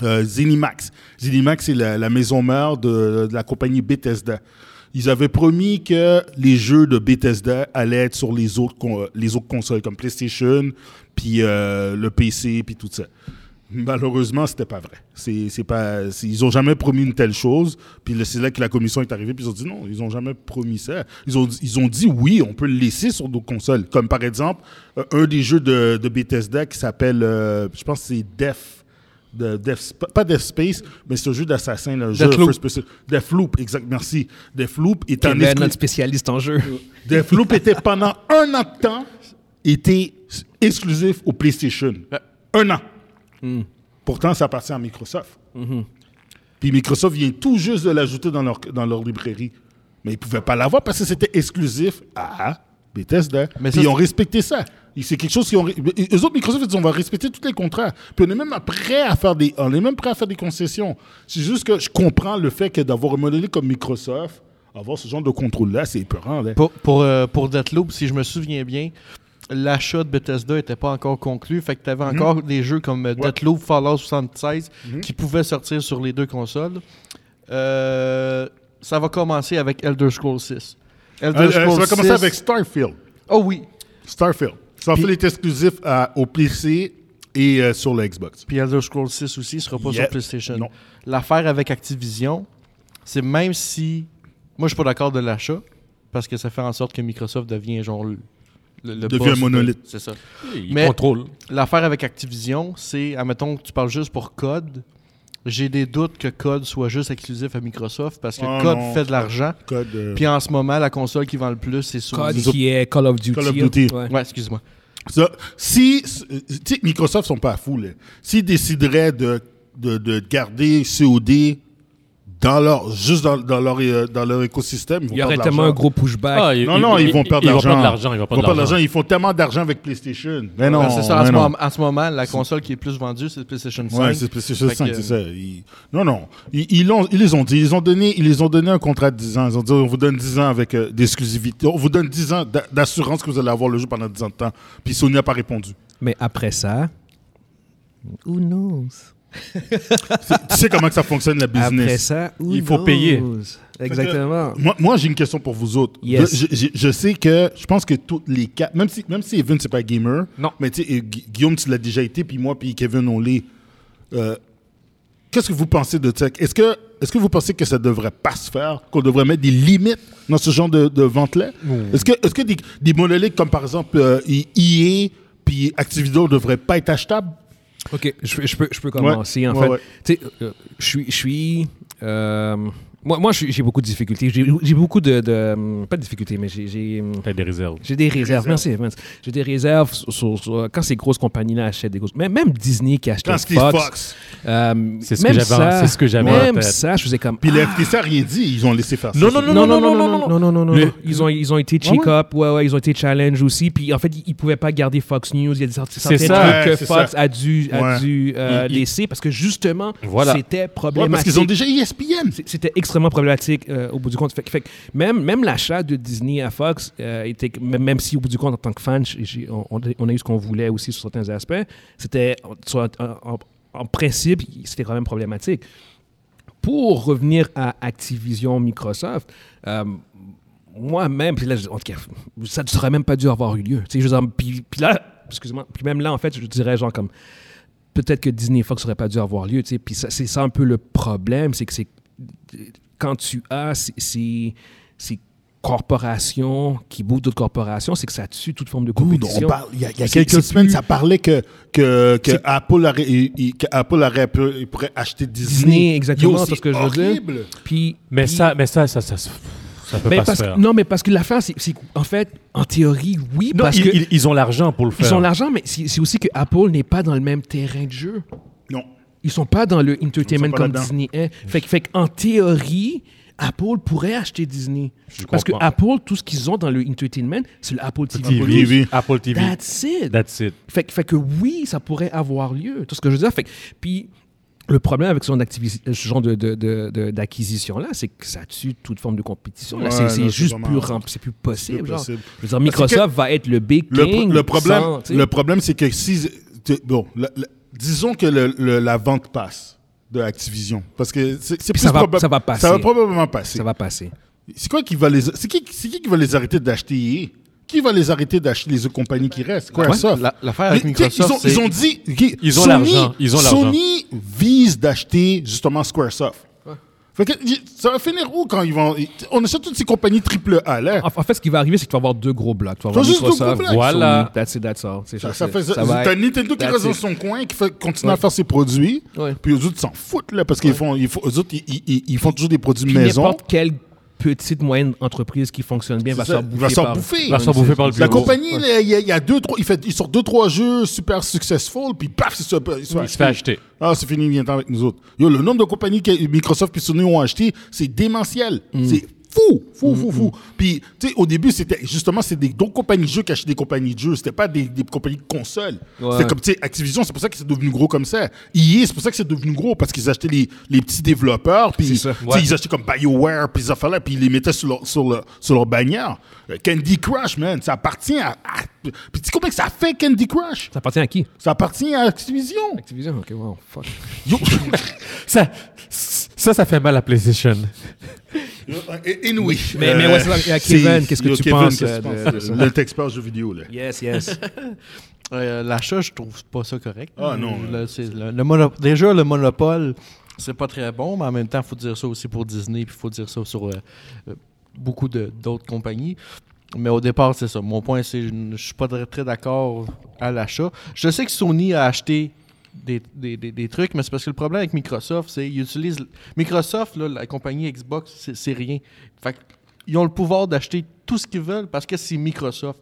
euh, Zenimax. Zenimax, c'est la, la maison mère de, de la compagnie Bethesda. Ils avaient promis que les jeux de Bethesda allaient être sur les autres, con- les autres consoles comme PlayStation, puis euh, le PC, puis tout ça. Malheureusement, c'était pas vrai. C'est, c'est pas, c'est- ils ont jamais promis une telle chose. Puis le- c'est là que la commission est arrivée. Puis ils ont dit non, ils ont jamais promis ça. Ils ont, dit- ils ont dit oui, on peut le laisser sur d'autres consoles. Comme par exemple euh, un des jeux de, de Bethesda qui s'appelle, euh, je pense, que c'est Def de Death Sp- pas Death Space, mais c'est un jeu d'assassin, le jeu Deathloop. first person. Deathloop, exact, merci. Deathloop est en Kevin, exclu- notre spécialiste en jeu. Deathloop était pendant un an de temps était s- exclusif au PlayStation. Un an. Hmm. Pourtant, ça appartient à Microsoft. Puis Microsoft vient tout juste de l'ajouter dans leur, dans leur librairie. Mais ils ne pouvaient pas l'avoir parce que c'était exclusif à Bethesda. Mais Puis ça, ils ont c'est- respecté ça. Et C'est quelque chose qu'ils ont. ré- Eux autres, Microsoft, ils disent on va respecter tous les contrats. Puis on est même prêt à faire des, on est même prêt à faire des concessions. C'est juste que je comprends le fait que d'avoir un modèle comme Microsoft, avoir ce genre de contrôle-là, c'est épeurant. là. Pour, pour, euh, pour Deathloop, si je me souviens bien, l'achat de Bethesda n'était pas encore conclu. Fait que tu avais Mhm. encore des jeux comme euh, Deathloop, Fallout 76 qui pouvaient sortir sur les deux consoles. Euh, ça va commencer avec Elder Scrolls 6. Elder Euh, euh, ça va commencer 6. avec Starfield. Oh oui. Starfield. Starfield est exclusif à- au PC et euh, sur le Xbox. Puis Elder Scrolls 6 aussi ne sera pas Yeah. sur PlayStation. Non. L'affaire avec Activision, c'est même si. Moi, je suis pas d'accord de l'achat, parce que ça fait en sorte que Microsoft devient genre le, le- le Devient boss de- monolithe. C'est ça. Il Mais- contrôle. L'affaire avec Activision, c'est, admettons que tu parles juste pour Code, j'ai des doutes que Code soit juste exclusif à Microsoft parce que Oh Code non. fait de l'argent. Code, euh, Puis en ce moment, la console qui vend le plus, c'est Code Sony. qui est Call of Duty. Call of Duty. Ouais. Ouais, excuse-moi. ça- si euh, tu sais, Microsoft sont pas fous, là. s'ils décideraient de, de, de garder COD dans leur, juste dans, dans leur, euh, dans leur écosystème, ils vont Il y aurait perdre tellement un l'argent. gros pushback. Ah, il- Non, non, ils vont perdre Ils vont l'argent. pas de l'argent. Ils vont pas de l'argent. Ils font tellement d'argent avec PlayStation. Mais non, Ouais, Ben, c'est ça, en mais ce, non. moment, en ce moment, la console qui est plus vendue, c'est PlayStation 5. Ouais, c'est PlayStation Fait 5, que- c'est ça. Ils- Non, non. Ils, ils l'ont- ils les ont dit. Ils les ont donné, ils les ont donné un contrat de 10 ans. Ils ont dit, on vous donne 10 ans avec euh, d'exclusivité. On vous donne 10 ans d'a- d'assurance que vous allez avoir le jeu pendant 10 ans de temps. Puis Sony n'a pas répondu. Mais après ça, Who knows? Tu sais comment que ça fonctionne, la Après business. ça, who Il faut knows? payer. Exactement. Moi, moi, j'ai une question pour vous autres. Yes. Je, je- je sais que je pense que tous les quatre, même si, même si Evan, c'est pas gamer, Non. mais tu sais, et Gu- Guillaume, tu l'as déjà été, puis moi, puis Kevin, on l'est. Euh, Qu'est-ce que vous pensez de tech? Est-ce que, est que vous pensez que ça devrait pas se faire, qu'on devrait mettre des limites dans ce genre de, de vente-là? Hmm. Est-ce que, est que des, des monolithes comme par exemple euh, EA puis Activision ne devraient pas être achetables? OK, je, je peux, je peux commencer. En ouais, fait, ouais. Tu sais, euh, je suis. Je suis euh, moi, moi je suis- j'ai beaucoup de difficultés. J'ai j'ai beaucoup de, de- Pas de difficultés, mais j'ai- j'ai. hum, T'as des réserves. J'ai des réserves. Merci, Vince. J'ai des réserves sur, sur- sur- quand ces grosses compagnies-là achètent des grosses. Même, même Disney qui achetait Quand Steve Fox. Fox. euh, C'est ce que même j'avais en- ça- c'est ce que j'avais en Même tête. ça, je faisais comme. Puis le FTC a rien dit, ils ont laissé faire ça. Ah. non, Non, non, non, non, non, non, non, non, non. Le- Ils ont, ils ont été check-up, ouais, ouais, ils ont été challenge aussi. Puis en fait, ils, ils pouvaient pas garder Fox News. Il y a des sorti- certains C'est trucs ça. Ouais, que c'est Fox ça. a dû, a Ouais. dû euh, Il- il- laisser parce que justement, Voilà. c'était Ouais, problématique. parce qu'ils ont déjà E ESPN. C'est- C'était extrêmement problématique euh, au bout du compte. Fait, que- fait que même, même l'achat de Disney à Fox, euh, était, même, même si au bout du compte, en tant que fan, j'ai- j'ai- on, on a- on a eu ce qu'on voulait aussi sur certains aspects, c'était sur- en, en- en principe, c'était quand même problématique. Pour revenir à Activision Microsoft, euh, moi-même, puis là, je- en tout cas, ça ne serait même pas dû avoir eu lieu. Tu sais, je veux dire, puis, puis là, excusez-moi, puis même là, en fait, je dirais genre comme peut-être que Disney et Fox n'aurait pas dû avoir lieu. tu sais. Puis ça- c'est ça un peu le problème, c'est que c'est quand tu as ces, ces- ces corporations qui bouffent d'autres corporations, c'est que ça tue toute forme de Good, compétition. on parle- il y a, il y a C'est- quelques c'est semaines, plus- ça parlait que, que, que Apple, aurait, il- il- que Apple aurait pu- il pourrait acheter Disney. Disney, exactement, Yo, c'est ce que je veux dire. horrible. Puis, Mais puis- ça, mais ça, ça, ça, se- ça peut mais pas parce se que- faire. non, mais parce que l'affaire, c'est c'est qu'en fait, en théorie, oui, Non, parce ils, que ils- ils ont l'argent pour le faire. ils ont l'argent, mais c'est c'est aussi que Apple n'est pas dans le même terrain de jeu. Non. Ils sont pas dans le entertainment pas comme là-dedans. Disney est. Fait, que- fait qu'en théorie, Apple pourrait acheter Disney. Parce que comprends. Apple, tout ce qu'ils ont dans le entertainment, c'est le Apple TV. Apple TV. Apple TV. That's it. That's it. Fait, que- fait que oui, ça pourrait avoir lieu. Tout ce que je veux dire. Fait que- puis le problème avec ce genre, d'activi- ce genre de, de- de- de- d'acquisition-là, c'est que ça tue toute forme de compétition. Là, Ouais, c'est, c'est là, c'est juste vraiment- plus, rem- c'est plus possible. plus genre. possible. Je veux dire, Microsoft va être le big Le, king. pro- le problème, sans, tu sais. le problème c'est que si. tu- Bon, la- la- disons que le- le- la vente passe de Activision. Parce que c'est c'est Puis plus ça va- probable- ça va passer. Ça va probablement passer. ça va passer. C'est quoi qui va les. C'est qui, c'est qui qui va les arrêter d'acheter EA? Qui va les arrêter d'acheter les autres compagnies qui restent? Quoi, ça? La- L'affaire avec Mais, tu sais, Microsoft, ils, ont, ils c'est- ont dit. ok, Ils ont Sony- l'argent, ils ont l'argent. Sony vise d'acheter justement Squaresoft. Fait que, y- ça va finir où quand ils vont. y- On achète toutes ces compagnies triple A, là. En, en fait, ce qui va arriver, c'est qu'il va y avoir deux gros blocs. Tu vas avoir Juste deux gros Microsoft, blocs. Sony, Voilà. that's it, that's all. C'est ça, ça, ça c'est- fait ça. ça va T'as être- Nintendo qui that's reste dans it. son coin, qui fait, continue à faire ses produits. Ouais. Puis eux autres s'en foutent, là, parce qu'ils font, ils font, eux autres, ils, ils- ils- ils font toujours des produits Puis maison. n'importe quelle petite, moyenne entreprise qui fonctionne bien va C'est se faire ça, bouffer. va se faire par- bouffer. Va se faire bouffer par le La plus gros. compagnie, là, il y a, il y a deux, trois, il fait, ils sortent deux, trois jeux super successful, puis paf, ils se ils se font Il se fait acheter. Ah, c'est fini, viens avec nous autres. Yo, le nombre de compagnies que Microsoft et Sony ont acheté, c'est démentiel. Mm. C'est fou, fou, fou, fou. Puis, tu sais, au début, c'était justement, c'est des d'autres compagnies de jeux qui achetaient des compagnies de jeux. C'était pas des, des compagnies de consoles. Ouais. C'était comme, tu sais, Activision, c'est pour ça que c'est devenu gros comme ça. EA, c'est pour ça que c'est devenu gros, parce qu'ils achetaient les, les petits développeurs, puis C'est ça. tu sais, Ouais. ils achetaient comme BioWare, puis ces affaires-là, puis ils les mettaient sur leur, sur leur, sur leur bannière. Euh, Candy Crush, man, ça appartient à. à- Puis tu sais combien que ça fait Candy Crush? Ça appartient à qui Ça appartient à Activision. Activision, ok, wow, fuck. Yo. (laughs) Ça, ça, ça fait mal à PlayStation. Euh, Anyway. Mais- mais ouais, c'est ça. Et Kevin, qu'est-ce que tu penses, euh, de- de ça? Le expert jeu vidéo, là. Yes, yes. Euh, L'achat, je trouve pas ça correct. Ah, non, Le- c'est- le- le mono- déjà, le monopole, c'est pas très bon, mais en même temps, il faut dire ça aussi pour Disney, puis il faut dire ça sur euh, euh, beaucoup de- d'autres compagnies. Mais au départ, c'est ça. Mon point, c'est que je ne- je suis pas très, très d'accord à l'achat. Je sais que Sony a acheté des, des- des- des trucs, mais c'est parce que le problème avec Microsoft, c'est qu'ils utilisent. Microsoft, là, la compagnie Xbox, c'est c'est rien. Fait que, ils ont le pouvoir d'acheter tout ce qu'ils veulent parce que c'est Microsoft.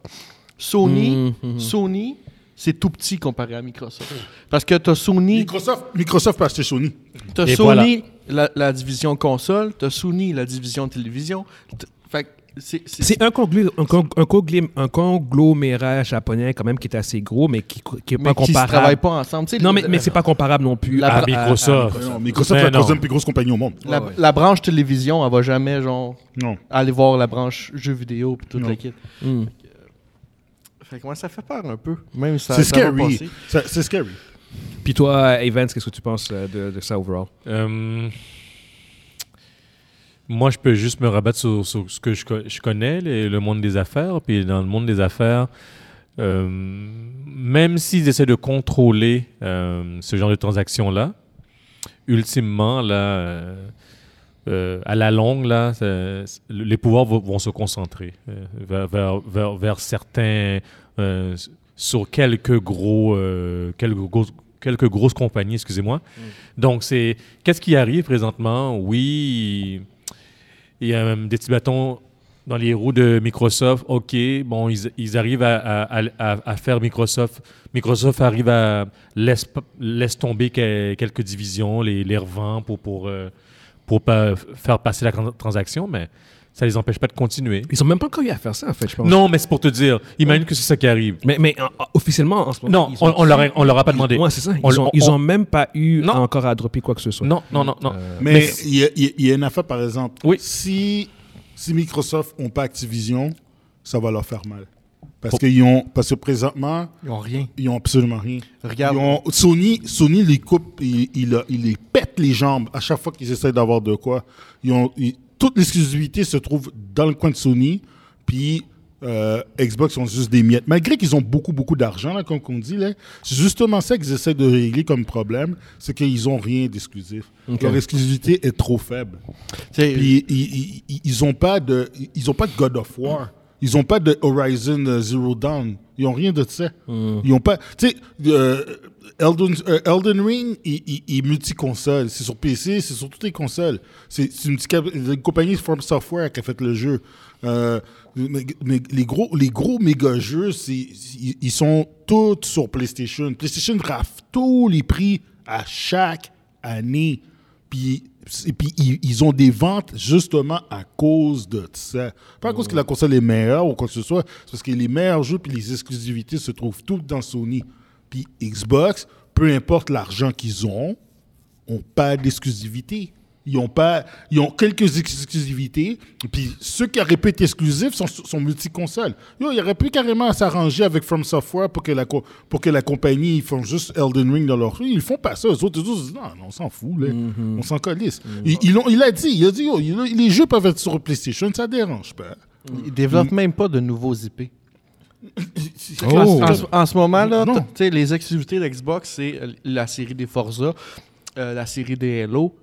Sony, Sony, c'est tout petit comparé à Microsoft. Parce que tu as Sony, Microsoft, Microsoft peut acheter Sony. t'as Et Sony la, la division console, tu as Sony la division télévision. T- Fait que c'est- (laughs) c'est- C'est un, conglu- un, con- un conglim- un conglomérat japonais quand même qui est assez gros, mais qui qui est mais pas qui se comparable. travaillent pas ensemble. Tu sais, Non, mais, le- mais c'est pas comparable non plus. La- à- À à- Microsoft. Non, Microsoft, Mais est la non. troisième plus grosse compagnie au monde. la, la branche télévision, elle va jamais genre Non. aller voir la branche jeux vidéo puis toute Non. la kit. euh, Hmm. Fait que, ouais, ça fait peur un peu. Même si ça, C'est ça va scary. passer. Ça- C'est scary. Puis toi, Evans, qu'est-ce que tu penses euh, de, de ça overall? Euh, moi, je peux juste me rabattre sur, sur ce que je, co- je connais, les- le monde des affaires. Puis dans le monde des affaires, euh, même s'ils essaient de contrôler euh, ce genre de transactions-là, ultimement, là, euh, euh, à la longue, là, ça- les pouvoirs vont, vont se concentrer euh, vers, vers- vers- vers certains, euh, sur quelques gros, euh, quelques grosses- quelques grosses compagnies, excusez-moi. Donc, c'est qu'est-ce qui arrive présentement? Oui, il y a euh, des petits bâtons dans les roues de Microsoft. OK, bon, ils, ils arrivent à, à- à- à- à faire Microsoft. Microsoft arrive à laisse, p- laisse tomber que- quelques divisions, les, les revend pour, pour, euh, pour pas faire passer la tran- transaction, mais ça les empêche pas de continuer. Ils ont même pas encore eu à faire ça, en fait, je pense. Non, mais c'est pour te dire, imagine que c'est ça qui arrive. Mais, mais en- en- officiellement, en ce moment. Non, ils on, ont- on leur, a- on leur a pas demandé. Ouais, c'est ça. Ils, On- ont, on- ils on- ont même pas eu Non. encore à dropper quoi que ce soit. Non, non, non, non. Euh. Mais il y, a- il y a- il y a une affaire, par exemple. Oui. Si, si Microsoft n'ont pas Activision, ça va leur faire mal. Parce, qu'ils ont, parce que présentement, Ils n'ont rien. ils n'ont absolument rien. Regarde. Ils ont- Sony, Sony les coupe, ils il, il les pète les jambes à chaque fois qu'ils essayent d'avoir de quoi. Ils ont, ils- toute l'exclusivité se trouve dans le coin de Sony, puis euh, Xbox ont juste des miettes. Malgré qu'ils ont beaucoup, beaucoup d'argent, là, comme on dit, là, c'est justement ça qu'ils essaient de régler comme problème, c'est qu'ils n'ont rien d'exclusif. Ok. Leur exclusivité est trop faible. T'sais, Puis ils- ils- ils n'ont pas de, ils ont pas de God of War. Ils n'ont pas de Horizon euh, Zero Dawn. Ils n'ont rien de ça. Ils ont pas. Tu sais, euh, Elden, euh, Elden Ring il- il- il est multi-console. C'est sur PC, c'est sur toutes les consoles. C'est c'est une, petite cap- une compagnie From Software qui a fait le jeu. Euh, mais, mais les gros, les gros méga jeux, c'est- ils ils sont tous sur PlayStation. PlayStation rafle tous les prix à chaque année. Puis, et puis ils, ils ont des ventes justement à cause de ça. Pas à cause que la console est meilleure ou quoi que ce soit, c'est parce que les meilleurs jeux puis les exclusivités se trouvent toutes dans Sony. Puis Xbox, peu importe l'argent qu'ils ont, ont pas d'exclusivité. Ils ont pas, ils ont quelques exclusivités. Puis ceux qui auraient pu être exclusifs sont, sont multi-consoles. Yo, ils auraient pu carrément s'arranger avec From Software pour que la co- pour que la compagnie ils font juste Elden Ring dans leur rue. Ils font pas ça. Les autres, ils disent non, non, on s'en fout, là. Mm-hmm. on s'en colisse. Ils- ils l'ont- il a dit, il a dit, Yo, il- les jeux peuvent être sur PlayStation, ça dérange pas. Ils développent même pas de nouveaux IP. En, Oh. en ce- en ce moment, là, Non. t- tu sais, les activités d'Xbox, c'est euh, la série des Forza, euh, la série des Halo.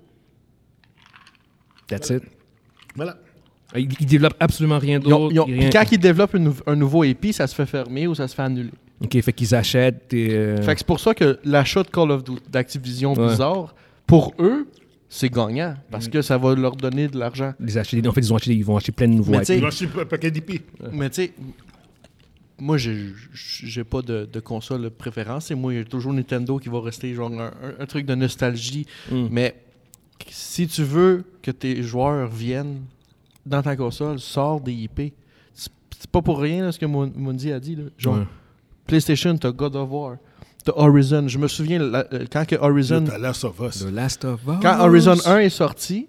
That's it. Voilà. Ils, ils développent absolument rien Ils ont- d'autre. ils ont- Oh, rien. puis quand ils développent une nou- un nouveau IP, ça se fait fermer ou ça se fait annuler. Ok, fait qu'ils achètent. et, euh, Fait que c'est pour ça que l'achat de Call of Duty d'Activision Ouais. Bizarre, pour eux, c'est gagnant parce que ça va leur donner de l'argent. les acheter, en fait, ils, ont acheté, ils vont acheter plein de nouveaux Mais IP. tu sais, Ils ont acheté un paquet d'épées. Mais tu sais, moi, j'ai j'ai pas de, de console de préférence. Et moi, il y a toujours Nintendo qui va rester genre un, un- un truc de nostalgie. Mm. Mais si tu veux que tes joueurs viennent dans ta console, sors des IP. C'est c'est pas pour rien là, ce que Mon- Mundi a dit. là. Genre, Ouais. PlayStation, t'as God of War, t'as Horizon. Je me souviens, la- euh, quand que Horizon Yo, t'as Last of Us. The Last of Us. quand Horizon 1 est sorti,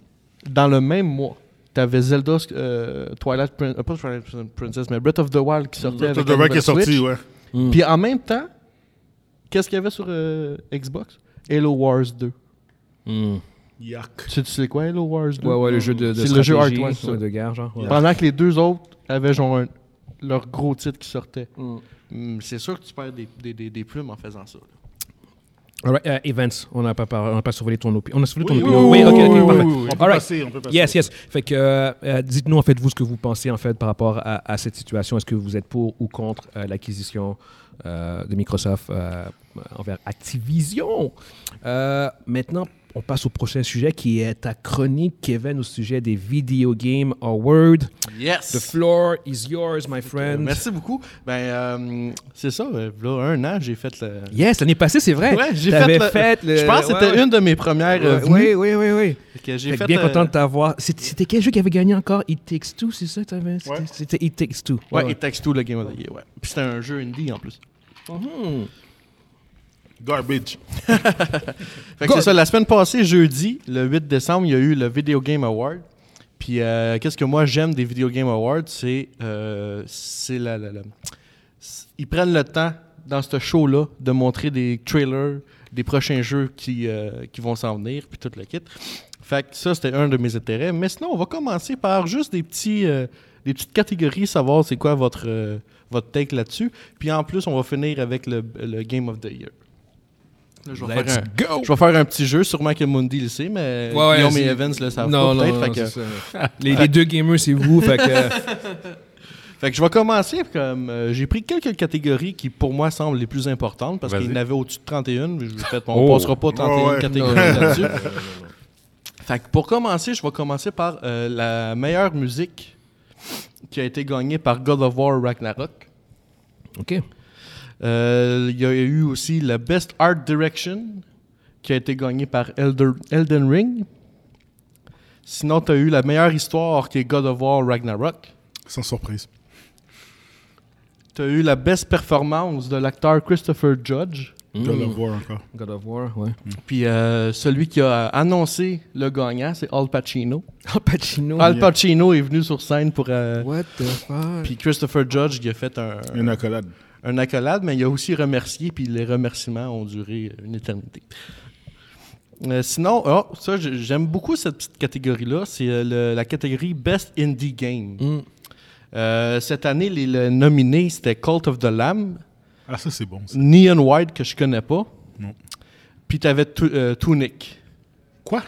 dans le même mois, t'avais Zelda euh, Twilight Prin- euh, pas Twilight Prin- Princess, mais Breath of the Wild qui sortait Breath avec of the la Wild qui est nouvelle sorti, Switch. ouais. Mm. Puis en même temps, qu'est-ce qu'il y avait sur euh, Xbox? Halo Wars 2. Mm. Yuck. Tu sais, tu sais quoi, Halo Wars 2? Ouais, ouais, le jeu de, de C'est le jeu stratégie, Art One, ça. ouais, de guerre, genre. ouais. Pendant que les deux autres avaient genre un- leur gros titre qui sortait. Mm. Mm, C'est sûr que tu perds des, des- des- des plumes en faisant ça. là. Alright, euh, Evans, on n'a pas, par- on n'a pas survolé ton opinion. On a survolé ton Oui, opinion. oui, Oui, oui, ok, oui, ok, parfait. oui, oui, oui. On peut Alright. passer, on peut passer. Yes, yes. Fait que euh, euh, dites-nous en fait vous ce que vous pensez en fait par rapport à, à cette situation. Est-ce que vous êtes pour ou contre euh, l'acquisition euh, de Microsoft euh, envers Activision Euh, Maintenant, on passe au prochain sujet qui est ta chronique, Kevin, au sujet des Video Game Awards. Yes! The floor is yours, my Euh, friend. Merci beaucoup. Ben, euh, c'est ça, euh, là, un an, j'ai fait le, Yes, l'année passée, c'est vrai. Ouais, j'ai T'avais fait, le- le- Je pense que ouais, c'était ouais. une de mes premières euh, Oui, venues. oui, oui, oui. Que j'ai Fait que fait, bien euh, content de t'avoir. C'était c'était quel jeu qui avait gagné encore It Takes Two, c'est ça que t'avais- C'était Ouais. c'était It Takes Two. Ouais, et Takes Two, le Game of the Year, ouais. Puis c'était un jeu indie en plus. Garbage. Fait que c'est ça, la semaine passée, jeudi, le 8 décembre, il y a eu le Video Game Award. Puis euh, qu'est-ce que moi j'aime des Video Game Awards, c'est euh, c'est la, la- la- c'est- ils prennent le temps dans ce show là de montrer des trailers, des prochains jeux qui, euh, qui vont s'en venir, puis tout le kit. Fait que ça, c'était un de mes intérêts. Mais sinon, on va commencer par juste des, petits, euh, des petites catégories, savoir c'est quoi votre, euh, votre take là-dessus. Puis en plus, on va finir avec le, le Game of the Year. Là, je, vais Let's faire un, go! je vais faire un petit jeu, sûrement que Mundi le sait, mais Ouais, ouais, Guillaume et c'est- Evans le savent Non, pas non, peut-être. non, Fait que- c'est ça. les, les deux gamers, c'est vous. fait que, euh, Fait que je vais commencer comme euh, j'ai pris quelques catégories qui pour moi semblent les plus importantes parce Vas-y. qu'il y en avait au-dessus de 31, mais je- peut-être on Oh. passera pas 31 Ouais, ouais. catégories là-dessus. Fait que pour commencer, je vais commencer par euh, la meilleure musique qui a été gagnée par God of War Ragnarok. (laughs) OK. Euh, Il y a eu aussi la Best Art Direction qui a été gagnée par Elder- Elden Ring. Sinon, tu as eu la meilleure histoire qui est God of War Ragnarok. Sans surprise. Tu as eu la best performance de l'acteur Christopher Judge. Je vais le voir encore. Mm. God of War, (laughs) ouais. Puis euh, celui qui a annoncé le gagnant, c'est Al Pacino. Ah, Pacino. Al Pacino est venu sur scène pour. euh, What the fuck? Puis Christopher Judge, il a fait un, Une accolade. un accolade, mais il a aussi remercié, puis les remerciements ont duré une éternité. Euh, sinon, oh, ça, j- j'aime beaucoup cette petite catégorie-là. C'est euh, le- la catégorie Best Indie Game. Mm. Euh, cette année, les, les nominés, c'était Cult of the Lamb, Ah, ça, c'est bon. ça. Neon White, que je connais pas. Non. Puis t'avais tu, euh, Tunic. Quoi?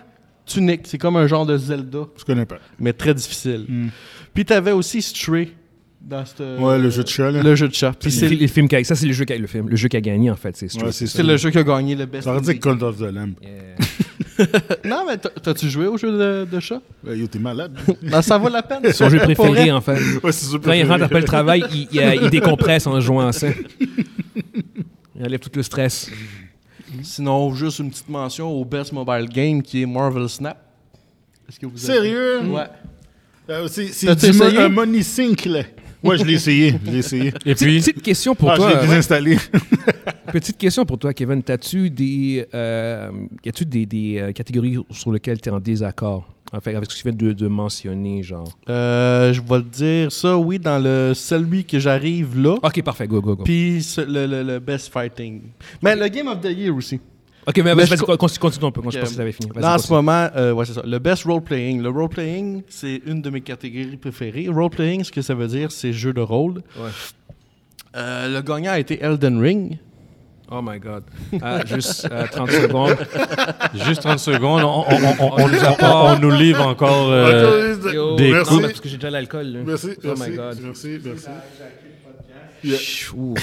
Tunic, c'est comme un genre de Zelda, Je connais pas. mais très difficile. Puis t'avais aussi Stray dans cette, Mm. Ouais, le jeu de chat, là. Euh, le jeu de chat. Puis C'est c'est les films qui a- ça c'est le jeu qui a, le film le jeu qui a gagné en fait c'est Stray. Ouais, c'est c'est ça. le jeu qui a gagné le best. Ça aurait dit indie. Call of the Lamb. Yeah. Non, mais t'as- t'as-tu joué au jeu de, de chat? Ouais, Yo, t'es malade. Ben, ça vaut la peine. son jeu (laughs) Pour vrai. préféré hein. en fait ouais, c'est sûr. quand il rentre après le travail il, il, euh, il décompresse en jouant à ça il enlève tout le stress Sinon, juste une petite mention au best mobile game qui est Marvel Snap. Est-ce que vous avez- Sérieux? Ouais. Euh, c'est c'est T'as-tu du mo- essayé? un money sink, là. Ouais, je l'ai essayé. Je l'ai essayé. (laughs) Et puis, petite question pour ah, toi je l'ai ouais. désinstallé. petite question pour toi Kevin t'as-tu des euh, y a-tu des, des, euh, catégories sur lesquelles tu es en désaccord en fait avec ce que tu viens de, de mentionner genre Euh, je vais le dire ça, oui, dans le celui que j'arrive là. ok parfait go go go Puis ce- le, le- le best fighting. Mais le Game of the Year aussi. ok mais Mais vas-y je- vas-y, continue, continue un peu je Ok. pense que t'avais fini Vas-y, Là, en ce continue. moment, euh, ouais, c'est ça. Le best role-playing. Le role-playing, c'est une de mes catégories préférées. Role-playing, ce que ça veut dire, c'est jeu de rôle. Ouais. Euh, le gagnant a été Elden Ring. oh my god Ah, juste euh, 30 secondes juste 30 secondes, on, on- on- on- on nous, apporte- on nous livre encore. euh, (laughs) Yo, Des non, coups. mais parce que j'ai déjà l'alcool. là. Merci, Oh merci, my god. merci, merci. Ouh.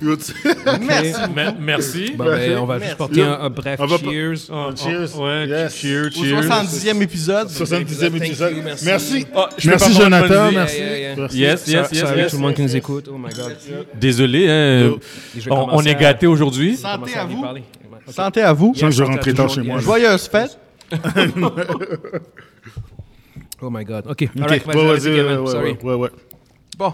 Yo, (laughs) tu- Merci. me- merci. Bon, ben, on va Merci. juste porter un, un bref On va pas- cheers. Oh, oh, Cheers. ouais, Yes. cheers, Au cheers. 70e épisode. 70e épisode. merci. Merci. Oh, je Merci, peux pas prendre Jonathan, bonne idée. Ah, merci. Yeah, yeah, yeah. Merci. Yes, yes, yes, Sorry, yes. tout le monde qui nous écoute. Oh my god. Désolé, hein, Je vais on, on commencer est à- gâtés aujourd'hui. Santé commencer à lui vous. parler. Ouais. Santé à vous. Je sens que je Santé à rentrais tout tard le chez monde. moi. là. Joyeuse fête. Oh my god. Ok. Ok, Alright, vas-y, ouais, vas-y, vas-y, Kevin. ouais, ouais, Sorry. ouais, (laughs) ouais. Bon.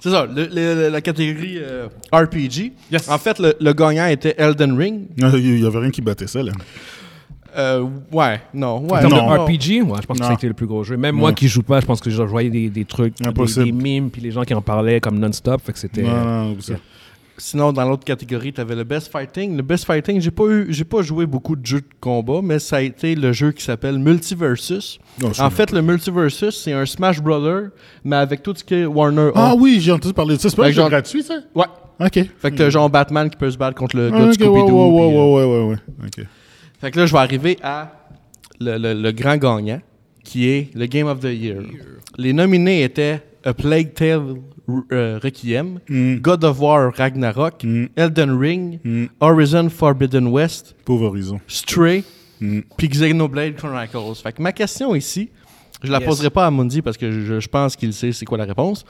C'est ça, le- le- la catégorie euh, RPG. Yes. En fait, le, le gagnant était Elden Ring. Non, Il n'y avait rien qui battait ça, là. Euh, ouais, non, ouais. En termes de Non. RPG, ouais, je pense que Non. c'était le plus gros jeu. Même moi qui joue pas, je pense que je voyais des, des trucs, des, Impossible. des mimes, puis les gens qui en parlaient comme non-stop. Fait que c'était. euh, Non, non, non, ça. Sinon, dans l'autre catégorie, tu avais le Best Fighting. Le Best Fighting, j'ai pas, eu, j'ai pas joué beaucoup de jeux de combat, mais ça a été le jeu qui s'appelle Multiversus. Non, je en sais fait, le Multiversus, c'est un Smash Brother, mais avec tout ce que Warner Ah a. oui, j'ai entendu parler de ça. C'est pas Fait un que jeu genre- gratuit, ça? Ouais. OK. Fait que t'as genre Batman qui peut se battre contre le gars Ah, de Hmm. ok, Scooby-Doo. ouais, ouais, puis, euh, ouais, ouais, ouais, ouais. OK. Fait que là, je vais arriver à le, le- le grand gagnant, qui est le Game of the Year. Les nominés étaient A Plague Tale euh, Requiem, Mm. God of War Ragnarok, Elden Ring, Mm. Horizon Forbidden West, Pauvre horizon. Stray, Mm. puis Xenoblade Chronicles. Fait que ma question ici, je la Yes. poserai pas à Mundi parce que je, je pense qu'il sait c'est quoi la réponse.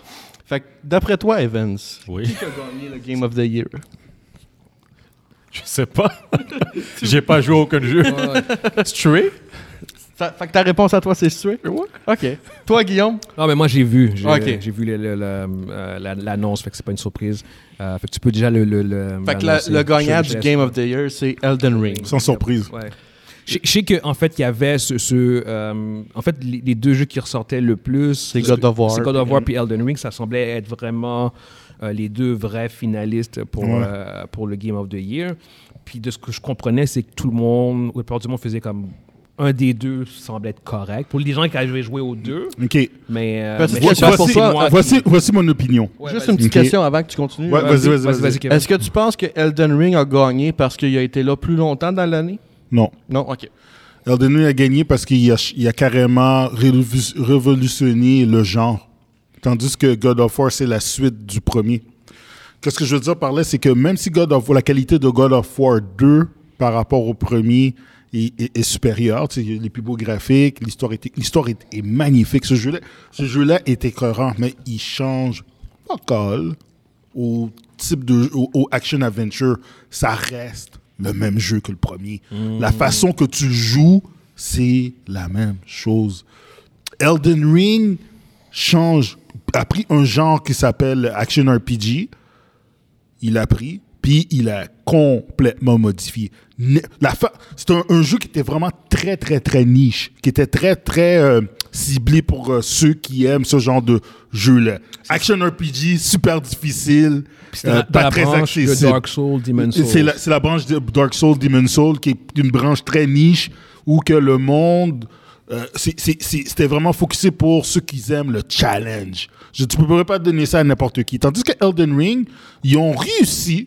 Fait que d'après toi, Evans, Oui. (laughs) qui a gagné le Game of the Year? Je sais pas. (laughs) J'ai pas joué à aucun jeu. Stray? Ça- fait que ta réponse à toi, c'est Stray? OK. Toi, Guillaume? Non, mais moi, j'ai vu. J'ai Ok. j'ai vu le- le- le, euh, la- l'annonce, fait que c'est pas une surprise. Euh, fait que tu peux déjà le. le, le Fait que l'annoncer. le, le gagnant Je du laisse- Game of the Year, c'est Elden Ring. Sans surprise. Ouais. Je je sais qu'en en fait, il y avait ce. ce, euh, en fait, les, les deux jeux qui ressortaient le plus. C'est God of War. Mm-hmm. C'est God of War puis Elden Ring. Ça semblait être vraiment euh, les deux vrais finalistes pour, euh, pour le Game of the Year. Puis de ce que je comprenais, c'est que tout le monde, ou la plupart du monde, faisait comme. Un des deux semblait être correct. Pour les gens qui avaient joué aux deux, OK. mais. euh, Parce mais que je sais pas voici- pour toi, moi- Voici, voici mon opinion. Ouais, Juste vas-y. une petite Ok. question avant que tu continues. Ouais, vas-y, vas-y, vas-y. vas-y, Kevin. Est-ce que tu penses que Elden Ring a gagné parce qu'il a été là plus longtemps dans l'année? Non. Non, ok. Elden Ring a gagné parce qu'il a, ch- il a carrément révolu- révolutionné le genre. Tandis que God of War, c'est la suite du premier. Qu'est-ce que je veux dire par là, c'est que même si God of War, la qualité de God of War 2 par rapport au premier est, est- est supérieure, tu sais, les plus beaux graphiques, l'histoire est, l'histoire est, est magnifique. Ce jeu-là, ce jeu-là est écœurant, mais il change pas all au type de au, au action adventure. Ça reste le même jeu que le premier. La façon que tu joues, c'est la même chose. Elden Ring change, a pris un genre qui s'appelle action RPG il a pris, puis il a complètement modifié. Ne- La fa- C'est un, un jeu qui était vraiment très, très, très niche, qui était très, très euh, ciblé pour euh, ceux qui aiment ce genre de jeu-là. Action RPG, super difficile, C'était dans- euh, dans pas la très branche de accessible. Dark Souls, Demon's Souls. C'est la, c'est la branche de Dark Souls, Demon Souls, qui est une branche très niche où que le monde. euh, c'est- c'est- c'est- C'était vraiment focusé pour ceux qui aiment le challenge. Je ne pourrais pas donner ça à n'importe qui. Tandis que Elden Ring, ils ont réussi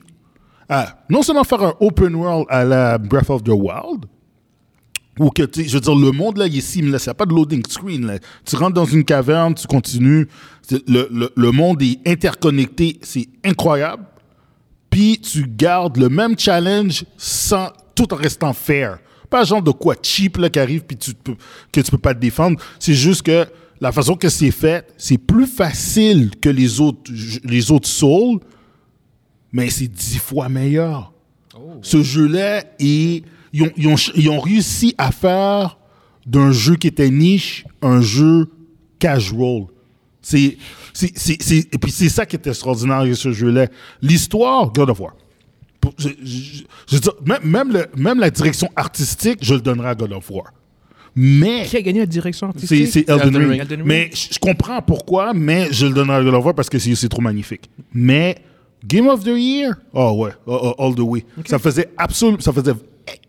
à non seulement faire un open world à la Breath of the Wild, ou que, tu sais, je veux dire, le monde, là, il est sim, là, c'est pas de loading screen, là. Tu rentres dans une caverne, tu continues, C'est- le, le- le monde est interconnecté, c'est incroyable. Puis tu gardes le même challenge sans tout en restant fair. Pas genre de quoi cheap, là, qui arrive, puis tu te peux, que tu peux pas te défendre. C'est juste que la façon que c'est fait, c'est plus facile que les autres, les autres souls, mais c'est dix fois meilleur. Ce jeu-là, est- ils ont, ils ont ch- ils ont réussi à faire d'un jeu qui était niche un jeu casual. C'est, c'est, c'est- c'est- et puis c'est ça qui est extraordinaire avec ce jeu-là. L'histoire, God of War. Pour- je- je- je veux dire, même, même le- même la direction artistique, je le donnerai à God of War. Mais Qui a gagné la direction c'est artistique c'est Elden, Ring. Elden Ring. Mais je je comprends pourquoi, mais je le donnerai à God of War parce que c'est c'est trop magnifique. Mais Game of the Year, oh ouais, oh, oh, all the way. Ça faisait absolument, ça faisait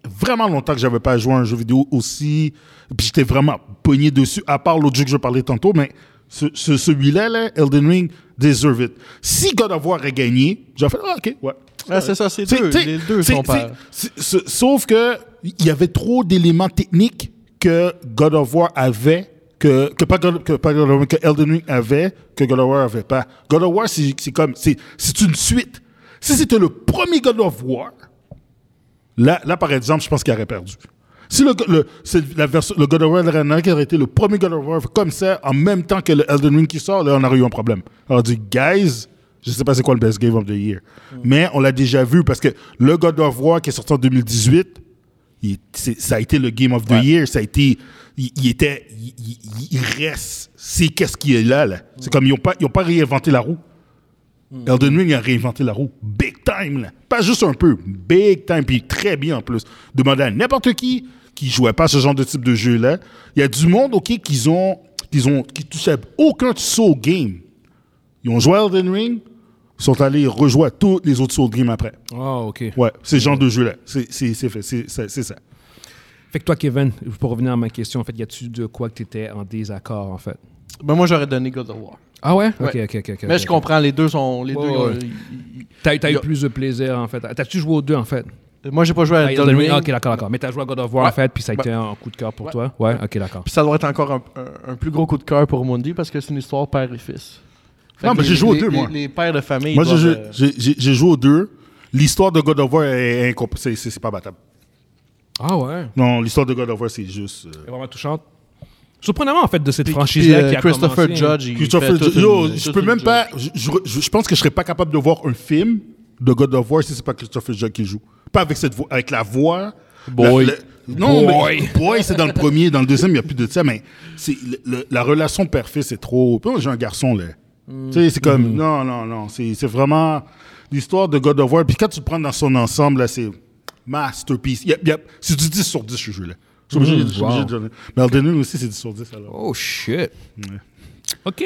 vraiment longtemps que j'avais pas joué à un jeu vidéo aussi, puis j'étais vraiment pogné dessus. À part l'autre jeu que je parlais tantôt, mais ce, ce- celui-là, là, Elden Ring, deserve it. Si God of War a gagné, j'aurais fait ah, ok, ouais. Ah, c'est ça, c'est T'sais, deux. t'sais, Les deux t'sais, sont t'sais, pairs. c'est- c'est- Sauf que il y avait trop d'éléments techniques que God of War avait, que, que, pas God, que, pas God of War, que Elden Ring avait, que God of War avait pas. God of War, c'est c'est comme, c'est c'est une suite. Si c'était le premier God of War, là, là par exemple, je pense qu'il aurait perdu. Si le, le, c'est la version, le God of War Ragnarok aurait été le premier God of War comme ça, en même temps que le Elden Ring qui sort, là, on aurait eu un problème. On aurait dit, guys, je sais pas c'est quoi le best game of the year. Mais on l'a déjà vu parce que le God of War qui est sorti en 2018, il- c'est- ça a été le game of the year. Ça a été, il, il était, il, il- il reste. C'est qu'est-ce qui est là, là. C'est comme ils ont pas, ils ont pas réinventé la roue. Elden Ring a réinventé la roue. Big time, là. Pas juste un peu. Big time, puis très bien en plus. Demandez à n'importe qui qui jouait pas à ce genre de type de jeu-là. Il y a du monde, OK, qu'ils ont, qu'ils ont, qui touchaient aucun Soul Game. Ils ont joué à Elden Ring, ils sont allés rejouer à tous les autres Soul Game après. Ah, OK. Ouais, c'est ce genre de jeu-là. C'est c'est- c'est fait, c'est c'est- c'est ça. Fait que toi, Kevin, pour revenir à ma question, en fait, y a-tu de quoi que tu étais en désaccord, en fait Ben, moi, j'aurais donné God of War. Ah ouais, Ouais. Ok, ok, ok. ok, Mais ok. je comprends, les deux sont. Les Ouais, deux, ouais. euh, ils- ils- T'as eu- t'as Y eu a- plus de plaisir, en fait. T'as-tu joué aux deux, en fait ils- Moi, j'ai pas joué à Ah, Elden Ring. Ok, d'accord, d'accord. Mais t'as joué à God of War, Ouais. en fait, puis ça a été un coup de cœur pour Ouais. toi Ouais, ok, d'accord. Puis ça doit être encore un, un- un plus gros coup de cœur pour Mundi parce que c'est une histoire père et fils. Fait Non, que mais les- j'ai joué aux les- deux, les- moi. Les pères de famille. Moi, ils j'ai joué- doivent, euh, j'ai- j'ai j'ai joué aux deux. L'histoire de God of War est incomp- c'est- C'est c'est pas battable. Ah ouais. Non, l'histoire de God of War, c'est juste. euh, C'est vraiment touchante. Surprenamment, en fait, de cette puis- franchise-là puis, euh, qui a Christopher commencé- Judge. il Christopher fait toute Ju- yo, une- je toute peux une même job. pas. Je, je- je pense que je serais pas capable de voir un film de God of War si c'est pas Christopher Judge qui joue. Pas avec cette voix, avec la voix. Boy. La- la- non, Boy. mais boy, c'est dans le premier, dans le deuxième, il n'y a plus de ça, mais c'est le- le- la relation père-fils, c'est trop. Puis moi, J'ai un garçon, là. Mm. Tu sais, c'est comme. Non, non, non. C'est c'est vraiment l'histoire de God of War. Puis quand tu le prends dans son ensemble, là, c'est. Masterpiece. Yep, yep. C'est du 10 sur 10, ce jeu-là. Je suis Mm, obligé, je suis wow. obligé de donner. Mais Elden Ring aussi, c'est 10 sur 10. Alors. Oh shit. Ok.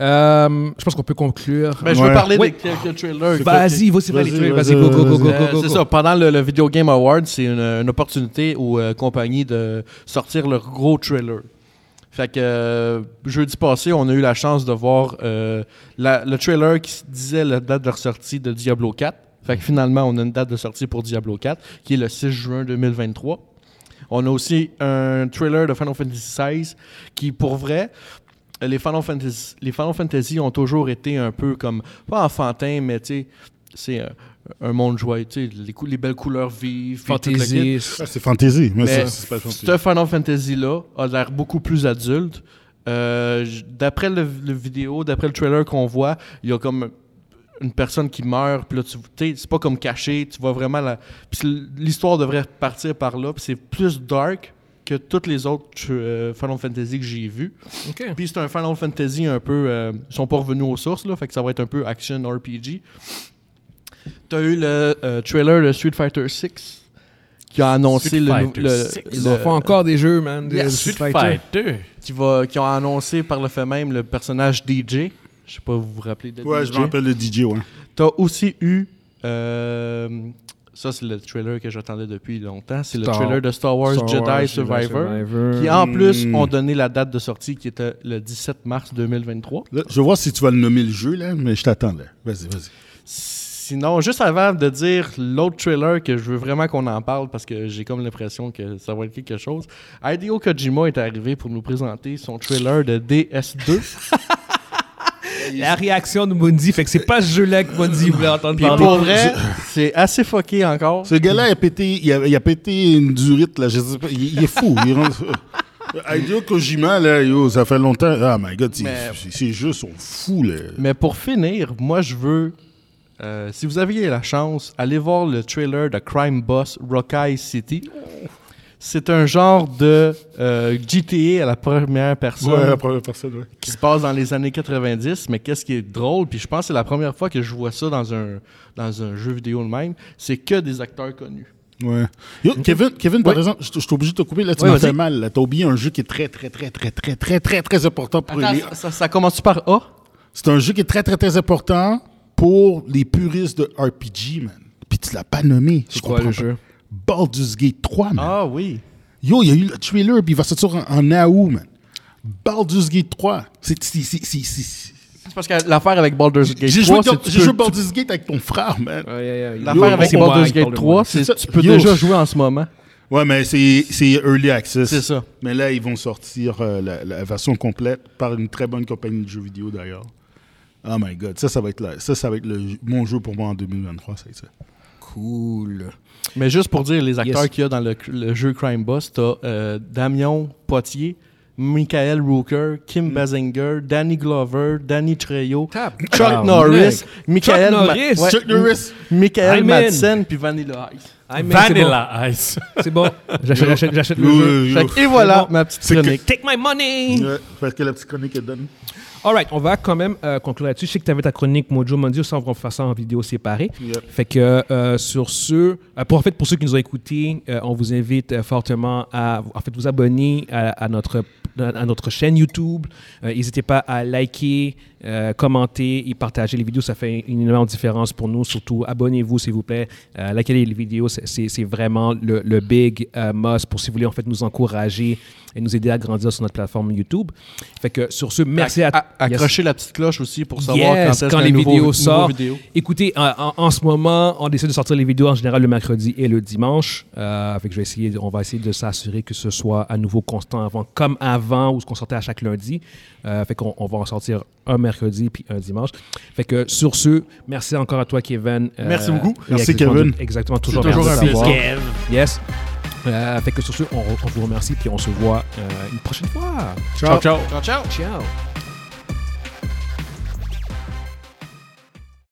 Euh, je pense qu'on peut conclure. Ben, je veux Ouais. parler Oui. des quelques trailers. Vas-y, vas-y, Vas-y, vas-y, vas-y, vas-y, go, go, go, go, Euh, go, go. c'est ça. Pendant le, le Video Game Award, c'est une, une opportunité aux euh, compagnies de sortir leur gros trailer. Fait que euh, jeudi passé, on a eu la chance de voir euh, la- le trailer qui s- disait la date de sortie de Diablo 4. Fait que finalement, on a une date de sortie pour Diablo 4 qui est le 6 juin 2023. On a aussi un trailer de Final Fantasy XVI qui, pour vrai, les Final Fantasy, les Final Fantasy ont toujours été un peu comme, pas enfantin, mais tu sais, c'est un, un monde joyeux, tu sais, les, cou- les belles couleurs vives. puis tout le kit. Fantaisiste. Ah, c'est fantasy. Mais, Mais ça, c'est pas fantasy. ce Final Fantasy-là a l'air beaucoup plus adulte. Euh, j- d'après le, le vidéo, d'après le trailer qu'on voit, il y a comme une personne qui meurt, puis là, tu sais, c'est pas comme caché, tu vois vraiment la... Puis l- l'histoire devrait partir par là, puis c'est plus dark que toutes les autres euh, Final Fantasy que j'ai vues. Ok. Puis c'est un Final Fantasy un peu. euh, ils sont pas revenus aux sources, là, fait que ça va être un peu action RPG. T'as eu le euh, trailer de Street Fighter 6 qui a annoncé Street le, nou- Fighter le- VI. le- Ils en font encore des jeux, man. Des Yes, des Street Street Fighter. qui va qui ont annoncé par le fait même le personnage DJ. Je sais pas, vous vous rappelez de Ouais, DJ. je me rappelle le DJ, ouais. T'as aussi eu. euh, ça, c'est le trailer que j'attendais depuis longtemps. C'est le Star- trailer de Star Wars, Jedi, Survivor, qui en plus ont donné la date de sortie qui était le 17 mars 2023. Là, je vois si tu vas le nommer le jeu, là, mais je t'attends, là. Vas-y, vas-y. Sinon, juste avant de dire l'autre trailer que je veux vraiment qu'on en parle parce que j'ai comme l'impression que ça va être quelque chose, Hideo Kojima est arrivé pour nous présenter son trailer de DS2. La réaction de Mundi, fait que c'est pas ce jeu-là que Mundi voulait entendre Puis parler. pour vrai, c'est assez fucké encore. Ce gars-là, il a pété, il a, il a pété une durite, là. Je sais pas. Il, il est fou. il (laughs) rend- Hideo Kojima, là, yo, ça fait longtemps. Ah, my God, c'est- Mais- c'est- ces jeux sont fous, là. Mais pour finir, moi je veux, euh, si vous aviez la chance, aller voir le trailer de Crime Boss Rockeye City. C'est un genre de euh, GTA à la première personne. Ouais, la première personne, ouais. qui se passe dans les années 90, mais qu'est-ce qui est drôle, puis je pense que c'est la première fois que je vois ça dans un, dans un jeu vidéo de même, c'est que des acteurs connus. Ouais. Yo, Kevin, Kevin par exemple, je je suis obligé de te couper, là, tu Ouais, m'as vas-y. fait mal. là. T'as oublié un jeu qui est très, très, très, très, très, très, très, très important pour les... Attends, ça, ça commence par A? C'est un jeu qui est très, très, très important pour les puristes de RPG, man. Puis tu l'as pas nommé. Je quoi, comprends le pas. jeu? Baldur's Gate 3, man. Ah oui. Yo, il y a eu le trailer, puis il va sortir en, en août, man. Baldur's Gate 3. C'est... c'est- c'est- c'est- c'est- C'est parce que l'affaire avec Baldur's Gate J'ai joué, 3, c'est dans- que tu j'ai peux- joué Baldur's Oh Gate avec ton frère, man. Ah, l'affaire avec Yo, Baldur's Mike, Gate parle-moi. 3, c'est C'est ça. que tu peux Yo. déjà jouer en ce moment. Ouais, mais c'est c'est Early Access. C'est ça. Mais là, ils vont sortir euh, la, la version complète par une très bonne compagnie de jeux vidéo, d'ailleurs. Oh my God, ça, ça va être, là, ça, ça va être le- mon jeu pour moi en 2023, ça va être ça. Cool. Mais juste pour dire les acteurs Yes. qu'il y a dans le, le jeu Crime Boss, t'as euh, Damien Potier, Michael Rooker, Mm. Kim Basinger, Danny Glover, Danny Trejo, Tap. Chuck Norris, Michael Ma- Ah, Norris. ouais, Chuck Norris! Michael I'm in. Madsen puis Vanilla Ice. Ah, mais c'est bon. Vanilla Ice. C'est (laughs) bon. J'achète- J'achète j'achète le Yo, jeu. yo, Fait yo. que- et voilà bon. ma petite C'est que- chronique. Take my money! Ouais, parce que la petite chronique, elle donne. Alright, on va quand même euh, conclure là-dessus. Je sais que tu avais ta chronique Mojo Mondio, ça on va faire ça en vidéo séparée. Yep. Fait que euh, sur ce, euh, pour en fait pour ceux qui nous ont écoutés, euh, on vous invite euh, fortement à en fait vous abonner à, à notre à notre chaîne YouTube. Euh, N'hésitez pas à liker, euh, commenter et partager les vidéos. Ça fait une énorme différence pour nous. Surtout, abonnez-vous, s'il vous plaît. Euh, likez les vidéos. C'est- C'est c'est vraiment le, le big euh, must pour, si vous voulez, en fait, nous encourager et nous aider à grandir sur notre plateforme YouTube. Fait que sur ce, merci à... A- Yes. Accrochez la petite cloche aussi pour savoir Yes, quand, est-ce quand qu'un les nouveau- vidéos nouveau sortent. vidéo. Écoutez, en, en- en ce moment, on essaie de sortir les vidéos en général le mercredi et le dimanche. Euh, fait que je vais essayer, de- on va essayer de s'assurer que ce soit à nouveau constant avant, comme avant, ou ce qu'on sortait à chaque lundi. Euh, fait qu'on on va en sortir un mercredi puis un dimanche. Fait que sur ce, merci encore à toi, Kevin. Euh, Merci beaucoup. et Merci, exactement- Kevin. Exactement, toujours, toujours merci un de plaisir. t'avoir. Yes. Euh, fait que sur ce, on, on vous remercie puis on se voit euh, une prochaine fois. ciao. ciao. Ciao.